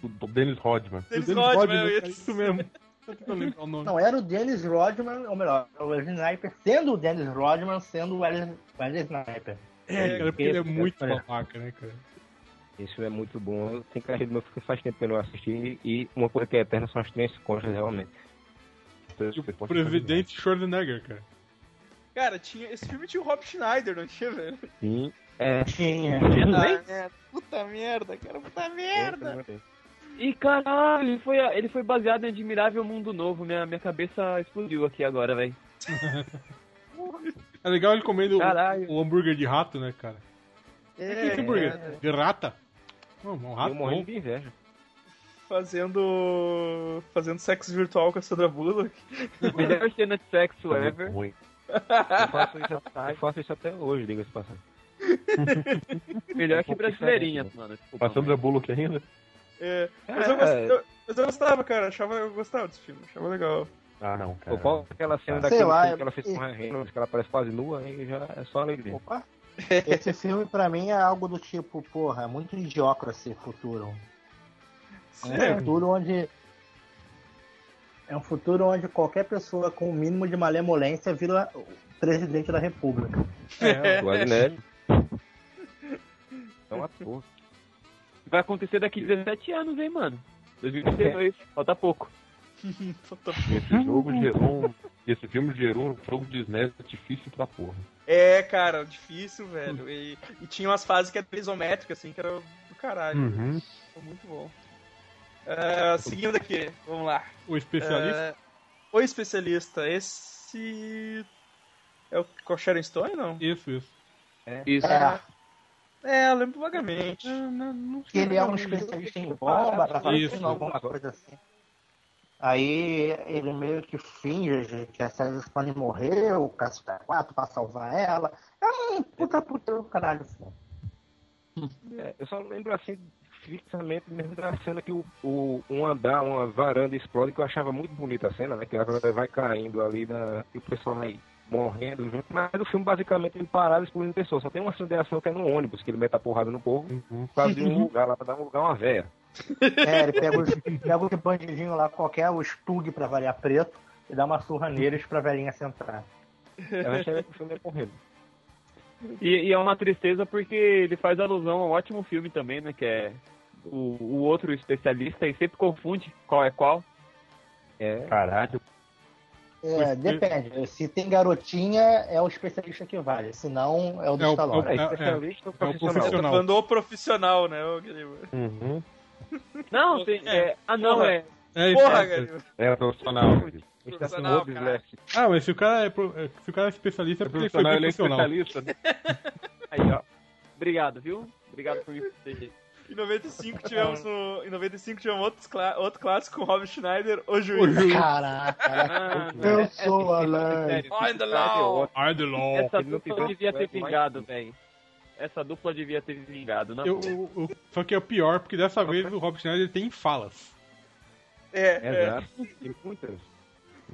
[SPEAKER 8] Do- Do Dennis Rodman.
[SPEAKER 2] Dennis
[SPEAKER 4] do Dennis
[SPEAKER 2] Rodman,
[SPEAKER 4] Rodman,
[SPEAKER 2] eu ia
[SPEAKER 4] é isso mesmo. Tô tentando lembrar o nome.
[SPEAKER 5] Não, era o Dennis Rodman, ou melhor, o Wesley Sniper, sendo o Dennis Rodman, sendo o Wesley, Wesley Sniper.
[SPEAKER 4] É, cara, porque ele é
[SPEAKER 11] Esse-
[SPEAKER 4] muito
[SPEAKER 11] olha.
[SPEAKER 4] babaca, né, cara?
[SPEAKER 11] Esse filme é muito bom. Tem carreira meu porque faz tempo que eu não assisti. E uma coisa que é eterna são as três conchas, realmente.
[SPEAKER 4] E o Previdente Schwarzenegger, cara.
[SPEAKER 2] Cara, tinha, esse filme tinha o Rob Schneider, não tinha, velho?
[SPEAKER 11] Sim. É.
[SPEAKER 5] Tinha.
[SPEAKER 2] Puta merda, Ah, é, puta merda, cara, puta merda.
[SPEAKER 6] E caralho, ele foi, ele foi baseado em Admirável Mundo Novo. Minha, minha cabeça explodiu aqui agora, velho.
[SPEAKER 4] É legal ele comendo o-
[SPEAKER 6] Caralho.
[SPEAKER 4] o hambúrguer de rato, né, cara?
[SPEAKER 2] É,
[SPEAKER 4] que hambúrguer? De rata? Não, um rato
[SPEAKER 8] Ah,
[SPEAKER 11] Eu morrendo
[SPEAKER 4] bom.
[SPEAKER 11] de inveja.
[SPEAKER 2] É, fazendo. fazendo sexo virtual com a Sandra Bullock.
[SPEAKER 6] Melhor cena de
[SPEAKER 8] Tá
[SPEAKER 6] sexo
[SPEAKER 8] muito
[SPEAKER 6] ever.
[SPEAKER 8] ruim.
[SPEAKER 11] Eu faço isso, até- eu faço isso até hoje, diga-se passando.
[SPEAKER 6] Melhor que
[SPEAKER 11] É um pouco
[SPEAKER 6] brasileirinha,
[SPEAKER 11] diferente, né?
[SPEAKER 6] mano. Desculpa,
[SPEAKER 8] Passando a Bullock ainda?
[SPEAKER 2] É, mas, eu gost- eu- mas eu gostava, cara, achava, eu gostava desse filme, achava legal.
[SPEAKER 8] Ah, não, cara.
[SPEAKER 11] Pô, qual é aquela cena
[SPEAKER 5] Sei
[SPEAKER 11] daquele
[SPEAKER 5] lá,
[SPEAKER 11] filme
[SPEAKER 5] é-
[SPEAKER 11] que ela fez com a Reynolds, que ela parece quase nua, aí já é só alegria.
[SPEAKER 5] Opa. Esse filme pra mim é algo do tipo, porra, é muito idiocracy futuro. É um
[SPEAKER 2] Sério?
[SPEAKER 5] futuro onde. É um futuro onde qualquer pessoa com o mínimo de malemolência vira o presidente da república.
[SPEAKER 4] É,
[SPEAKER 11] Do Adnet. É um ator.
[SPEAKER 6] mano. Vai acontecer daqui 17 anos, hein, mano. 2032, falta pouco.
[SPEAKER 8] Esse jogo gerou um... Esse filme gerou um jogo de SNES difícil pra porra.
[SPEAKER 2] É, cara, difícil, velho. E, e tinha umas fases que eram isométricas, assim, que era do caralho.
[SPEAKER 6] Uhum.
[SPEAKER 2] Foi muito bom. Ah, seguindo aqui, vamos lá.
[SPEAKER 4] o especialista.
[SPEAKER 2] É, o especialista, esse. É o com a Sharon Stone, não?
[SPEAKER 4] Isso, isso.
[SPEAKER 6] Isso.
[SPEAKER 5] É,
[SPEAKER 2] É, eu lembro vagamente.
[SPEAKER 5] que ele é um especialista em bomba, tá fazendo
[SPEAKER 4] Isso.
[SPEAKER 5] alguma coisa assim. Aí ele meio que finge que a Sarah Stone morreu, o Caceta 4 pra salvar ela. É um puta puta do caralho. filho.
[SPEAKER 11] É, eu só lembro assim, fixamente mesmo da cena que o, o- um andar, uma varanda explode, que eu achava muito bonita a cena, né? Que a varanda vai caindo ali na, e o pessoal vai morrendo junto. Mas o filme basicamente ele parado explodindo pessoas. Só tem uma cena de ação que é no ônibus, que ele mete a porrada no povo, por causa de
[SPEAKER 6] Uhum.
[SPEAKER 11] um lugar lá pra dar um lugar a uma véia.
[SPEAKER 5] É, ele pega os, pega os bandidinhos lá qualquer, o Stug pra variar preto, e dá uma surra neles pra velhinha sentar.
[SPEAKER 11] Eu achei que o filme ia correndo.
[SPEAKER 6] E, e é uma tristeza porque ele faz alusão ao é um ótimo filme também, né? Que é o, o outro especialista e sempre confunde qual é qual.
[SPEAKER 11] É,
[SPEAKER 8] Caralho.
[SPEAKER 5] É, depende. Se tem garotinha, é o especialista que vale. Se não, é o do
[SPEAKER 4] É o-
[SPEAKER 5] Stallone.
[SPEAKER 11] é
[SPEAKER 4] é,
[SPEAKER 11] especialista
[SPEAKER 4] é
[SPEAKER 11] ou
[SPEAKER 4] o
[SPEAKER 11] profissional?
[SPEAKER 2] Tá
[SPEAKER 4] profissional.
[SPEAKER 2] falando o profissional, né, ô Guilherme?
[SPEAKER 8] Uhum.
[SPEAKER 6] Não, tem. é- ah, não, é.
[SPEAKER 4] É, isso.
[SPEAKER 2] Porra, Guilherme.
[SPEAKER 11] É profissional. Ele tá com
[SPEAKER 2] Profissional,
[SPEAKER 11] outro
[SPEAKER 2] caralho.
[SPEAKER 11] slap.
[SPEAKER 4] Ah, mas se o cara é, pro- é- se o cara é especialista, é porque ele foi bem profissional.
[SPEAKER 8] especialista. né?
[SPEAKER 6] Aí, ó. Obrigado, viu? Obrigado por me proteger.
[SPEAKER 2] Em 95 tivemos no, em 95 tivemos outros clá- outro clássico com Rob Schneider, O
[SPEAKER 4] O
[SPEAKER 2] Juiz.
[SPEAKER 4] Ju-
[SPEAKER 5] Caraca,
[SPEAKER 6] Mano,
[SPEAKER 5] eu
[SPEAKER 6] é-
[SPEAKER 5] sou a lei.
[SPEAKER 11] Sério,
[SPEAKER 2] Find the
[SPEAKER 11] cara, é
[SPEAKER 2] law.
[SPEAKER 11] ótimo.
[SPEAKER 4] Ai, de LOL.
[SPEAKER 6] essa
[SPEAKER 11] ele não
[SPEAKER 6] dupla
[SPEAKER 11] pegou
[SPEAKER 6] devia ter
[SPEAKER 11] mais-
[SPEAKER 6] vingado, velho. Essa dupla devia ter vingado, não?
[SPEAKER 4] Eu- eu- eu- só que é o pior, porque dessa vez o Rob Schneider tem falas.
[SPEAKER 2] É, é.
[SPEAKER 11] Exato. Tem muitas.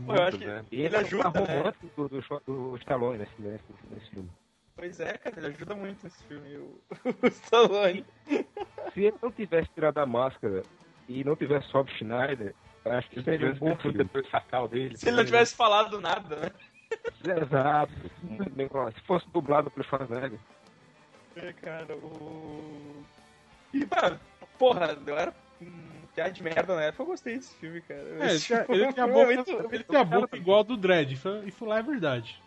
[SPEAKER 2] Pô, eu acho que
[SPEAKER 8] né?
[SPEAKER 11] E
[SPEAKER 2] Ele
[SPEAKER 11] ele
[SPEAKER 2] ajuda,
[SPEAKER 11] ajuda o
[SPEAKER 2] né?
[SPEAKER 11] romance do, do, do Stallone nesse, nesse, nesse filme.
[SPEAKER 2] Pois é, cara, ele ajuda muito nesse filme, o, o Stallone.
[SPEAKER 11] Se ele não tivesse tirado a máscara e e não tivesse Rob Schneider, eu acho que seria um bom protetor sacal dele.
[SPEAKER 2] Se ele não tivesse falado nada, né?
[SPEAKER 11] Exato.
[SPEAKER 6] É
[SPEAKER 11] Se fosse dublado pelo Schwarzenegger.
[SPEAKER 2] É, cara, o. E, pá, porra, eu era um piada de merda na época, eu gostei desse filme, cara.
[SPEAKER 4] É, ele,
[SPEAKER 2] Esse
[SPEAKER 4] tinha-
[SPEAKER 2] filme um
[SPEAKER 4] ele tem a
[SPEAKER 2] foi
[SPEAKER 4] boca,
[SPEAKER 2] muito-
[SPEAKER 4] ele tem a boca igual a do Dredd. Isso, isso lá é verdade.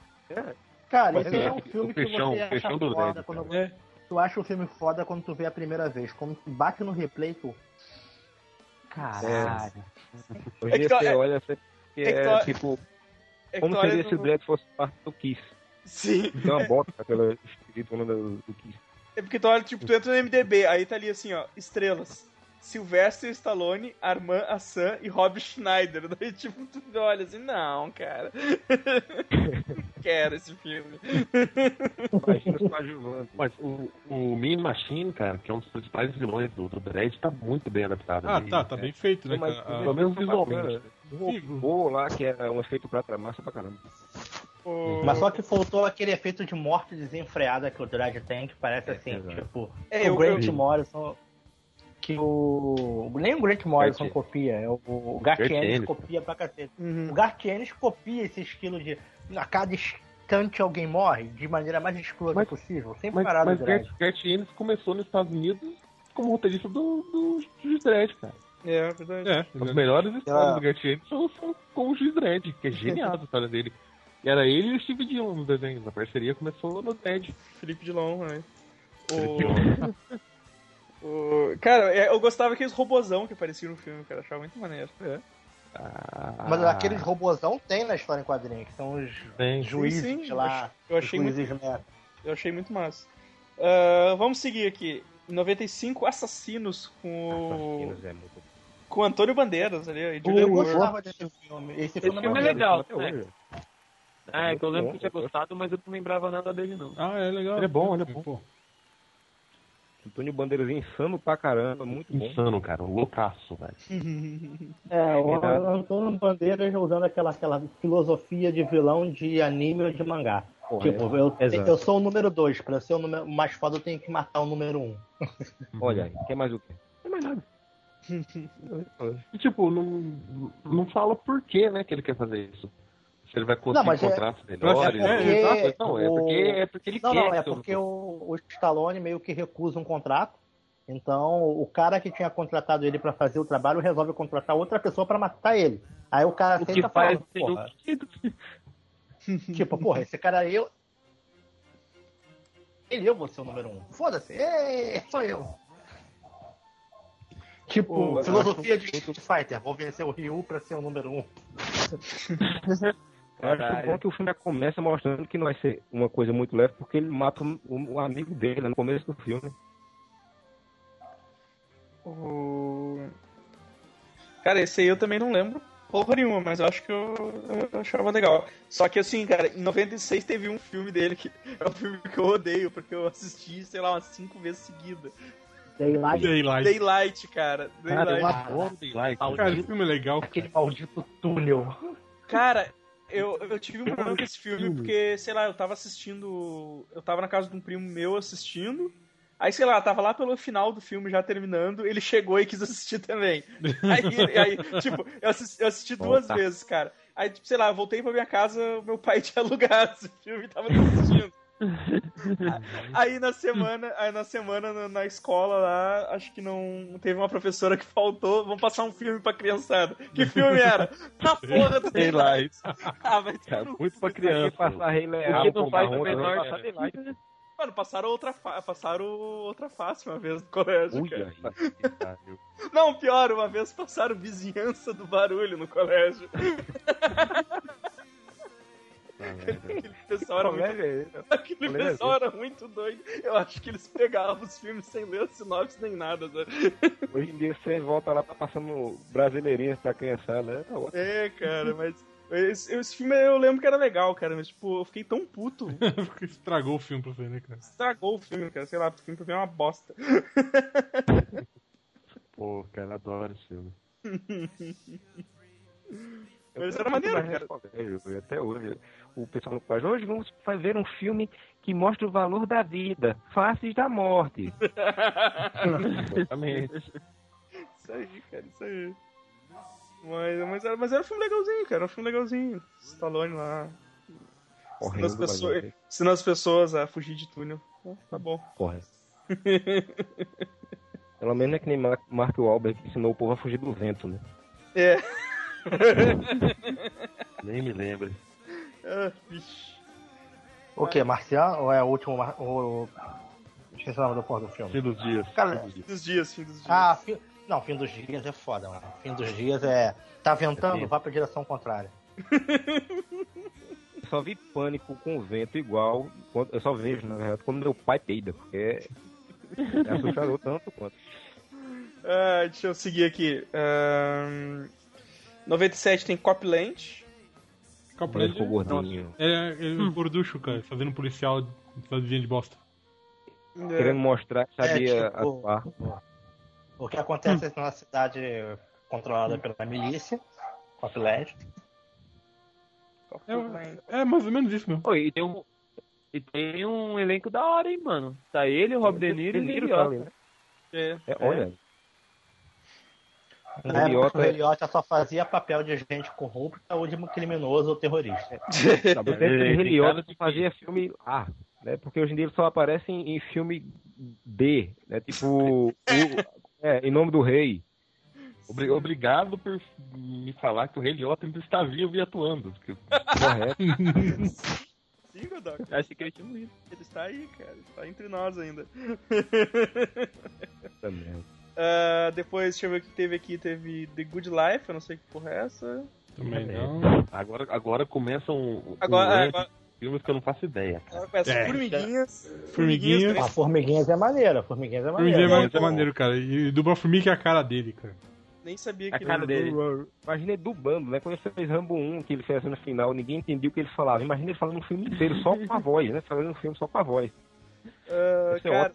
[SPEAKER 5] Cara,
[SPEAKER 11] Mas
[SPEAKER 5] esse
[SPEAKER 11] é,
[SPEAKER 5] é um filme
[SPEAKER 11] o
[SPEAKER 5] que
[SPEAKER 11] fechão-
[SPEAKER 5] você
[SPEAKER 11] o
[SPEAKER 5] acha
[SPEAKER 11] fechão do
[SPEAKER 5] foda
[SPEAKER 11] Dredd,
[SPEAKER 5] quando
[SPEAKER 4] É.
[SPEAKER 5] Tu acha o filme foda quando tu vê a primeira vez. Quando tu bate no replay, tu. Caralho.
[SPEAKER 11] Hoje
[SPEAKER 2] É que
[SPEAKER 11] você
[SPEAKER 2] to-
[SPEAKER 11] olha, você que
[SPEAKER 2] é que
[SPEAKER 11] é,
[SPEAKER 2] to-
[SPEAKER 11] tipo,
[SPEAKER 2] é que
[SPEAKER 11] como
[SPEAKER 2] tu olha
[SPEAKER 11] seria se o
[SPEAKER 2] no-
[SPEAKER 11] Dredd fosse parte do Kiss?
[SPEAKER 2] Sim.
[SPEAKER 11] Tem uma bota pelo espírito do, do Kiss.
[SPEAKER 2] É porque tu olha, tipo, tu entra no MDB, aí tá ali assim, ó, estrelas. Sylvester Stallone, Armand Assan e Rob Schneider. Daí, tipo, tu olha assim, não, cara. não quero esse filme.
[SPEAKER 11] Imagina os coadjuvantes.
[SPEAKER 8] Mas o, o Mean Machine, cara, que é um dos principais vilões do, do Dredd, tá muito bem adaptado.
[SPEAKER 4] Ah,
[SPEAKER 8] ali.
[SPEAKER 4] tá, tá bem feito, né?
[SPEAKER 11] Mas,
[SPEAKER 4] cara?
[SPEAKER 8] Pelo menos visualmente.
[SPEAKER 11] Bacana. Um robô lá que era um efeito prata massa pra caramba.
[SPEAKER 2] O-
[SPEAKER 5] É. Mas só que faltou aquele efeito de morte desenfreada que o Dredd tem, que parece assim,
[SPEAKER 11] exato.
[SPEAKER 5] tipo.
[SPEAKER 2] É,
[SPEAKER 5] o
[SPEAKER 2] eu,
[SPEAKER 5] Grant
[SPEAKER 2] eu,
[SPEAKER 5] Morrison. Que o. Nem o Grant Morrison copia, é o, o Gartienes
[SPEAKER 8] Gartienes.
[SPEAKER 5] copia pra cacete.
[SPEAKER 2] Uhum.
[SPEAKER 5] O Gartienes copia esse estilo de. A cada instante alguém morre de maneira mais escrota
[SPEAKER 8] Mas-
[SPEAKER 5] possível, sem
[SPEAKER 8] Mas,
[SPEAKER 5] parar
[SPEAKER 8] mas
[SPEAKER 5] no Dredd.
[SPEAKER 8] Gert, Gert Ennis começou nos Estados Unidos como roteirista do, do, Juiz Dredd, cara.
[SPEAKER 2] É, verdade.
[SPEAKER 4] É,
[SPEAKER 8] As
[SPEAKER 4] né?
[SPEAKER 8] melhores histórias
[SPEAKER 5] Ah.
[SPEAKER 8] do Gert Ennis são, são com o Juiz Dredd, que é genial a história dele. E era ele e o Steve Dillon nos desenhos. A parceria começou no Dredd.
[SPEAKER 2] Felipe Dilon, né? O... o- Cara, é, eu gostava daqueles robozão que apareciam no filme, cara. Achava muito maneiro.
[SPEAKER 11] Ah,
[SPEAKER 5] Mas aqueles robozão tem na história em quadrinhos, que são os
[SPEAKER 8] Tem.
[SPEAKER 5] juízes
[SPEAKER 2] Sim, sim,
[SPEAKER 5] lá.
[SPEAKER 2] Eu achei
[SPEAKER 5] os
[SPEAKER 2] muito
[SPEAKER 5] juízes merda.
[SPEAKER 2] Eu achei muito massa. Ah, vamos seguir aqui. 95 Assassinos com o,
[SPEAKER 11] Assassinos é muito.
[SPEAKER 2] com o Antônio Bandeiras ali. ó, e
[SPEAKER 5] Eu
[SPEAKER 2] Julia Moore.
[SPEAKER 5] gostava desse filme. Esse
[SPEAKER 6] Esse
[SPEAKER 5] filme
[SPEAKER 6] filme é
[SPEAKER 5] maneiro.
[SPEAKER 6] legal,
[SPEAKER 11] Até hoje.
[SPEAKER 6] Ah, é que eu lembro que eu tinha
[SPEAKER 11] eu gosto.
[SPEAKER 6] gostado, mas eu não lembrava nada dele, não.
[SPEAKER 4] Ah, é legal.
[SPEAKER 8] Ele é bom, ele é bom.
[SPEAKER 4] Pô,
[SPEAKER 11] Antônio Bandeiras é insano pra caramba, muito bom.
[SPEAKER 8] Insano, cara. Um loucaço, velho.
[SPEAKER 5] É, o
[SPEAKER 11] Verdade.
[SPEAKER 5] Antônio Bandeiras usando aquela, aquela filosofia de vilão de anime ou de mangá.
[SPEAKER 11] Correto.
[SPEAKER 5] Tipo, eu,
[SPEAKER 11] Exato.
[SPEAKER 5] eu sou o número 2, pra eu ser o número mais foda eu tenho que matar o número 1. Um.
[SPEAKER 3] Uhum.
[SPEAKER 11] Olha aí, quer mais o quê? Não mais nada.
[SPEAKER 8] E, tipo, não, não fala por que, né, que ele quer fazer isso. Se ele vai conseguir
[SPEAKER 5] mas é-
[SPEAKER 8] contratos melhores.
[SPEAKER 4] É,
[SPEAKER 8] né?
[SPEAKER 5] exato.
[SPEAKER 8] Não, é porque, é porque ele
[SPEAKER 5] Não,
[SPEAKER 8] quer.
[SPEAKER 5] não, é
[SPEAKER 8] que eu-
[SPEAKER 5] porque o, o Stallone meio que recusa um contrato. Então, o cara que tinha contratado ele pra fazer o trabalho resolve contratar outra pessoa pra matar ele. Aí o cara
[SPEAKER 8] O que
[SPEAKER 5] aceita e
[SPEAKER 8] faz
[SPEAKER 5] fala,
[SPEAKER 8] tem um
[SPEAKER 5] porra, tipo, porra, esse cara aí, eu... Ele, eu vou ser o número um. Foda-se, é, sou eu. Tipo,
[SPEAKER 11] Pô,
[SPEAKER 5] filosofia de Street Fighter, vou vencer o Ryu pra ser o número um.
[SPEAKER 11] Eu acho bom é que o filme já começa mostrando que não vai ser uma coisa muito leve, porque ele mata o, o amigo dele né, no começo do filme.
[SPEAKER 2] O- Cara, esse aí eu também não lembro porra nenhuma, mas eu acho que eu, eu achava legal. Só que assim, cara, em 96 teve um filme dele que é um filme que eu odeio, porque eu assisti, sei lá, umas cinco vezes seguida.
[SPEAKER 5] Daylight,
[SPEAKER 4] Daylight.
[SPEAKER 2] Daylight, cara.
[SPEAKER 8] Cara, eu
[SPEAKER 2] Daylight.
[SPEAKER 8] adoro Daylight.
[SPEAKER 4] Cara, esse filme é legal.
[SPEAKER 5] aquele maldito túnel.
[SPEAKER 2] Cara, eu, eu tive um problema com esse filme porque, sei lá, eu tava assistindo. Eu tava na casa de um primo meu assistindo. Aí, sei lá, tava lá pelo final do filme já terminando, ele chegou e quis assistir também. Aí, aí, tipo, eu assisti, eu assisti duas vezes, cara. Aí, tipo, sei lá, eu voltei pra minha casa, meu pai tinha alugado esse filme e tava assistindo. Aí na semana, aí na semana na, na escola lá, acho que não teve uma professora que faltou, vamos passar um filme pra criançada. Que filme era? Na porra do
[SPEAKER 8] Sei lá, isso
[SPEAKER 2] Ah, vai ter
[SPEAKER 8] é
[SPEAKER 2] no-
[SPEAKER 8] muito pra
[SPEAKER 11] Pra
[SPEAKER 8] criança.
[SPEAKER 11] que passar Rei Leão,
[SPEAKER 6] Porque É, não faz o
[SPEAKER 11] Pocahontas,
[SPEAKER 6] menor
[SPEAKER 11] né?
[SPEAKER 6] sentido.
[SPEAKER 2] Mano, passaram outra, fa... passaram outra face uma vez no colégio, cara.
[SPEAKER 8] Olha aí, cara.
[SPEAKER 2] Não, pior, uma vez passaram vizinhança do barulho no colégio. Aquele pessoal era muito,
[SPEAKER 11] né?
[SPEAKER 2] aquele
[SPEAKER 11] Colégio.
[SPEAKER 2] pessoal era muito doido. Eu acho que eles pegavam os filmes sem ler os sinopses nem nada. Sabe?
[SPEAKER 11] Hoje em dia você volta lá, tá passando brasileirinhas pra criançada, né? Tá ótimo.
[SPEAKER 2] É, cara, mas... Esse, esse filme eu lembro que era legal, cara, mas tipo, eu fiquei tão puto,
[SPEAKER 4] Estragou o filme pra você, né, cara?
[SPEAKER 2] estragou o filme, cara, sei lá, o filme pra mim é uma bosta.
[SPEAKER 8] Pô, cara, eu adoro esse filme.
[SPEAKER 2] Mas era maneiro,
[SPEAKER 11] Mas
[SPEAKER 2] cara.
[SPEAKER 11] colégio, velho, Até hoje. O pessoal no colégio, hoje vamos fazer um filme que mostra o valor da vida, faces da morte.
[SPEAKER 8] Exatamente.
[SPEAKER 2] Isso aí, cara, isso aí. Mas, mas, era, mas era um filme legalzinho, cara. Era um filme legalzinho. Stallone lá. Ensinando as, pessoas, ensinando as pessoas a fugir de túnel. Ah, Tá bom.
[SPEAKER 11] Porra. Pelo menos é que nem Mar- Mark Wahlberg que ensinou o povo a fugir do vento, né?
[SPEAKER 2] É.
[SPEAKER 3] Nem me lembre.
[SPEAKER 2] Ah, vixe.
[SPEAKER 5] O que? Marcial? Ou é o último. Mar... O... Esqueci o nome do porra do filme.
[SPEAKER 3] Fim dos dias.
[SPEAKER 5] Cara,
[SPEAKER 3] fim dos dias.
[SPEAKER 2] Fim dos dias, fim dos dias.
[SPEAKER 5] Ah, fi... não, fim dos dias é foda, mano. Fim dos dias é. Tá ventando, vai pra direção contrária.
[SPEAKER 11] Eu só vi pânico com o vento igual. quando- Eu só vejo, na verdade, quando meu pai peida, porque é, é assustador tanto quanto.
[SPEAKER 2] É. Ah, deixa eu seguir aqui. Ahn, 97 tem Copland.
[SPEAKER 11] Ele ficou
[SPEAKER 4] Nossa,
[SPEAKER 11] gordinho.
[SPEAKER 4] Ele é, ele é um gorducho, cara, fazendo um policial cidadezinha de bosta.
[SPEAKER 11] Querendo mostrar que sabia
[SPEAKER 5] É, tipo,
[SPEAKER 11] atuar.
[SPEAKER 5] O que acontece na cidade controlada pela milícia, Copland.
[SPEAKER 2] Copland.
[SPEAKER 4] É mais ou menos isso mesmo.
[SPEAKER 6] Pô, e tem um. E tem um elenco da hora, hein, mano. Tá ele, o Rob De Niro e o
[SPEAKER 11] Delírio,
[SPEAKER 6] Liliota.
[SPEAKER 11] tá ali, né?
[SPEAKER 2] É.
[SPEAKER 11] É, olha.
[SPEAKER 5] Na época,
[SPEAKER 11] Idiota
[SPEAKER 5] o
[SPEAKER 11] é-
[SPEAKER 5] Iota só fazia papel de gente corrupta ou de criminoso ou terrorista.
[SPEAKER 11] Eu penso que
[SPEAKER 3] Ele-
[SPEAKER 11] o
[SPEAKER 3] ele cara
[SPEAKER 11] Heliota fazia filme A, né? Porque hoje em dia ele só aparece em, em filme B, né? Tipo, o- é, Em Nome do Rei.
[SPEAKER 3] Obri- Obrigado por me falar que o Rei Liotta ainda está vivo e atuando. porque
[SPEAKER 11] Correto.
[SPEAKER 2] Sim, Godoc.
[SPEAKER 6] Achei que ele tinha morrido.
[SPEAKER 2] Ele está aí, cara. Ele Está entre nós ainda.
[SPEAKER 6] Tá
[SPEAKER 11] também.
[SPEAKER 2] Ah, depois, deixa eu ver o que teve aqui. Teve The Good Life, eu não sei que porra é essa.
[SPEAKER 4] Também
[SPEAKER 3] É.
[SPEAKER 4] não.
[SPEAKER 3] Agora, agora começam um
[SPEAKER 2] Agora,
[SPEAKER 6] Uhum.
[SPEAKER 3] um
[SPEAKER 2] agora,
[SPEAKER 3] filmes que eu não faço ideia. cara.
[SPEAKER 2] agora começa
[SPEAKER 4] É.
[SPEAKER 2] Formiguinhas.
[SPEAKER 4] Formiguinhas.
[SPEAKER 5] A Formiguinhas é maneira, Formiguinhas é
[SPEAKER 4] Formiga é
[SPEAKER 5] maneira.
[SPEAKER 4] mais- é maneiro, cara. E dubla formiga é a cara dele, cara.
[SPEAKER 2] Nem sabia
[SPEAKER 6] A
[SPEAKER 2] que
[SPEAKER 6] cara dele.
[SPEAKER 11] Imagina ele dublando, né? Quando ele fez Rambo 1, que ele fez no final, ninguém entendia o que ele falava. Imagina ele falando um filme inteiro só com a voz, né? Falando um filme só com a voz.
[SPEAKER 2] Ah,
[SPEAKER 11] Esse é
[SPEAKER 2] cara,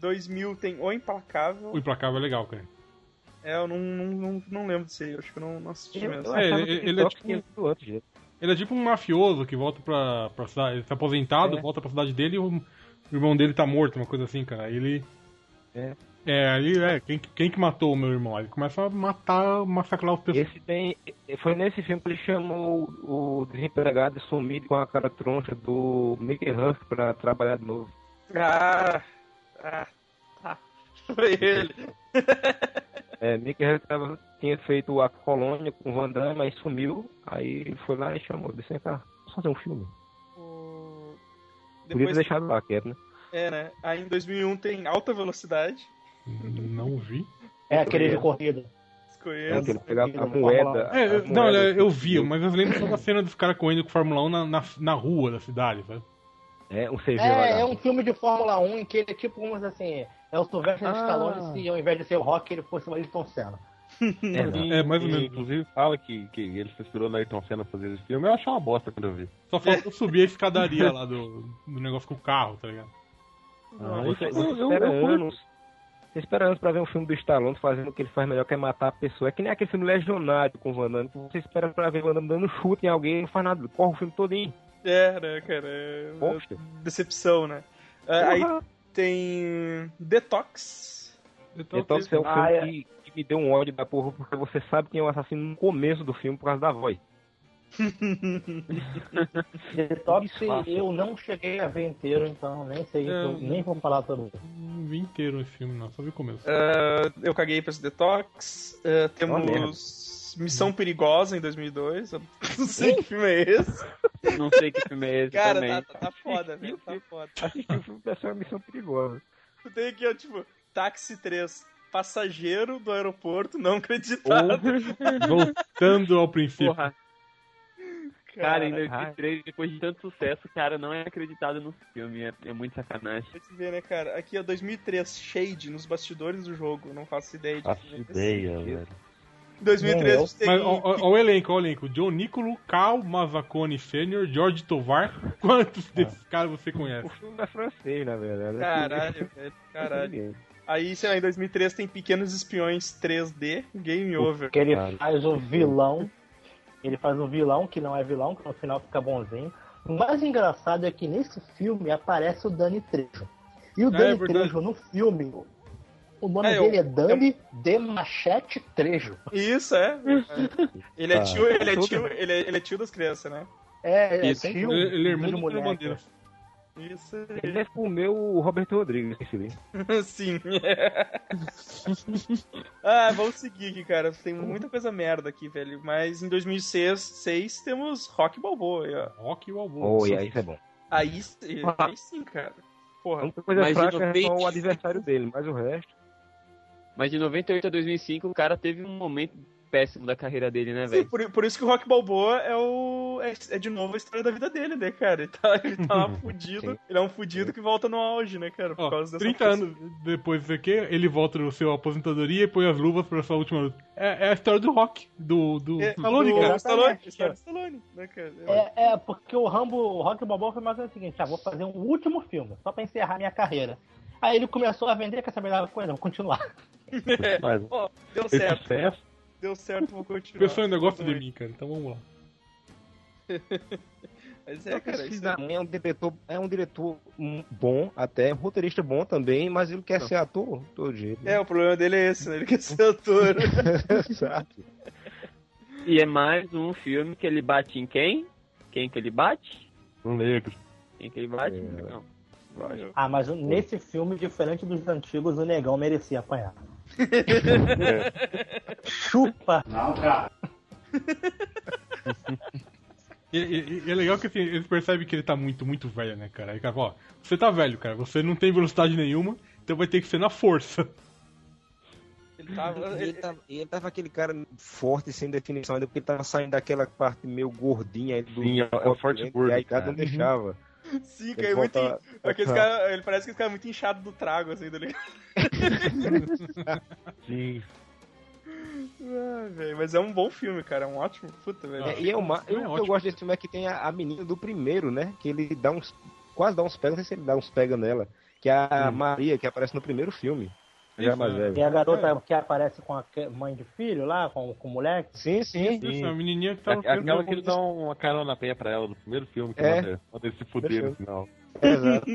[SPEAKER 2] 2000 tem O Implacável.
[SPEAKER 4] O Implacável é legal, cara.
[SPEAKER 2] É, eu não, não, não, não lembro disso aí. Eu acho que eu não, não assisti
[SPEAKER 11] né? Eu,
[SPEAKER 2] mesmo.
[SPEAKER 11] eu achava
[SPEAKER 4] É,
[SPEAKER 11] que
[SPEAKER 4] ele-
[SPEAKER 11] ele,
[SPEAKER 4] ele é tipo
[SPEAKER 11] tinha sido antes, gente.
[SPEAKER 4] Ele é tipo um mafioso que volta pra, pra cidade. Ele tá aposentado,
[SPEAKER 11] É.
[SPEAKER 4] volta pra cidade dele e o, o irmão dele tá morto, uma coisa assim, cara. Aí Ele.
[SPEAKER 11] É.
[SPEAKER 4] É, aí é. Quem, que- quem que matou o meu irmão? Aí Ele começa a matar, massacrar os pessoas.
[SPEAKER 11] Esse tem. eh, Foi nesse filme que ele chamou o desempregado sumido com a cara troncha do Mickey Huff pra trabalhar de novo.
[SPEAKER 2] Ah, ah, tá. Foi ele.
[SPEAKER 11] É, Mickey Huff tava, tinha feito a colônia com o Van Damme, aí sumiu. Aí ele foi lá e chamou, disse, "Vem cá, vamos fazer um filme.
[SPEAKER 2] O-
[SPEAKER 11] Podia
[SPEAKER 2] Depois,
[SPEAKER 11] ter deixado lá quieto, né?
[SPEAKER 2] é, né? Aí em 2001 tem Alta Velocidade.
[SPEAKER 4] Não vi.
[SPEAKER 5] É aquele de corrida. tá
[SPEAKER 11] É, que
[SPEAKER 2] Desconheço.
[SPEAKER 11] ele pegava a
[SPEAKER 5] Fórmula-
[SPEAKER 11] moeda.
[SPEAKER 4] É,
[SPEAKER 11] a
[SPEAKER 4] eu-
[SPEAKER 11] moeda
[SPEAKER 4] não, eu, eu
[SPEAKER 11] que-
[SPEAKER 4] vi, mas eu lembro só da cena dos caras correndo com o Fórmula 1 na, na, na rua da cidade, sabe?
[SPEAKER 11] É, um CG
[SPEAKER 5] É, é
[SPEAKER 11] vagabundo.
[SPEAKER 5] um filme de Fórmula 1 em que ele é tipo, vamos dizer assim, é o Sylvester Stallone se ao invés de ser o Rock, ele fosse o Ayrton Senna.
[SPEAKER 11] É, não.
[SPEAKER 4] É, mais ou
[SPEAKER 3] E,
[SPEAKER 4] menos.
[SPEAKER 3] Inclusive fala que, que ele se inspirou na Ayrton Senna fazer esse filme. Eu achei uma bosta quando eu vi.
[SPEAKER 4] Só faltou subir a escadaria lá do, do negócio com o carro, tá ligado?
[SPEAKER 11] Ah,
[SPEAKER 3] eu-
[SPEAKER 11] você,
[SPEAKER 3] eu-
[SPEAKER 11] você
[SPEAKER 3] eu-
[SPEAKER 11] espera
[SPEAKER 3] eu curto.
[SPEAKER 11] anos. Você espera anos pra ver um filme do Stallone fazendo o que ele faz melhor, que é matar a pessoa. É que nem aquele filme Legionário com o Van Damme, que você espera pra ver o Van Damme dando chute em alguém, não faz nada, corre o filme todinho.
[SPEAKER 2] É, né, cara? É uma
[SPEAKER 11] Poxa.
[SPEAKER 2] Decepção, né? Ah, Aí
[SPEAKER 11] Porra.
[SPEAKER 2] tem Detox.
[SPEAKER 4] Então,
[SPEAKER 11] Então você é um filme
[SPEAKER 5] Ah, é.
[SPEAKER 11] que, que me deu um ódio da porra, porque você sabe quem é o assassino no começo do filme por causa da voz.
[SPEAKER 5] Top
[SPEAKER 11] Fácil.
[SPEAKER 5] eu não cheguei a ver inteiro, então nem sei,
[SPEAKER 4] É.
[SPEAKER 5] eu nem vou falar todo mundo.
[SPEAKER 4] não vi inteiro esse filme, não, só vi o começo.
[SPEAKER 2] Ah, eu caguei pra esse Detox. Ah, temos Missão Perigosa em 2002. Eu não sei que filme é esse.
[SPEAKER 6] Não sei que filme é esse
[SPEAKER 2] Cara,
[SPEAKER 6] também.
[SPEAKER 2] tá, tá, tá foda, velho. Tá foda.
[SPEAKER 11] Assistir o filme deve ser uma missão perigosa.
[SPEAKER 2] Tem aqui, ó, tipo, Táxi 3. Passageiro do aeroporto não acreditado.
[SPEAKER 6] Ou...
[SPEAKER 4] Voltando ao princípio.
[SPEAKER 6] Porra, cara, em
[SPEAKER 2] Cara,
[SPEAKER 6] 2003, depois de tanto sucesso, cara, não é acreditado no filme. É, é muito sacanagem.
[SPEAKER 2] Pra te ver, né, cara? Aqui, ó, 2003, Shade, nos bastidores do jogo. Não faço ideia de é
[SPEAKER 3] Faço ideia, velho.
[SPEAKER 2] Em 2003, a gente tem
[SPEAKER 4] Mas ó, ó, ó o elenco, ó o elenco. John Nicolo, Cal Mazzacone Sr., George Tovar. Quantos desses caras você
[SPEAKER 11] O
[SPEAKER 4] conhece?
[SPEAKER 11] filme é não é francês, na verdade.
[SPEAKER 2] Caralho, velho, caralho.
[SPEAKER 11] Ninguém.
[SPEAKER 2] Aí, sei lá, em 2003 tem Pequenos Espiões 3D, Game Over.
[SPEAKER 5] Porque ele
[SPEAKER 3] Cara.
[SPEAKER 5] faz o vilão, ele faz o vilão que não é vilão, que no final fica bonzinho. O mais engraçado é que nesse filme aparece o Dani Trejo. E o
[SPEAKER 4] Ah, é
[SPEAKER 5] Dani
[SPEAKER 4] verdade.
[SPEAKER 5] Trejo no filme, O nome
[SPEAKER 2] É, eu-
[SPEAKER 5] dele é Dani de Machete Trejo.
[SPEAKER 2] Isso, é. Ele é
[SPEAKER 4] Tá.
[SPEAKER 11] Ah.
[SPEAKER 2] tio, ele é tio, ele é, ele é tio das crianças, né?
[SPEAKER 5] É, é
[SPEAKER 6] Isso.
[SPEAKER 5] tio
[SPEAKER 4] Ele- ele é irmão
[SPEAKER 5] de
[SPEAKER 4] do
[SPEAKER 5] mulher.
[SPEAKER 4] Bandeira.
[SPEAKER 5] cara.
[SPEAKER 2] Isso.
[SPEAKER 11] Ele deve comer o Roberto Rodrigues, esse filme.
[SPEAKER 2] Sim. ah, vamos seguir aqui, cara. Tem muita coisa merda aqui, velho. Mas em 2006 seis, temos Rock Balboa. aí, ó.
[SPEAKER 4] Rock e o Albu.
[SPEAKER 11] Oh, e aí isso é bom.
[SPEAKER 2] Aí, se- aí sim, cara.
[SPEAKER 11] A
[SPEAKER 2] Porra.
[SPEAKER 11] única coisa
[SPEAKER 6] Mas de
[SPEAKER 11] fraca é só
[SPEAKER 6] 95.
[SPEAKER 11] o adversário dele, mas o resto.
[SPEAKER 6] Mas de 98 a 2005 o cara teve um momento péssimo da carreira dele,
[SPEAKER 4] É
[SPEAKER 6] né,
[SPEAKER 2] Sim,
[SPEAKER 6] velho?
[SPEAKER 2] por, por isso que o Rock Balboa é o. É, é de novo a história da vida dele, né, cara? Ele tá, ele tá lá fudido.
[SPEAKER 11] Sim.
[SPEAKER 2] Ele é um fudido que volta no auge, né, cara? Por
[SPEAKER 4] Ó,
[SPEAKER 2] causa dessa
[SPEAKER 4] 30
[SPEAKER 2] força.
[SPEAKER 4] anos depois disso aqui, ele volta no seu aposentadoria e põe as luvas pra sua última luta. É, é a história do rock, do, do
[SPEAKER 2] É,
[SPEAKER 4] Stallone,
[SPEAKER 2] do-
[SPEAKER 4] cara.
[SPEAKER 2] do Stallone,
[SPEAKER 5] Exatamente,
[SPEAKER 2] história do Stallone, né, cara?
[SPEAKER 5] É, é, porque o Rambo, o Rock Balboa foi mais ou menos o seguinte, ah, vou fazer um último filme, só pra encerrar minha carreira. Aí ele começou a vender, quer saber da coisa? Vou continuar.
[SPEAKER 11] Mas
[SPEAKER 2] Deu
[SPEAKER 11] fez
[SPEAKER 2] certo,
[SPEAKER 11] sucesso.
[SPEAKER 2] deu certo, vou
[SPEAKER 4] O
[SPEAKER 2] continuar.
[SPEAKER 4] pessoal ainda gosta de mim, cara, então vamos lá.
[SPEAKER 2] Mas
[SPEAKER 11] É,
[SPEAKER 2] é, cara, isso é-
[SPEAKER 11] é um diretor, é um diretor hum, bom, até um roteirista bom também, mas ele quer ser ator todo jeito.
[SPEAKER 2] é, o problema dele é esse, né? Ele quer ser ator.
[SPEAKER 11] Exato.
[SPEAKER 6] E é mais um filme que ele bate em quem? Quem que ele bate?
[SPEAKER 11] Um negro.
[SPEAKER 6] Quem que ele bate?
[SPEAKER 11] É.
[SPEAKER 6] Não.
[SPEAKER 5] Ah, mas nesse filme, diferente dos antigos, o negão merecia apanhar. Chupa!
[SPEAKER 4] E, e- e é legal que assim, eles percebem que ele tá muito, muito velho, né, cara? Aí, cara, fala, ó, você tá velho, cara, você não tem velocidade nenhuma, então vai ter que ser na força.
[SPEAKER 2] Ele tava.
[SPEAKER 11] E ele, tá-
[SPEAKER 2] ele-
[SPEAKER 11] tava, e ele tava aquele cara forte, sem definição ainda, porque ele tava saindo daquela parte meio gordinha aí do.
[SPEAKER 3] Sim, é o- é o forte
[SPEAKER 11] e
[SPEAKER 3] gordo,
[SPEAKER 11] A idade
[SPEAKER 3] cara.
[SPEAKER 11] não deixava.
[SPEAKER 2] Sim,
[SPEAKER 11] Ele
[SPEAKER 2] cara, muito.
[SPEAKER 11] volta-
[SPEAKER 2] Aqueles cara, ele parece que esse cara é muito inchado do trago, assim, tá ligado?
[SPEAKER 3] Sim.
[SPEAKER 2] Ah, velho, mas é um bom filme, cara. É um ótimo. Puta, velho.
[SPEAKER 11] É, e eu, ma-
[SPEAKER 4] Esse
[SPEAKER 11] eu,
[SPEAKER 4] filme é
[SPEAKER 11] o que eu
[SPEAKER 4] ótimo.
[SPEAKER 11] gosto desse filme é que tem a, a menina do primeiro, né? Que ele dá uns. Quase dá uns pega, não sei se ele dá uns pega nela. Que é a Maria, que aparece no primeiro filme. Já mais
[SPEAKER 4] né?
[SPEAKER 5] E
[SPEAKER 11] velha.
[SPEAKER 5] a garota que aparece com a que- mãe de filho lá, com, com o moleque.
[SPEAKER 11] Sim, sim.
[SPEAKER 4] Isso, é uma menininha que tá no filme,
[SPEAKER 3] Aquela
[SPEAKER 4] tá
[SPEAKER 3] que ele dá uma carona pé pra ela no primeiro filme, que
[SPEAKER 11] É.
[SPEAKER 3] manda, manda ele se fuder no final.
[SPEAKER 11] Exato.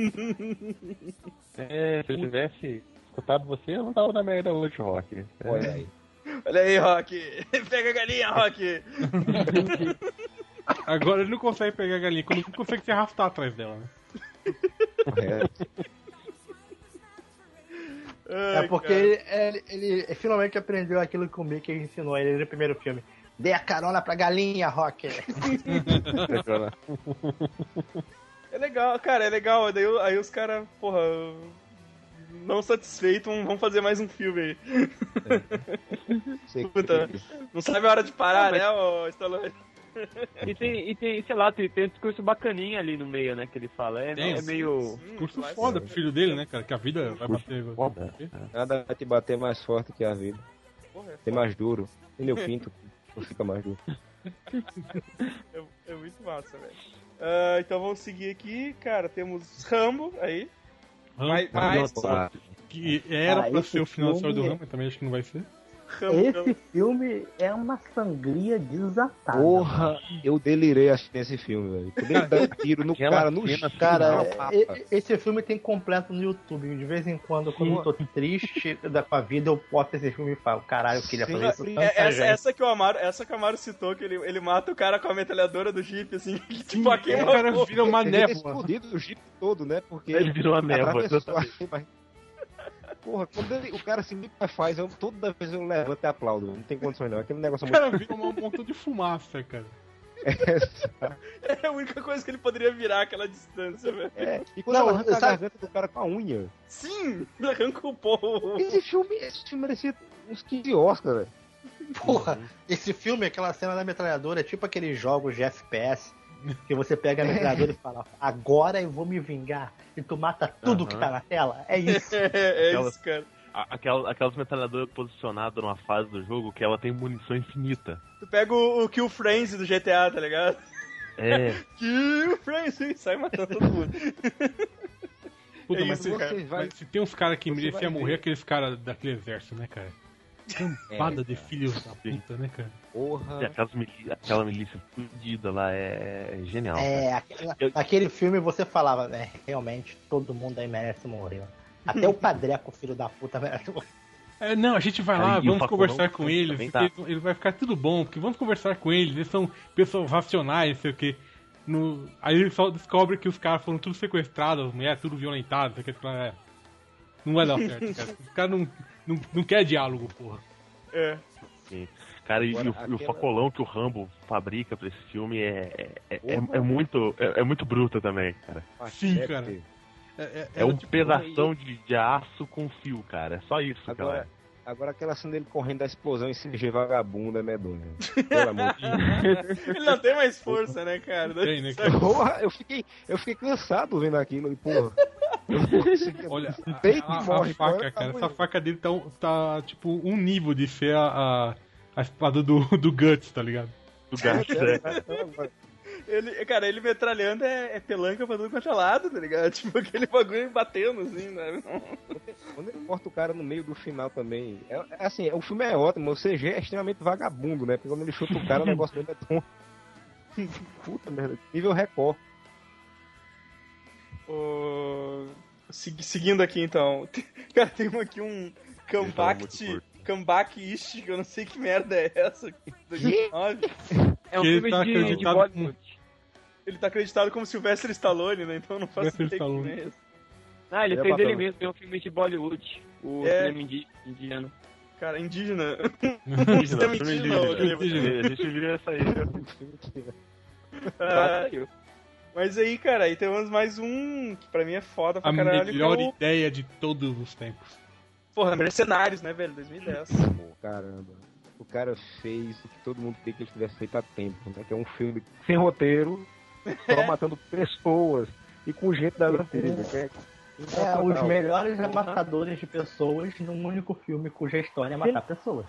[SPEAKER 3] É, se eu tivesse escutado você, eu não tava na merda hoje, Rock. É.
[SPEAKER 11] Olha aí.
[SPEAKER 2] Olha aí, Rock. Pega a galinha, Rock.
[SPEAKER 4] Agora ele não consegue pegar a galinha, quando ele consegue se arrastar atrás dela, né?
[SPEAKER 11] correto.
[SPEAKER 2] Ai,
[SPEAKER 5] É porque ele, ele- ele finalmente aprendeu aquilo que o Mickey ensinou ele no primeiro filme. Dê a carona pra galinha, Rock!
[SPEAKER 2] É legal, cara, é legal. Daí, o- aí os caras, porra, não satisfeitos, vão fazer mais um filme aí.
[SPEAKER 11] Sei que- é
[SPEAKER 2] Puta. Não sabe a hora de parar,
[SPEAKER 6] Ah, mas-
[SPEAKER 2] né, ô Stallone?
[SPEAKER 6] E tem, e tem, sei lá, tem, tem um discurso bacaninha ali no meio, né, que ele fala. É,
[SPEAKER 4] Tem,
[SPEAKER 6] é
[SPEAKER 4] sim,
[SPEAKER 6] meio...
[SPEAKER 4] Discurso
[SPEAKER 2] Vai
[SPEAKER 4] foda pro filho dele, né, cara? Que a vida vai
[SPEAKER 3] Discurso
[SPEAKER 4] bater. vai
[SPEAKER 3] foda.
[SPEAKER 4] bater.
[SPEAKER 11] Nada vai te bater mais forte que a vida.
[SPEAKER 2] ser, porra, é
[SPEAKER 11] Tem
[SPEAKER 2] foda.
[SPEAKER 11] mais duro. E meu pinto não fica mais duro.
[SPEAKER 2] É, é muito massa, velho. Ah, então vamos seguir aqui, cara. Temos Rambo aí. Mas, mas
[SPEAKER 11] Ah,
[SPEAKER 4] Que era
[SPEAKER 5] Ah,
[SPEAKER 4] pra
[SPEAKER 5] esse
[SPEAKER 4] ser o final da história do
[SPEAKER 5] filme é-
[SPEAKER 4] Rambo, também acho que não vai ser.
[SPEAKER 2] Rambo,
[SPEAKER 5] Esse filme é uma sangria
[SPEAKER 3] Ah,
[SPEAKER 5] desatada.
[SPEAKER 11] Porra, eu delirei acho, nesse filme, velho. Poder dar tiro no
[SPEAKER 3] Aquela
[SPEAKER 11] cara, no
[SPEAKER 3] cena
[SPEAKER 11] cara.
[SPEAKER 5] Cara, é, e- e- esse filme tem completo no YouTube. De vez em quando, quando eu tô triste da, com a vida, eu posto esse filme e falo: caralho, eu queria fazer isso.
[SPEAKER 11] Sim,
[SPEAKER 5] Tanta
[SPEAKER 2] É, essa,
[SPEAKER 5] gente.
[SPEAKER 2] essa que o Amaro, essa que o Amaro citou, que ele, ele mata o cara com a metralhadora do Jeep, assim, tipo
[SPEAKER 4] o
[SPEAKER 2] aqui, é,
[SPEAKER 4] cara vira uma
[SPEAKER 11] Ele
[SPEAKER 4] névoa.
[SPEAKER 11] explodido o jeep todo, né? Porque
[SPEAKER 3] Ele virou a névoa.
[SPEAKER 11] atravessou a mas- Porra, quando ele- o cara assim me faz, eu, toda vez eu levanto e aplaudo. Não tem condições não. Aquele negócio é
[SPEAKER 4] O
[SPEAKER 11] muito.
[SPEAKER 4] cara vira uma ponta um de fumaça, cara.
[SPEAKER 2] é a única coisa que ele poderia virar aquela distância, velho.
[SPEAKER 11] É, e quando
[SPEAKER 5] Não,
[SPEAKER 11] ela arranca a
[SPEAKER 5] sabe-
[SPEAKER 11] garganta do cara com a unha.
[SPEAKER 2] Sim! Ele arranca o povo.
[SPEAKER 11] Esse filme, esse filme merecia uns 15 Oscars, velho.
[SPEAKER 5] Porra, esse filme, aquela cena da metralhadora, é tipo aqueles jogos de FPS que você pega a metralhadora e fala: agora eu vou me vingar. E tu mata tudo que tá na tela. É isso.
[SPEAKER 2] É, é
[SPEAKER 3] Aquela-
[SPEAKER 2] isso, cara.
[SPEAKER 3] A- Aquelas, aquelas metralhadoras posicionadas numa fase do jogo que ela tem munição infinita.
[SPEAKER 2] Tu pega o, o Kill Frenzy do GTA, tá ligado?
[SPEAKER 3] É.
[SPEAKER 2] Kill Frenzy! Sai matando todo mundo.
[SPEAKER 4] Puta,
[SPEAKER 2] É
[SPEAKER 4] mas,
[SPEAKER 2] isso,
[SPEAKER 4] se,
[SPEAKER 11] cara.
[SPEAKER 4] mas se tem uns caras que
[SPEAKER 11] Você
[SPEAKER 4] mereciam
[SPEAKER 11] vai
[SPEAKER 4] morrer,
[SPEAKER 11] ver.
[SPEAKER 4] aqueles caras daquele exército, né, cara? Cambada de filhos da puta, né, cara?
[SPEAKER 3] E
[SPEAKER 11] Porra.
[SPEAKER 3] aquelas mili- aquela milícia fudida lá é genial.
[SPEAKER 5] É, aquele,
[SPEAKER 3] Eu-
[SPEAKER 5] "É, aquele filme você falava, né? Realmente todo mundo aí merece morrer. Até o Padreco, filho da puta, velho.
[SPEAKER 4] É, não, a gente vai lá,
[SPEAKER 3] Aí, o
[SPEAKER 4] vamos
[SPEAKER 3] Facão
[SPEAKER 4] conversar
[SPEAKER 3] não-
[SPEAKER 4] com eles,
[SPEAKER 3] também
[SPEAKER 4] porque
[SPEAKER 3] tá.
[SPEAKER 4] ele vai ficar tudo bom, porque vamos conversar com eles, eles são pessoas racionais, sei o quê. No... Aí ele só descobre que os caras foram tudo sequestrados, as mulheres tudo violentadas, sei o que, fala, é, não vai dar certo, cara. Os caras não, não, não quer diálogo, porra.
[SPEAKER 2] É.
[SPEAKER 3] Sim. Cara, e,
[SPEAKER 11] Agora,
[SPEAKER 3] e o, e o
[SPEAKER 11] aquela-
[SPEAKER 3] facolão que o Rambo fabrica pra esse filme é, é, é- é muito é, é muito bruto também, cara.
[SPEAKER 4] Sim, cara. É, é-
[SPEAKER 3] É
[SPEAKER 4] era
[SPEAKER 3] um
[SPEAKER 4] tipo-
[SPEAKER 3] pedação de, de aço com fio, cara. É só isso,
[SPEAKER 11] Agora,
[SPEAKER 3] cara.
[SPEAKER 11] agora aquela cena dele correndo da explosão em CG vagabunda é medonha. Pelo amor de Deus.
[SPEAKER 2] Ele não tem mais força, né, cara?
[SPEAKER 4] Tem, né, cara?
[SPEAKER 11] Porra, eu fiquei, eu fiquei cansado vendo aquilo e, porra.
[SPEAKER 4] Olha, a,
[SPEAKER 11] Peito
[SPEAKER 4] a-
[SPEAKER 11] e
[SPEAKER 4] a
[SPEAKER 11] morre,
[SPEAKER 4] faca,
[SPEAKER 11] fora,
[SPEAKER 4] cara,
[SPEAKER 11] tá
[SPEAKER 4] essa
[SPEAKER 11] bom.
[SPEAKER 4] faca dele tá, um- tá, tipo um nível de ser a, a, a espada do, do Guts, tá ligado?
[SPEAKER 3] Do gato, né?
[SPEAKER 2] Ele, cara, ele metralhando é, é pelanca pra tudo quanto é lado, tá ligado? Tipo, aquele bagulho batendo, assim, né?
[SPEAKER 11] Quando ele corta o cara no meio do final também. É, é assim, o filme é ótimo, o CG é extremamente vagabundo, né? Porque quando ele chuta o cara, o negócio dele é tonto. Puta merda, nível Record.
[SPEAKER 2] O- se- seguindo aqui, então. Cara, tem um aqui um
[SPEAKER 3] Ele tá
[SPEAKER 2] comeback...
[SPEAKER 3] tava muito
[SPEAKER 2] Comeback Ish, que eu não sei que merda é essa. 2009.
[SPEAKER 6] É um
[SPEAKER 4] Ele
[SPEAKER 6] filme
[SPEAKER 4] tá
[SPEAKER 6] de, de
[SPEAKER 4] acreditado
[SPEAKER 6] Bollywood.
[SPEAKER 2] Ele tá acreditado como Sylvester Stallone, né? Então eu não faço
[SPEAKER 4] Sylvester
[SPEAKER 2] ideia que
[SPEAKER 4] Stallone.
[SPEAKER 2] é esse.
[SPEAKER 6] Ah, ele
[SPEAKER 11] Ele é
[SPEAKER 6] fez ele
[SPEAKER 11] babão.
[SPEAKER 6] mesmo, é um filme de Bollywood. O
[SPEAKER 2] É.
[SPEAKER 6] cinema indi- indiano.
[SPEAKER 2] Cara, indígena. tá
[SPEAKER 3] indígena,
[SPEAKER 2] Não,
[SPEAKER 3] filme
[SPEAKER 2] indígena,
[SPEAKER 3] indígena.
[SPEAKER 4] indígena.
[SPEAKER 3] A gente viu essa aí.
[SPEAKER 2] Ah, mas aí, cara, aí temos mais um que pra mim é foda pra
[SPEAKER 4] A
[SPEAKER 2] caralho. que é
[SPEAKER 4] melhor
[SPEAKER 2] o-
[SPEAKER 4] ideia de todos os tempos.
[SPEAKER 2] Porra, Mercenários, né, velho? 2010.
[SPEAKER 11] Caramba. O cara fez o que todo mundo queria que ele tivesse feito há tempo, né? Que é um filme sem roteiro, só matando pessoas e com gente das antigas. que é-
[SPEAKER 2] Tá
[SPEAKER 5] É, os
[SPEAKER 11] Não.
[SPEAKER 5] melhores matadores de pessoas num único filme cuja história é matar pessoas.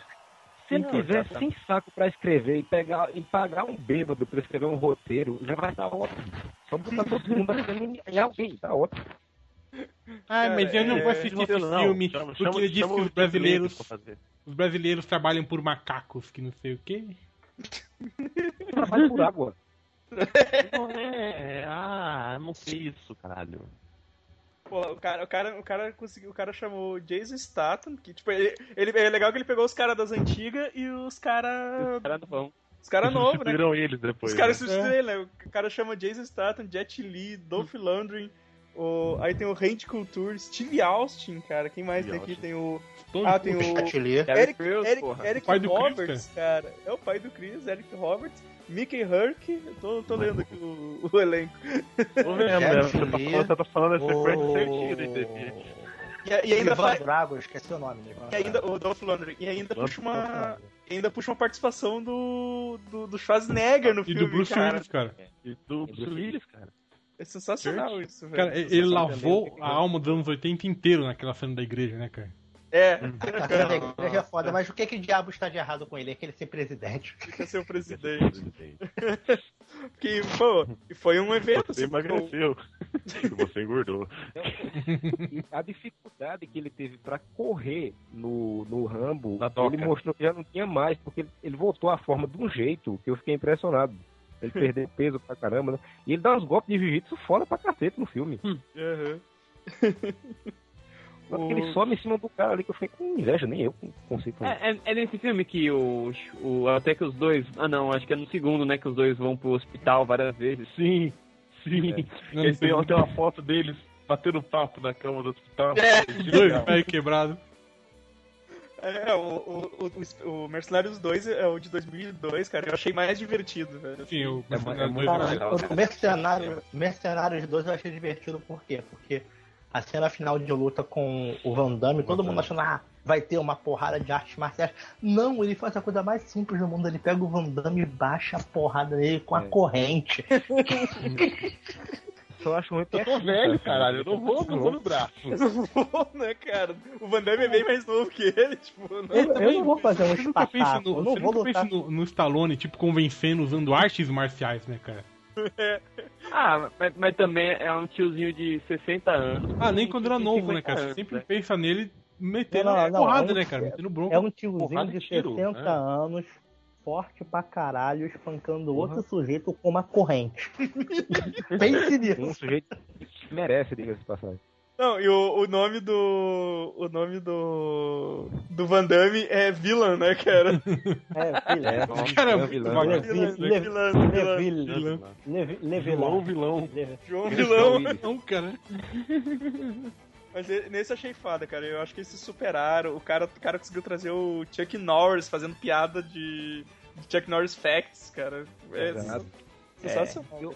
[SPEAKER 11] Se ele tiver sem saco pra escrever e, pegar, e pagar um bêbado pra escrever um roteiro, já vai estar ótimo. Só botar todo mundo assim em alguém, tá ótimo.
[SPEAKER 4] Ah,
[SPEAKER 2] Cara,
[SPEAKER 4] mas eu não
[SPEAKER 2] é-
[SPEAKER 4] vou assistir esse
[SPEAKER 3] Roteiro, não.
[SPEAKER 4] filme,
[SPEAKER 3] Chama-
[SPEAKER 4] porque
[SPEAKER 3] chama-
[SPEAKER 4] ele diz
[SPEAKER 3] chama
[SPEAKER 4] que
[SPEAKER 3] o
[SPEAKER 4] os
[SPEAKER 3] Ridley
[SPEAKER 4] brasileiros,
[SPEAKER 3] pra fazer.
[SPEAKER 4] os brasileiros trabalham por macacos, que não sei o quê.
[SPEAKER 11] Trabalho por água.
[SPEAKER 3] Não é. Ah, não sei isso, caralho.
[SPEAKER 2] Pô, o cara, o cara, o cara conseguiu, o cara chamou Jason Statham, que tipo, ele, ele- é legal que ele pegou os caras das antigas e os caras,
[SPEAKER 6] Cara, não vão.
[SPEAKER 2] os caras novos, né?
[SPEAKER 3] Substituíram eles depois.
[SPEAKER 2] Os caras
[SPEAKER 3] né?
[SPEAKER 2] substituíram, ele, né? O cara chama Jason Statham, Jet Li, Dolph Lundgren, o, aí tem o Randy Couture, Steve Austin, cara, quem mais
[SPEAKER 3] Steve
[SPEAKER 2] tem aqui? Tem o
[SPEAKER 4] Tony
[SPEAKER 2] Ah, tem o
[SPEAKER 5] Atelier.
[SPEAKER 6] Terry
[SPEAKER 2] Eric,
[SPEAKER 6] Crews,
[SPEAKER 2] Eric,
[SPEAKER 6] porra.
[SPEAKER 2] Eric
[SPEAKER 4] Pai do Chris,
[SPEAKER 2] Roberts, cara. É o pai do Chris, Eric Roberts, Mickey Hurk, eu tô, tô lendo aqui o, o elenco.
[SPEAKER 3] Tô vendo, né? Você
[SPEAKER 5] Jet
[SPEAKER 3] tá
[SPEAKER 5] Li,
[SPEAKER 3] falando- Você tá falando a sequência certinha né? do IMDb.
[SPEAKER 5] O...
[SPEAKER 2] E, e ainda
[SPEAKER 5] Ivan
[SPEAKER 2] faz,
[SPEAKER 5] Drago, esqueci o nome. né? Ivan
[SPEAKER 2] e ainda,
[SPEAKER 5] Drago.
[SPEAKER 2] o Dolph Lundgren, e ainda
[SPEAKER 3] Dolph
[SPEAKER 2] puxa uma, E ainda puxa uma participação do, do, do Schwarzenegger no
[SPEAKER 4] e
[SPEAKER 2] filme,
[SPEAKER 4] do Bruce
[SPEAKER 2] cara.
[SPEAKER 4] Willis, cara.
[SPEAKER 3] E do Bruce Willis, cara.
[SPEAKER 2] É sensacional isso, velho.
[SPEAKER 4] Cara, ele lavou a alma dos anos 80 inteiro naquela cena da igreja, né, cara?
[SPEAKER 2] É,
[SPEAKER 5] A cena da igreja é foda, mas o que que diabo está de errado com ele? É que ele ser presidente.
[SPEAKER 2] fica seu presidente. Porque, pô, e foi um evento.
[SPEAKER 3] Você
[SPEAKER 2] assim, pô,
[SPEAKER 3] emagreceu. Você engordou.
[SPEAKER 11] E a dificuldade que ele teve pra correr no, no Rambo,
[SPEAKER 3] Na toca.
[SPEAKER 11] ele mostrou que já não tinha mais, porque ele, ele voltou à forma de um jeito que eu fiquei impressionado. Ele perdeu peso pra caramba, né? E ele dá uns golpes de jiu-jitsu foda pra cacete no filme.
[SPEAKER 3] Hum.
[SPEAKER 2] aham.
[SPEAKER 11] Só que ele some em cima do cara ali que eu fiquei com inveja, nem eu consigo fazer.
[SPEAKER 6] É, é- é nesse filme que o, o. Até que os dois. Ah não, acho que é no segundo, né? Que os dois vão pro hospital várias vezes.
[SPEAKER 3] Sim, sim.
[SPEAKER 11] É.
[SPEAKER 4] Não,
[SPEAKER 3] Ele tem
[SPEAKER 4] não,
[SPEAKER 3] tem uma foto deles batendo papo na cama do hospital.
[SPEAKER 4] Dois pés quebrados.
[SPEAKER 2] É, o, o, o, o Mercenários 2 é o de 2002, cara. Eu achei mais divertido, velho.
[SPEAKER 4] Sim, o
[SPEAKER 11] É uma- é muito
[SPEAKER 4] Cara,
[SPEAKER 11] legal.
[SPEAKER 5] O Mercenário, Mercenários 2 eu achei divertido por quê? Porque a cena final de luta com o Van Damme, todo mundo achando, ah, vai ter uma porrada de artes marciais. Não, ele faz a coisa mais simples do mundo, ele pega o Van Damme e baixa a porrada nele com a
[SPEAKER 11] É.
[SPEAKER 5] corrente.
[SPEAKER 11] Só acho muito.
[SPEAKER 3] Eu tô velho, caralho. Eu não vou, não vou no braço.
[SPEAKER 2] Bom, né, cara? O Van Damme é bem mais novo que ele, tipo, não.
[SPEAKER 5] Eu, eu não vou fazer um
[SPEAKER 4] Você nunca pensa,
[SPEAKER 5] espataco,
[SPEAKER 4] no, você
[SPEAKER 5] eu não vou
[SPEAKER 4] nunca
[SPEAKER 5] lutar.
[SPEAKER 4] pensa no, no Stallone, tipo, convencendo usando artes marciais, né, cara?
[SPEAKER 6] Ah, mas, mas também é um tiozinho de 60 anos.
[SPEAKER 4] Ah, nem quando era
[SPEAKER 6] Tem
[SPEAKER 4] novo, né,
[SPEAKER 6] 50
[SPEAKER 4] cara? Você
[SPEAKER 6] anos,
[SPEAKER 4] sempre
[SPEAKER 6] né?
[SPEAKER 4] pensa nele metendo
[SPEAKER 5] Não, não, não,
[SPEAKER 4] porrada,
[SPEAKER 5] é um-
[SPEAKER 4] né, cara? Metendo bronca.
[SPEAKER 5] É um tiozinho
[SPEAKER 3] Porrada
[SPEAKER 5] de
[SPEAKER 3] e tiro,
[SPEAKER 5] 60
[SPEAKER 3] né?
[SPEAKER 5] anos, forte pra caralho, espancando outro sujeito com uma corrente. Pense nisso.
[SPEAKER 11] Um sujeito que merece, diga-se de passagem.
[SPEAKER 2] Não, e o, o nome do. O nome do. Do Van Damme é Vilã, né, cara?
[SPEAKER 9] É, vilã. É,
[SPEAKER 4] Nossa, cara, vilão,
[SPEAKER 9] Olha,
[SPEAKER 4] né?
[SPEAKER 2] Vilã,
[SPEAKER 9] Vil- Lev-
[SPEAKER 2] vilã, vilã.
[SPEAKER 9] Neville.
[SPEAKER 4] Vilão.
[SPEAKER 9] Nevi-
[SPEAKER 4] vilão,
[SPEAKER 9] Neville.
[SPEAKER 4] vilão.
[SPEAKER 9] Neville.
[SPEAKER 2] João Vilão.
[SPEAKER 4] Não, cara.
[SPEAKER 2] Mas e- nesse eu achei foda, cara. Eu acho que eles se superaram. O cara, o cara conseguiu trazer o Chuck Norris fazendo piada de, de Chuck Norris Facts, cara. É
[SPEAKER 11] Exato.
[SPEAKER 2] sensacional.
[SPEAKER 11] É, eu-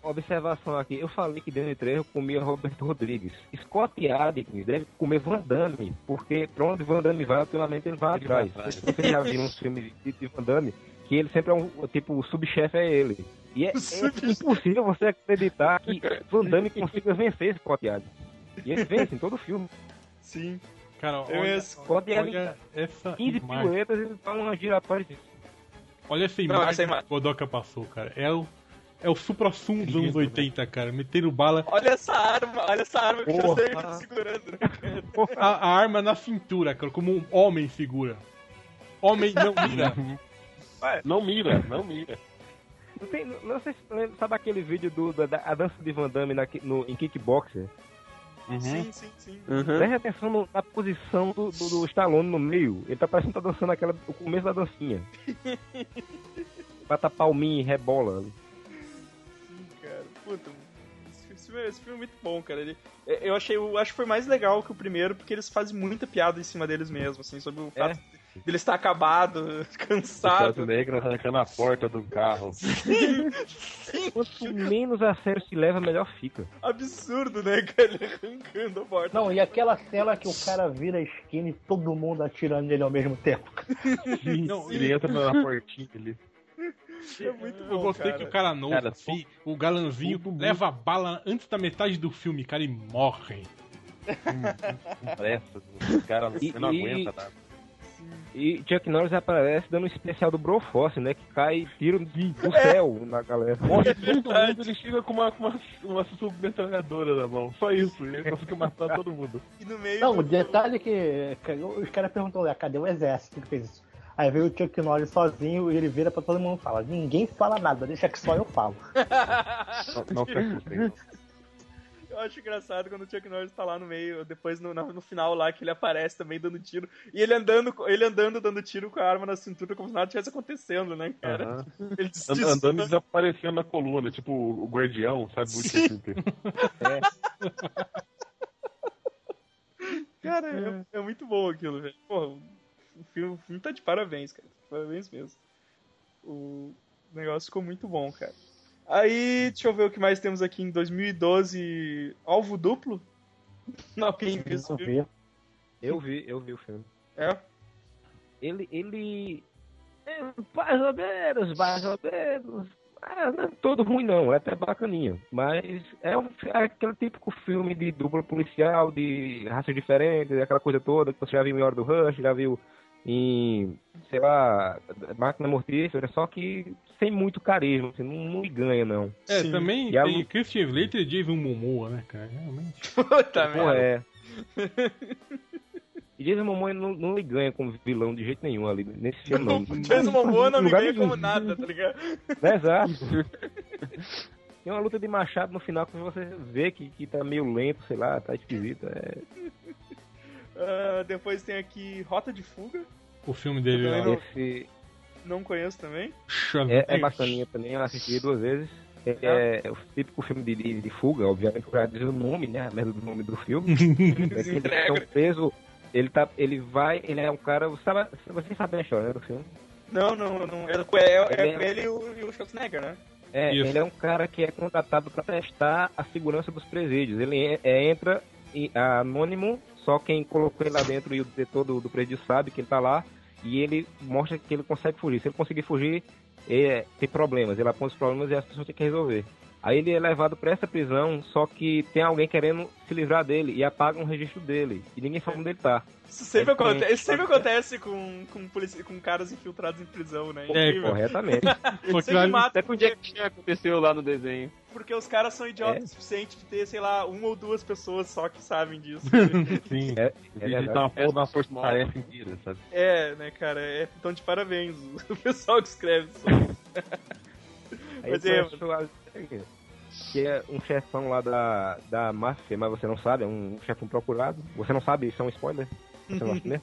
[SPEAKER 11] Observação aqui, eu falei que Danny Trejo comia Roberto Rodrigues. Scott Adkins deve comer Van Damme, porque pra onde Van Damme vai, ultimamente ele vai
[SPEAKER 3] Ele vai
[SPEAKER 11] atrás. Vocês já viram uns filmes de, de Van Damme, que ele sempre é um, tipo, o subchefe é ele. E é, é impossível você acreditar que Van Damme consiga vencer Scott Adkins. E ele vence em todo filme.
[SPEAKER 2] Sim.
[SPEAKER 4] Cara,
[SPEAKER 2] Eu
[SPEAKER 4] olha,
[SPEAKER 2] ia...
[SPEAKER 11] Scott Adkins,
[SPEAKER 4] olha essa
[SPEAKER 11] 15
[SPEAKER 4] imagem.
[SPEAKER 11] piruetas e dá uma giratória de
[SPEAKER 4] Olha essa
[SPEAKER 2] Não,
[SPEAKER 4] imagem,
[SPEAKER 2] essa ima-
[SPEAKER 4] que o Godoka passou, cara. É o, é o supra-sumo dos anos 80, cara. Meteram bala.
[SPEAKER 2] Olha essa arma, olha essa arma que o Schwarzenegger tá segurando.
[SPEAKER 4] A, a arma na cintura, cara. Como um homem segura. Homem não mira.
[SPEAKER 8] Não mira, não mira.
[SPEAKER 11] Não, tem, não, não sei se você lembra, sabe aquele vídeo do, da, da- a dança de Van Damme na, no, em kickboxer?
[SPEAKER 2] Sim, sim, sim.
[SPEAKER 11] Preste atenção no- na posição do, do, do Stallone no meio. Ele tá parecendo que tá dançando aquela, o começo da dancinha. Bata palminha e rebola.
[SPEAKER 2] Sim, cara. Puta, esse filme, esse filme é muito bom, cara. Ele, é, eu achei, eu acho que foi mais legal que o primeiro, porque eles fazem muita piada em cima deles mesmo, assim, sobre o fato de ele estar acabado, cansado.
[SPEAKER 9] né?
[SPEAKER 8] negro arrancando a porta do carro.
[SPEAKER 11] Quanto menos a sério se leva, melhor fica.
[SPEAKER 2] Absurdo, né, cara? Ele arrancando a porta.
[SPEAKER 9] Não, e aquela cena que o cara vira skin e todo mundo atirando nele ao mesmo tempo.
[SPEAKER 4] Não,
[SPEAKER 8] Ele entra na portinha ali.
[SPEAKER 2] É muito bom,
[SPEAKER 4] Eu gostei
[SPEAKER 2] cara.
[SPEAKER 4] que o cara novo,
[SPEAKER 8] Cara,
[SPEAKER 4] assim, o galanzinho, leva a bala antes da metade do filme, cara, e morre.
[SPEAKER 8] Pressa, o cara
[SPEAKER 11] E-
[SPEAKER 8] não
[SPEAKER 11] e-
[SPEAKER 8] aguenta nada.
[SPEAKER 11] E Chuck Norris aparece dando um especial do Broforce, né? Que cai tiro do céu na galera.
[SPEAKER 8] Morre
[SPEAKER 2] É
[SPEAKER 8] todo mundo, ele chega com uma, com uma, uma submetralhadora na mão. Só isso, ele consegue matar todo mundo.
[SPEAKER 2] E no meio.
[SPEAKER 9] Não,
[SPEAKER 2] do-
[SPEAKER 9] o detalhe é que que os caras perguntou, "Ué, cadê o exército que fez isso? Aí veio o Chuck Norris sozinho e ele vira pra todo mundo e fala, ninguém fala nada, deixa que só eu falo.
[SPEAKER 8] Não, não
[SPEAKER 2] Eu acho engraçado quando o Chuck Norris tá lá no meio, depois no, no, no final lá que ele aparece também dando tiro. E ele andando, co- ele andando dando tiro com a arma na cintura como se nada tivesse acontecendo, né, cara? Ele des-
[SPEAKER 8] And- Andando e desaparecendo na coluna, tipo o guardião, sabe? O
[SPEAKER 2] Sim.
[SPEAKER 3] assim,
[SPEAKER 8] Chip.
[SPEAKER 2] Cara, é, é muito bom aquilo, velho. Porra, o filme, o filme tá de parabéns, cara. Parabéns mesmo. O negócio ficou muito bom, cara. Aí, deixa eu ver o que mais temos aqui em 2012. Alvo duplo? Não, quem viu esse
[SPEAKER 9] Não
[SPEAKER 2] filme?
[SPEAKER 9] vê.
[SPEAKER 11] Eu vi, eu vi o filme.
[SPEAKER 2] É.
[SPEAKER 11] ele, ele é mais ou menos, mais ou menos. Ah, não é todo ruim não, é até bacaninho. Mas é, um, fi- é aquele típico filme de dupla policial, de raças diferentes, aquela coisa toda que você já viu em Hora do Rush, já viu em, sei lá, Máquina Mortífera, só que sem muito carisma, assim, não, não me ganha não.
[SPEAKER 4] É,
[SPEAKER 2] Sim.
[SPEAKER 4] também
[SPEAKER 11] E a
[SPEAKER 4] tem
[SPEAKER 11] Lu-
[SPEAKER 4] Christian Slater e Jason Momoa, né, cara? Realmente.
[SPEAKER 2] Puta
[SPEAKER 11] Pô,
[SPEAKER 2] merda.
[SPEAKER 11] é. E Jason Momoa não, não me ganha como vilão de jeito nenhum ali, nesse filme não.
[SPEAKER 2] Jason Momoa não me
[SPEAKER 11] Lugar
[SPEAKER 2] ganha
[SPEAKER 11] nenhum.
[SPEAKER 2] como nada, tá ligado?
[SPEAKER 11] É, Exato. Tem uma luta de machado no final que você vê que, que tá meio lento, sei lá, tá esquisito. É...
[SPEAKER 2] Ah, depois tem aqui Rota de Fuga.
[SPEAKER 4] O filme dele
[SPEAKER 2] Eu
[SPEAKER 4] lá.
[SPEAKER 2] lembro-
[SPEAKER 11] Esse
[SPEAKER 2] Não conheço também.
[SPEAKER 4] Xavier.
[SPEAKER 11] é, é bacaninha também, eu assisti duas vezes. É, é o típico filme de, de, de fuga, obviamente, o cara diz o nome, né? A merda do nome do filme. é que ele é um preso, ele tá. Ele vai, ele é um cara. Sabe, você sabe a história né, do filme?
[SPEAKER 2] Não, não, não. É, com- é, é
[SPEAKER 11] Ele é-
[SPEAKER 2] com ele e o, e o Schwarzenegger, né?
[SPEAKER 11] É,
[SPEAKER 4] Isso.
[SPEAKER 11] ele é um cara que é contratado para testar a segurança dos presídios. Ele en- é, entra e- anônimo, só quem colocou ele lá dentro e o diretor do, do presídio sabe que ele tá lá e ele mostra que ele consegue fugir. Se ele conseguir fugir, é, tem problemas. Ele aponta os problemas e as pessoas têm que resolver. Aí ele é levado para essa prisão, só que tem alguém querendo se livrar dele e apaga um registro dele. E ninguém sabe onde ele tá.
[SPEAKER 2] Isso sempre,
[SPEAKER 11] É, tem-
[SPEAKER 2] acontece, isso sempre acontece com, com, polici- com caras infiltrados em prisão, né?
[SPEAKER 4] É,
[SPEAKER 2] Incrível.
[SPEAKER 11] Corretamente.
[SPEAKER 4] Porque
[SPEAKER 2] Sempre
[SPEAKER 4] lá-
[SPEAKER 2] mata
[SPEAKER 6] Até com o Jack Chan aconteceu lá no desenho.
[SPEAKER 2] porque os caras são idiotas
[SPEAKER 11] É.
[SPEAKER 2] o suficiente de ter, sei lá, uma ou duas pessoas só que sabem disso.
[SPEAKER 4] Sim.
[SPEAKER 11] É
[SPEAKER 8] Ele
[SPEAKER 11] verdade.
[SPEAKER 8] tá uma porra de uma
[SPEAKER 6] Essas
[SPEAKER 8] força
[SPEAKER 6] mortes.
[SPEAKER 8] tarefa inteira, sabe?
[SPEAKER 2] é, né, cara? É, então de parabéns o pessoal que escreve isso.
[SPEAKER 11] Aí
[SPEAKER 2] Mas
[SPEAKER 11] ele
[SPEAKER 2] é-
[SPEAKER 11] começa a- que é um chefão lá da, da máfia, mas você não sabe, é um chefão procurado. Você não sabe, isso é um spoiler. Você não sabe, né?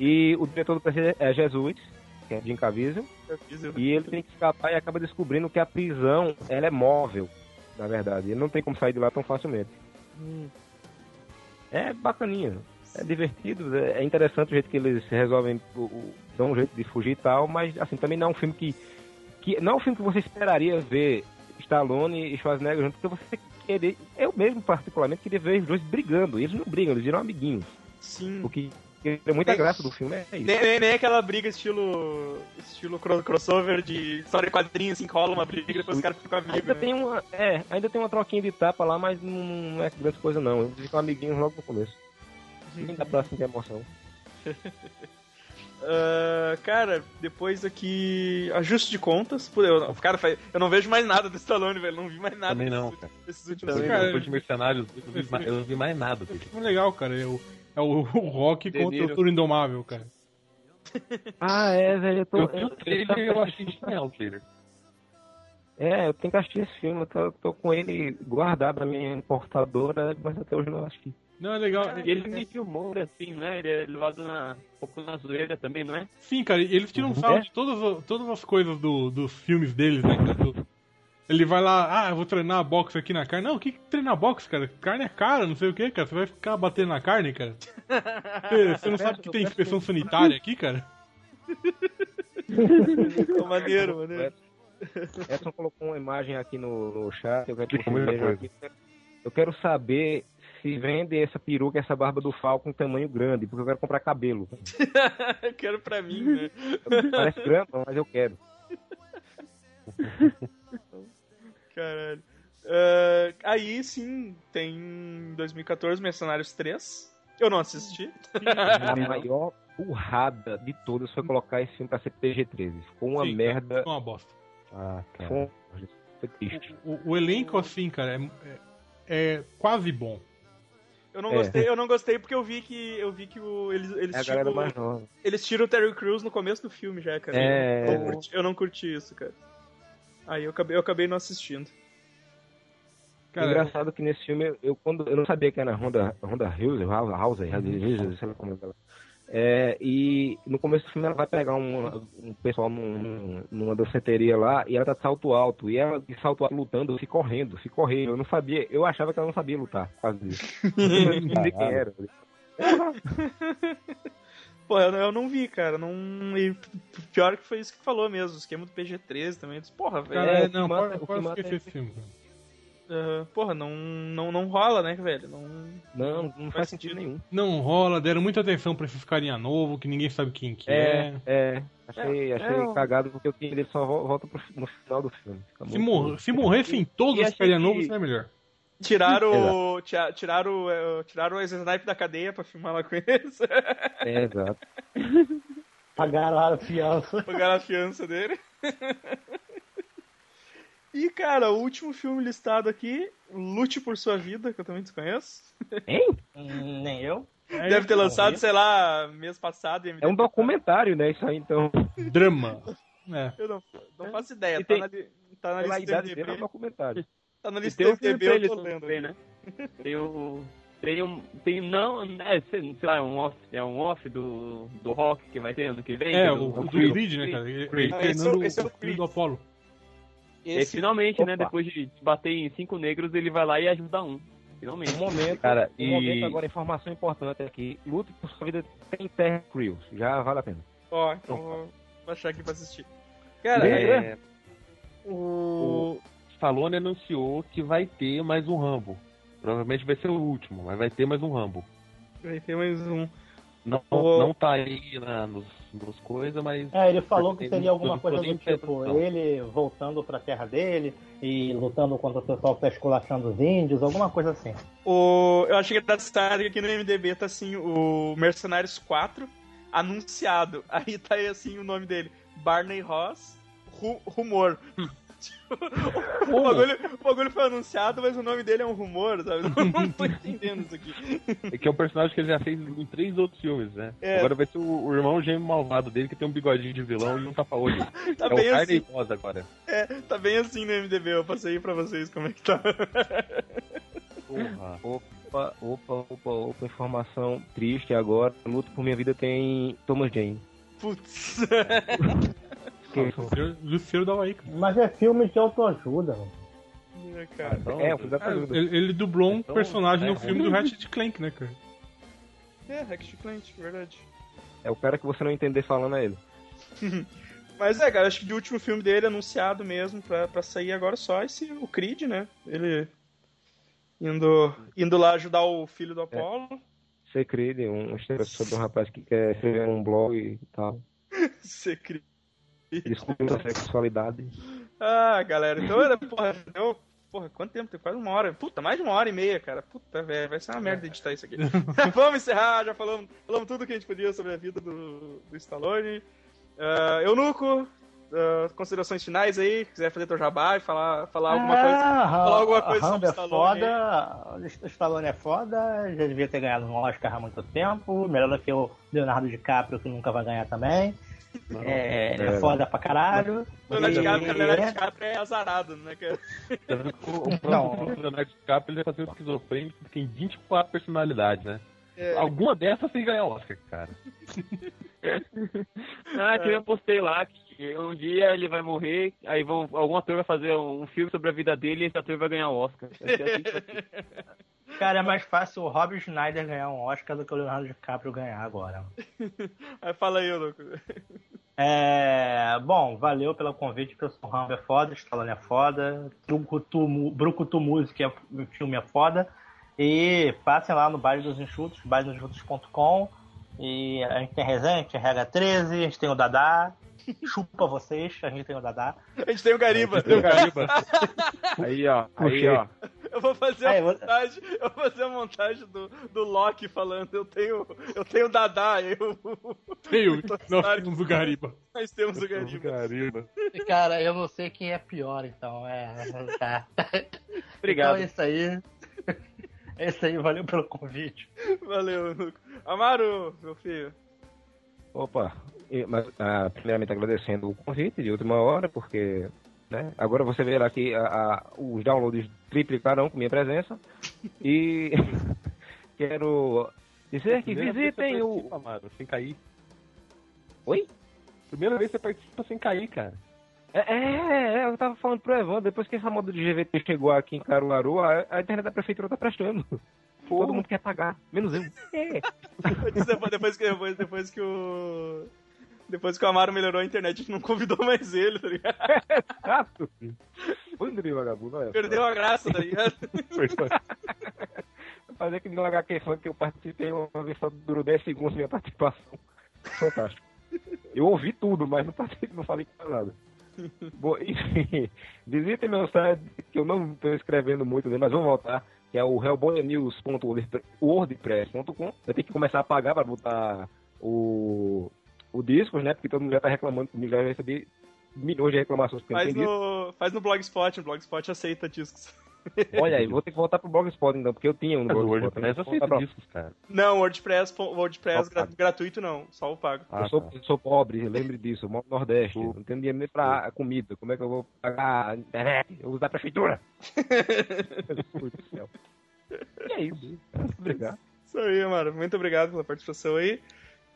[SPEAKER 11] E o diretor do PC é Jesus, que é Jim Caviezel.
[SPEAKER 2] é,
[SPEAKER 11] E ele tem que escapar e acaba descobrindo que a prisão ela é móvel, na verdade. Ele não tem como sair de lá tão facilmente. É bacaninha. É divertido, é é interessante o jeito que eles resolvem, o- o- dão um jeito de fugir e tal, mas assim, também não é um filme que. que não é um filme que você esperaria ver Stallone e Schwarzenegger junto, porque você querer. Eu mesmo, particularmente, queria ver os dois brigando. E eles não brigam, eles viram amiguinhos.
[SPEAKER 2] Sim.
[SPEAKER 11] O que é muita graça do filme é isso.
[SPEAKER 2] Nem, nem, nem aquela briga estilo. estilo cro- crossover de história de quadrinhos, assim, cola uma briga e depois os caras ficam amigos.
[SPEAKER 11] Ainda
[SPEAKER 2] Né?
[SPEAKER 11] tem uma, é, ainda tem uma troquinha de tapa lá, mas não, não é grande coisa não. Eles ficam amiguinhos logo no começo. Nem dá pra sentir emoção.
[SPEAKER 2] Ah, cara, depois aqui. Ajuste de contas. Pô, eu, cara, faz- eu não vejo mais nada do Stallone, velho. Não vi mais nada
[SPEAKER 8] Também não,
[SPEAKER 2] desses-
[SPEAKER 8] cara.
[SPEAKER 2] desses últimos
[SPEAKER 8] Também,
[SPEAKER 2] anos. Cara,
[SPEAKER 8] depois de Mercenários, eu não vi mais, eu não vi mais nada dele.
[SPEAKER 4] Muito legal, cara. É o, é o, o Rock
[SPEAKER 6] De
[SPEAKER 4] contra
[SPEAKER 6] Niro.
[SPEAKER 4] o Turo Indomável, cara.
[SPEAKER 11] Ah, é, velho, eu tô.
[SPEAKER 8] Eu vi o trailer e eu achei genial o trailer.
[SPEAKER 11] É, eu tenho que assistir esse filme, eu tô, eu tô com ele guardado na minha importadora, mas até hoje eu não acho que.
[SPEAKER 4] Não, é legal.
[SPEAKER 7] E ele me filmou assim, né? Ele é levado na, um pouco na zoeira também, não é?
[SPEAKER 4] Sim, cara, e eles
[SPEAKER 11] Uhum.
[SPEAKER 4] tiram
[SPEAKER 11] É.
[SPEAKER 4] sarro de todas, a- todas as coisas do, dos filmes deles, né? cara? Do- Ele vai lá, ah, eu vou treinar boxe aqui na carne. Não, o que, que treinar boxe, cara? Carne é cara, não sei o que, cara. Você vai ficar batendo na carne, cara? Você, você não sabe que
[SPEAKER 7] é
[SPEAKER 4] tem inspeção sanitária aqui, cara?
[SPEAKER 2] pô, maneiro, maneiro.
[SPEAKER 11] Edson colocou uma imagem aqui no, no chat, eu quero que
[SPEAKER 8] Fica
[SPEAKER 11] vocês
[SPEAKER 8] muita
[SPEAKER 11] vejam
[SPEAKER 8] coisa.
[SPEAKER 11] aqui. Eu quero saber se vende essa peruca, essa barba do Falcon um tamanho grande, porque eu quero comprar cabelo.
[SPEAKER 2] Eu quero pra mim, né?
[SPEAKER 11] Parece grande, mas eu quero.
[SPEAKER 2] Caralho. Ah, aí sim, tem em 2014 Mercenários 3. Eu não assisti.
[SPEAKER 11] A maior burrada de todas foi colocar esse filme pra ser PG-13. Ficou uma
[SPEAKER 4] Sim.
[SPEAKER 11] merda.
[SPEAKER 4] É uma bosta.
[SPEAKER 8] Ah,
[SPEAKER 11] Foi, um- foi triste.
[SPEAKER 4] O, o elenco, assim, cara, é, é, é quase bom.
[SPEAKER 2] Eu não
[SPEAKER 11] É.
[SPEAKER 2] gostei, eu não gostei porque eu vi que eu vi que o- eles, eles,
[SPEAKER 11] É a galera
[SPEAKER 2] tiram,
[SPEAKER 11] mais nova.
[SPEAKER 2] eles tiram o Terry Crews no começo do filme já, cara.
[SPEAKER 11] É.
[SPEAKER 2] Eu, não curti, Então, eu não curti isso, cara. Aí eu acabei, eu acabei não assistindo.
[SPEAKER 4] Cara,
[SPEAKER 11] Engraçado que nesse filme, eu- eu, quando, eu não sabia que era Honda, Honda Hauser, Hauser, Hauser, sei lá como é que ela. É, e no começo do filme ela vai pegar um, um pessoal num- num- numa danceteria lá e ela tá de salto alto. E ela de salto alto lutando, se correndo, se correndo. Eu não sabia, eu achava que ela não sabia lutar, quase isso. Eu não entendi quem era.
[SPEAKER 2] Pô, eu, eu não vi, cara. Não, e p- pior que foi isso que falou mesmo. O esquema do PG-13 também. Eu disse, Porra, velho.
[SPEAKER 4] cara,
[SPEAKER 11] é,
[SPEAKER 4] é, não,
[SPEAKER 11] o que mata-
[SPEAKER 4] pode,
[SPEAKER 11] o
[SPEAKER 4] pode
[SPEAKER 11] que mata
[SPEAKER 4] esquecer
[SPEAKER 11] é-
[SPEAKER 4] esse filme, cara.
[SPEAKER 2] ah, porra, não, não, não rola, né, velho? Não,
[SPEAKER 11] Não, não faz,
[SPEAKER 2] Faz
[SPEAKER 11] sentido
[SPEAKER 2] sentido.
[SPEAKER 11] nenhum.
[SPEAKER 4] Não rola, deram muita atenção pra esses carinha novo, que ninguém sabe quem que é.
[SPEAKER 11] É, achei, achei
[SPEAKER 6] é, eu-
[SPEAKER 11] cagado porque o filme dele só vo- volta pro, fi- no final do filme.
[SPEAKER 8] Tá
[SPEAKER 11] Fica
[SPEAKER 4] Se,
[SPEAKER 11] muito-
[SPEAKER 4] morre, se morressem todos
[SPEAKER 6] e
[SPEAKER 4] os
[SPEAKER 6] achei
[SPEAKER 4] carinha
[SPEAKER 6] que-
[SPEAKER 4] novo, isso não é melhor.
[SPEAKER 2] Tiraram o. tia- Tiraram, é, o- tiraram o ex-snipe da cadeia pra filmar lá com eles.
[SPEAKER 11] É, exato.
[SPEAKER 5] Pagaram a fiança.
[SPEAKER 2] Pagaram a fiança dele. E, cara, o último filme listado aqui, Lute por Sua Vida, que eu também desconheço.
[SPEAKER 5] Hum, Nem eu.
[SPEAKER 2] Deve
[SPEAKER 4] É,
[SPEAKER 2] ter lançado, sei lá, mês passado.
[SPEAKER 11] É um documentário, né? Isso aí, então.
[SPEAKER 4] Drama. É.
[SPEAKER 2] Eu não, não faço ideia. Tá
[SPEAKER 11] E tem-
[SPEAKER 2] na, li- tá na
[SPEAKER 11] Pela
[SPEAKER 2] lista do
[SPEAKER 11] idade dele é um
[SPEAKER 2] MDB.
[SPEAKER 11] documentário.
[SPEAKER 2] Tá na
[SPEAKER 7] E
[SPEAKER 2] lista
[SPEAKER 7] tem
[SPEAKER 2] do
[SPEAKER 7] um filme
[SPEAKER 2] MDB,
[SPEAKER 7] pra
[SPEAKER 2] eu
[SPEAKER 7] eles
[SPEAKER 2] tô lendo.
[SPEAKER 7] também, né? Tem o. Tem um. Tem não. É, sei sei lá, é um off. É um off do, do rock que vai ter ano que vem.
[SPEAKER 4] É,
[SPEAKER 7] do-
[SPEAKER 4] o, o do
[SPEAKER 7] Creed.
[SPEAKER 4] Creed, né, cara? Ele,
[SPEAKER 2] Ah,
[SPEAKER 4] ele
[SPEAKER 2] esse é o-
[SPEAKER 4] treinando
[SPEAKER 2] esse é o
[SPEAKER 4] o filho
[SPEAKER 2] Creed.
[SPEAKER 4] do Apolo.
[SPEAKER 7] E
[SPEAKER 2] Esse
[SPEAKER 7] finalmente, né?
[SPEAKER 11] Opa.
[SPEAKER 7] Depois de bater em cinco negros, ele vai lá e ajuda um. Finalmente.
[SPEAKER 11] Um momento,
[SPEAKER 8] Cara,
[SPEAKER 11] um
[SPEAKER 8] e-
[SPEAKER 11] momento agora, informação importante aqui. Luta por sua vida tem Terry Crews. Já vale a pena.
[SPEAKER 2] Ó, então vou baixar aqui pra assistir. Cara,
[SPEAKER 8] É,
[SPEAKER 2] o...
[SPEAKER 8] Stallone anunciou que vai ter mais um Rambo. Provavelmente vai ser o último, mas vai ter mais um Rambo.
[SPEAKER 2] Aí tem mais um.
[SPEAKER 8] Não,
[SPEAKER 2] Ô.
[SPEAKER 8] não tá aí na, nos, nos coisas, mas.
[SPEAKER 5] É, ele falou
[SPEAKER 8] Porque
[SPEAKER 5] que
[SPEAKER 8] ele
[SPEAKER 5] seria alguma
[SPEAKER 8] não
[SPEAKER 5] coisa
[SPEAKER 8] podia
[SPEAKER 5] do tipo
[SPEAKER 8] interpretar.
[SPEAKER 5] ele voltando pra terra dele e lutando contra o pessoal que tá esculachando os índios, alguma coisa assim.
[SPEAKER 2] O... Eu achei que tá listado aqui no MDB, tá assim, o Mercenários 4,
[SPEAKER 8] Hum.
[SPEAKER 2] anunciado. Aí tá aí, assim o nome dele, Barney Ross, ru- rumor. o, bagulho, o bagulho foi anunciado, mas o nome dele é um rumor, sabe? Não, não tô entendendo isso aqui.
[SPEAKER 8] É que é um personagem que ele já fez em três outros filmes, né?
[SPEAKER 2] É.
[SPEAKER 8] Agora vai ser o, o irmão gêmeo malvado dele, que tem um bigodinho de vilão e um tapa-olho.
[SPEAKER 2] Tá
[SPEAKER 8] é o
[SPEAKER 2] bem
[SPEAKER 8] Carne
[SPEAKER 2] assim.
[SPEAKER 8] Idosa agora.
[SPEAKER 2] É, tá bem assim no MDB, eu passei pra vocês como é que tá.
[SPEAKER 8] Porra.
[SPEAKER 11] Opa, opa, opa, opa, informação triste agora. Luto por minha vida tem Thomas Jane.
[SPEAKER 2] Putz.
[SPEAKER 11] Ah,
[SPEAKER 4] Luciano- Luciano da Waica.
[SPEAKER 5] Mas é filme de autoajuda, mano.
[SPEAKER 2] É, cara.
[SPEAKER 8] Então,
[SPEAKER 11] É, eu fui dar pra
[SPEAKER 4] Cara,
[SPEAKER 11] ajuda.
[SPEAKER 4] ele, ele dublou um
[SPEAKER 8] Então,
[SPEAKER 4] personagem
[SPEAKER 8] é
[SPEAKER 4] no filme do Ratchet Clank, né, cara?
[SPEAKER 2] É, hack chiclete, verdade.
[SPEAKER 11] É o cara que você não entender falando é ele.
[SPEAKER 2] Mas é, cara, acho que de último filme dele anunciado mesmo pra, pra sair agora só esse o Creed, né? Ele indo, indo lá ajudar o filho do Apollo.
[SPEAKER 11] Você crede, uma história sobre um rapaz que quer escrever um blog e tal.
[SPEAKER 2] Você cri-
[SPEAKER 11] Descobriu a sexualidade.
[SPEAKER 2] Ah, galera, então era, porra, deu. Porra, quanto tempo? Tem quase uma hora. Puta, mais de uma hora e meia, cara. Puta, velho, vai ser uma merda editar isso aqui. Vamos encerrar, já falamos, falamos tudo que a gente podia sobre a vida do, do Stallone. Ah, Eunuco, ah, considerações finais aí, quiser fazer teu jabá e falar, falar alguma
[SPEAKER 5] Ah,
[SPEAKER 2] coisa.
[SPEAKER 5] falar
[SPEAKER 2] alguma coisa sobre
[SPEAKER 5] é
[SPEAKER 2] Stallone
[SPEAKER 5] foda, o Stallone é foda, já devia ter ganhado um Oscar há muito tempo, melhor do que o Leonardo DiCaprio, que nunca vai ganhar também. é, é foda pra caralho.
[SPEAKER 2] Leonardo
[SPEAKER 5] E-
[SPEAKER 2] DiCaprio, Leonardo DiCaprio é azarado, né? cara?
[SPEAKER 8] O
[SPEAKER 5] Não.
[SPEAKER 8] próprio Leonardo DiCaprio ele ia fazer o esquizofrênico que tem 24 personalidades, né?
[SPEAKER 2] É.
[SPEAKER 8] Alguma dessas sem ganhar Oscar, cara.
[SPEAKER 7] Ah, que eu postei lá que um dia ele vai morrer, aí vão, algum ator vai fazer um filme sobre a vida dele e esse ator vai ganhar o Oscar. Vai ser assim que vai ser.
[SPEAKER 5] Cara, é mais fácil o Rob Schneider ganhar um Oscar do que o Leonardo DiCaprio ganhar agora.
[SPEAKER 2] Aí fala aí, Eunuco.
[SPEAKER 5] É, bom, valeu pelo convite, pessoal. Rambo é foda, Stallone é foda, Brucutu Mu- Brucutu Music é, o filme é foda. E passem lá no Baile dos Enxutos, bailedosenxutos.com. E a gente tem resenha, a gente tem RH13, a gente tem o Dadá. Chupa vocês, a gente tem o Dadá.
[SPEAKER 2] A gente tem o Gariba.
[SPEAKER 8] Aí, ó. Aí, ó.
[SPEAKER 2] Ah, Eu vou fazer a
[SPEAKER 5] Aí, você-
[SPEAKER 2] montagem, eu vou fazer a montagem do, do Loki falando, eu tenho, eu tenho o Dadá, eu,
[SPEAKER 4] Veio,
[SPEAKER 2] Claro
[SPEAKER 4] nós
[SPEAKER 2] que
[SPEAKER 4] temos o Gariba.
[SPEAKER 2] nós temos o Gariba.
[SPEAKER 5] Cara, eu não sei quem é pior, então. É, tá.
[SPEAKER 7] Obrigado.
[SPEAKER 5] Então é isso aí. É isso aí, valeu pelo convite.
[SPEAKER 2] Valeu, Nuco. Amaro, meu filho.
[SPEAKER 11] Opa, e- mas, ah, primeiramente agradecendo o convite de última hora, porque né, agora você verá que a- a- os downloads triplicarão com minha presença. E quero dizer que
[SPEAKER 8] Primeira vez
[SPEAKER 11] visitem
[SPEAKER 8] você
[SPEAKER 11] o.
[SPEAKER 8] participa, Amaro, sem cair.
[SPEAKER 11] Oi?
[SPEAKER 8] Primeira vez que você participa sem cair, cara.
[SPEAKER 11] É, é, é, eu tava falando pro Evandro, depois que essa moda de GVT chegou aqui em Caruaru, a, a internet da prefeitura tá prestando. Todo mundo quer pagar, menos eu. É.
[SPEAKER 2] Depois, depois que, depois, depois que o. Depois que o Amaro melhorou a internet, a gente não convidou mais ele, tá ligado?
[SPEAKER 11] Exato. Bando de vagabundo, olha. só.
[SPEAKER 2] Perdeu a graça, tá ligado?
[SPEAKER 11] Fazer que no HQ Funk que eu participei uma vez só durou 10 segundos minha participação. Fantástico. Eu ouvi tudo, mas não participei, não falei quase nada. Bom, enfim, visitem meu site, que eu não estou escrevendo muito nele, mas vou voltar, que é o hellboyanews.wordpress.com. Eu tenho que começar a pagar para botar o, o discos, né? Porque todo mundo já tá reclamando comigo, já recebi milhões de reclamações porque não
[SPEAKER 2] Faz
[SPEAKER 11] tem
[SPEAKER 8] é.
[SPEAKER 11] disco.
[SPEAKER 2] no, faz no Blogspot, o Blogspot aceita discos.
[SPEAKER 11] Olha aí, vou ter que voltar pro Blogspot então, porque eu tinha um no
[SPEAKER 8] Mas o
[SPEAKER 11] Blogspot. né?
[SPEAKER 8] WordPress é
[SPEAKER 11] Vou voltar
[SPEAKER 8] aceita
[SPEAKER 11] pra-
[SPEAKER 8] discos, cara.
[SPEAKER 2] Não, WordPress, WordPress
[SPEAKER 11] Só o pago.
[SPEAKER 2] gra- gratuito não, só o pago.
[SPEAKER 11] eu, sou, eu sou pobre, lembre disso, eu moro no Nordeste. Não tenho dinheiro nem pra comida. Como é que eu vou pagar a internet? Eu uso da prefeitura. Putz, do céu. E é isso. Obrigado.
[SPEAKER 2] Isso aí, mano. Muito obrigado pela participação aí.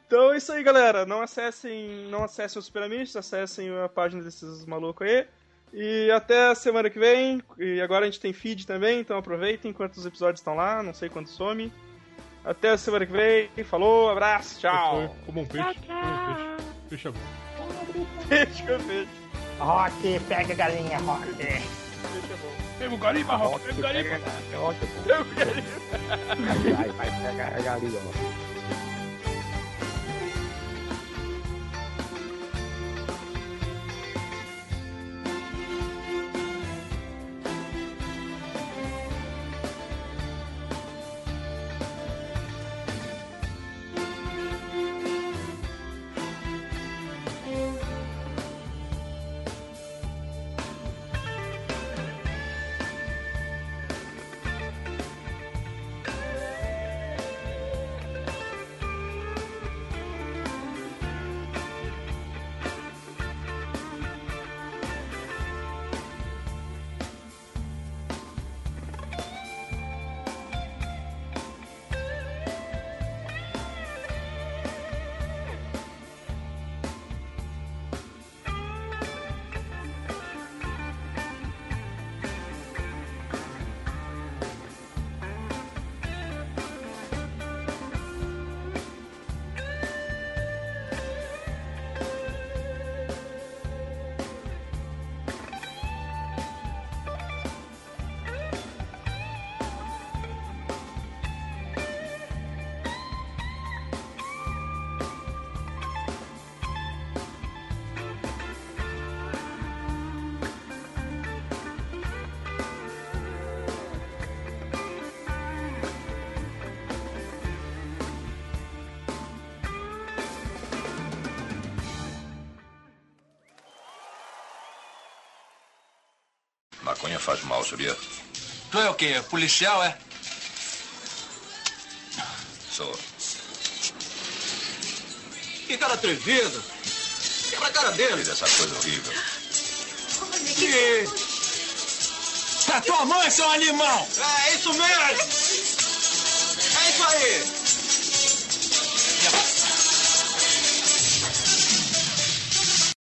[SPEAKER 2] Então é isso aí, galera. Não acessem, não acessem os pirâmides, acessem a página desses malucos aí. E até a semana que vem. E agora a gente tem feed também, então aproveitem enquanto os episódios estão lá, não sei quando some. Até a semana que vem. Falou, abraço, tchau.
[SPEAKER 4] Como um peixe. Como um peixe. Peixe é bom.
[SPEAKER 2] Beijo, beijo.
[SPEAKER 5] Rock, pega a galinha, Rock.
[SPEAKER 2] Beijo é bom.
[SPEAKER 4] Pega o Gariba, Rock, pega o Gariba.
[SPEAKER 11] Vai, vai, pega a galinha, mano.
[SPEAKER 13] Thank
[SPEAKER 8] maconha faz mal, sabia?
[SPEAKER 14] Tu é o quê? Policial, é?
[SPEAKER 8] Sou.
[SPEAKER 14] Que cara atrevido. Quebra a cara dele.
[SPEAKER 8] Fiz essa coisa horrível.
[SPEAKER 14] Que... A tua mãe, seu animal! É isso mesmo! É isso aí!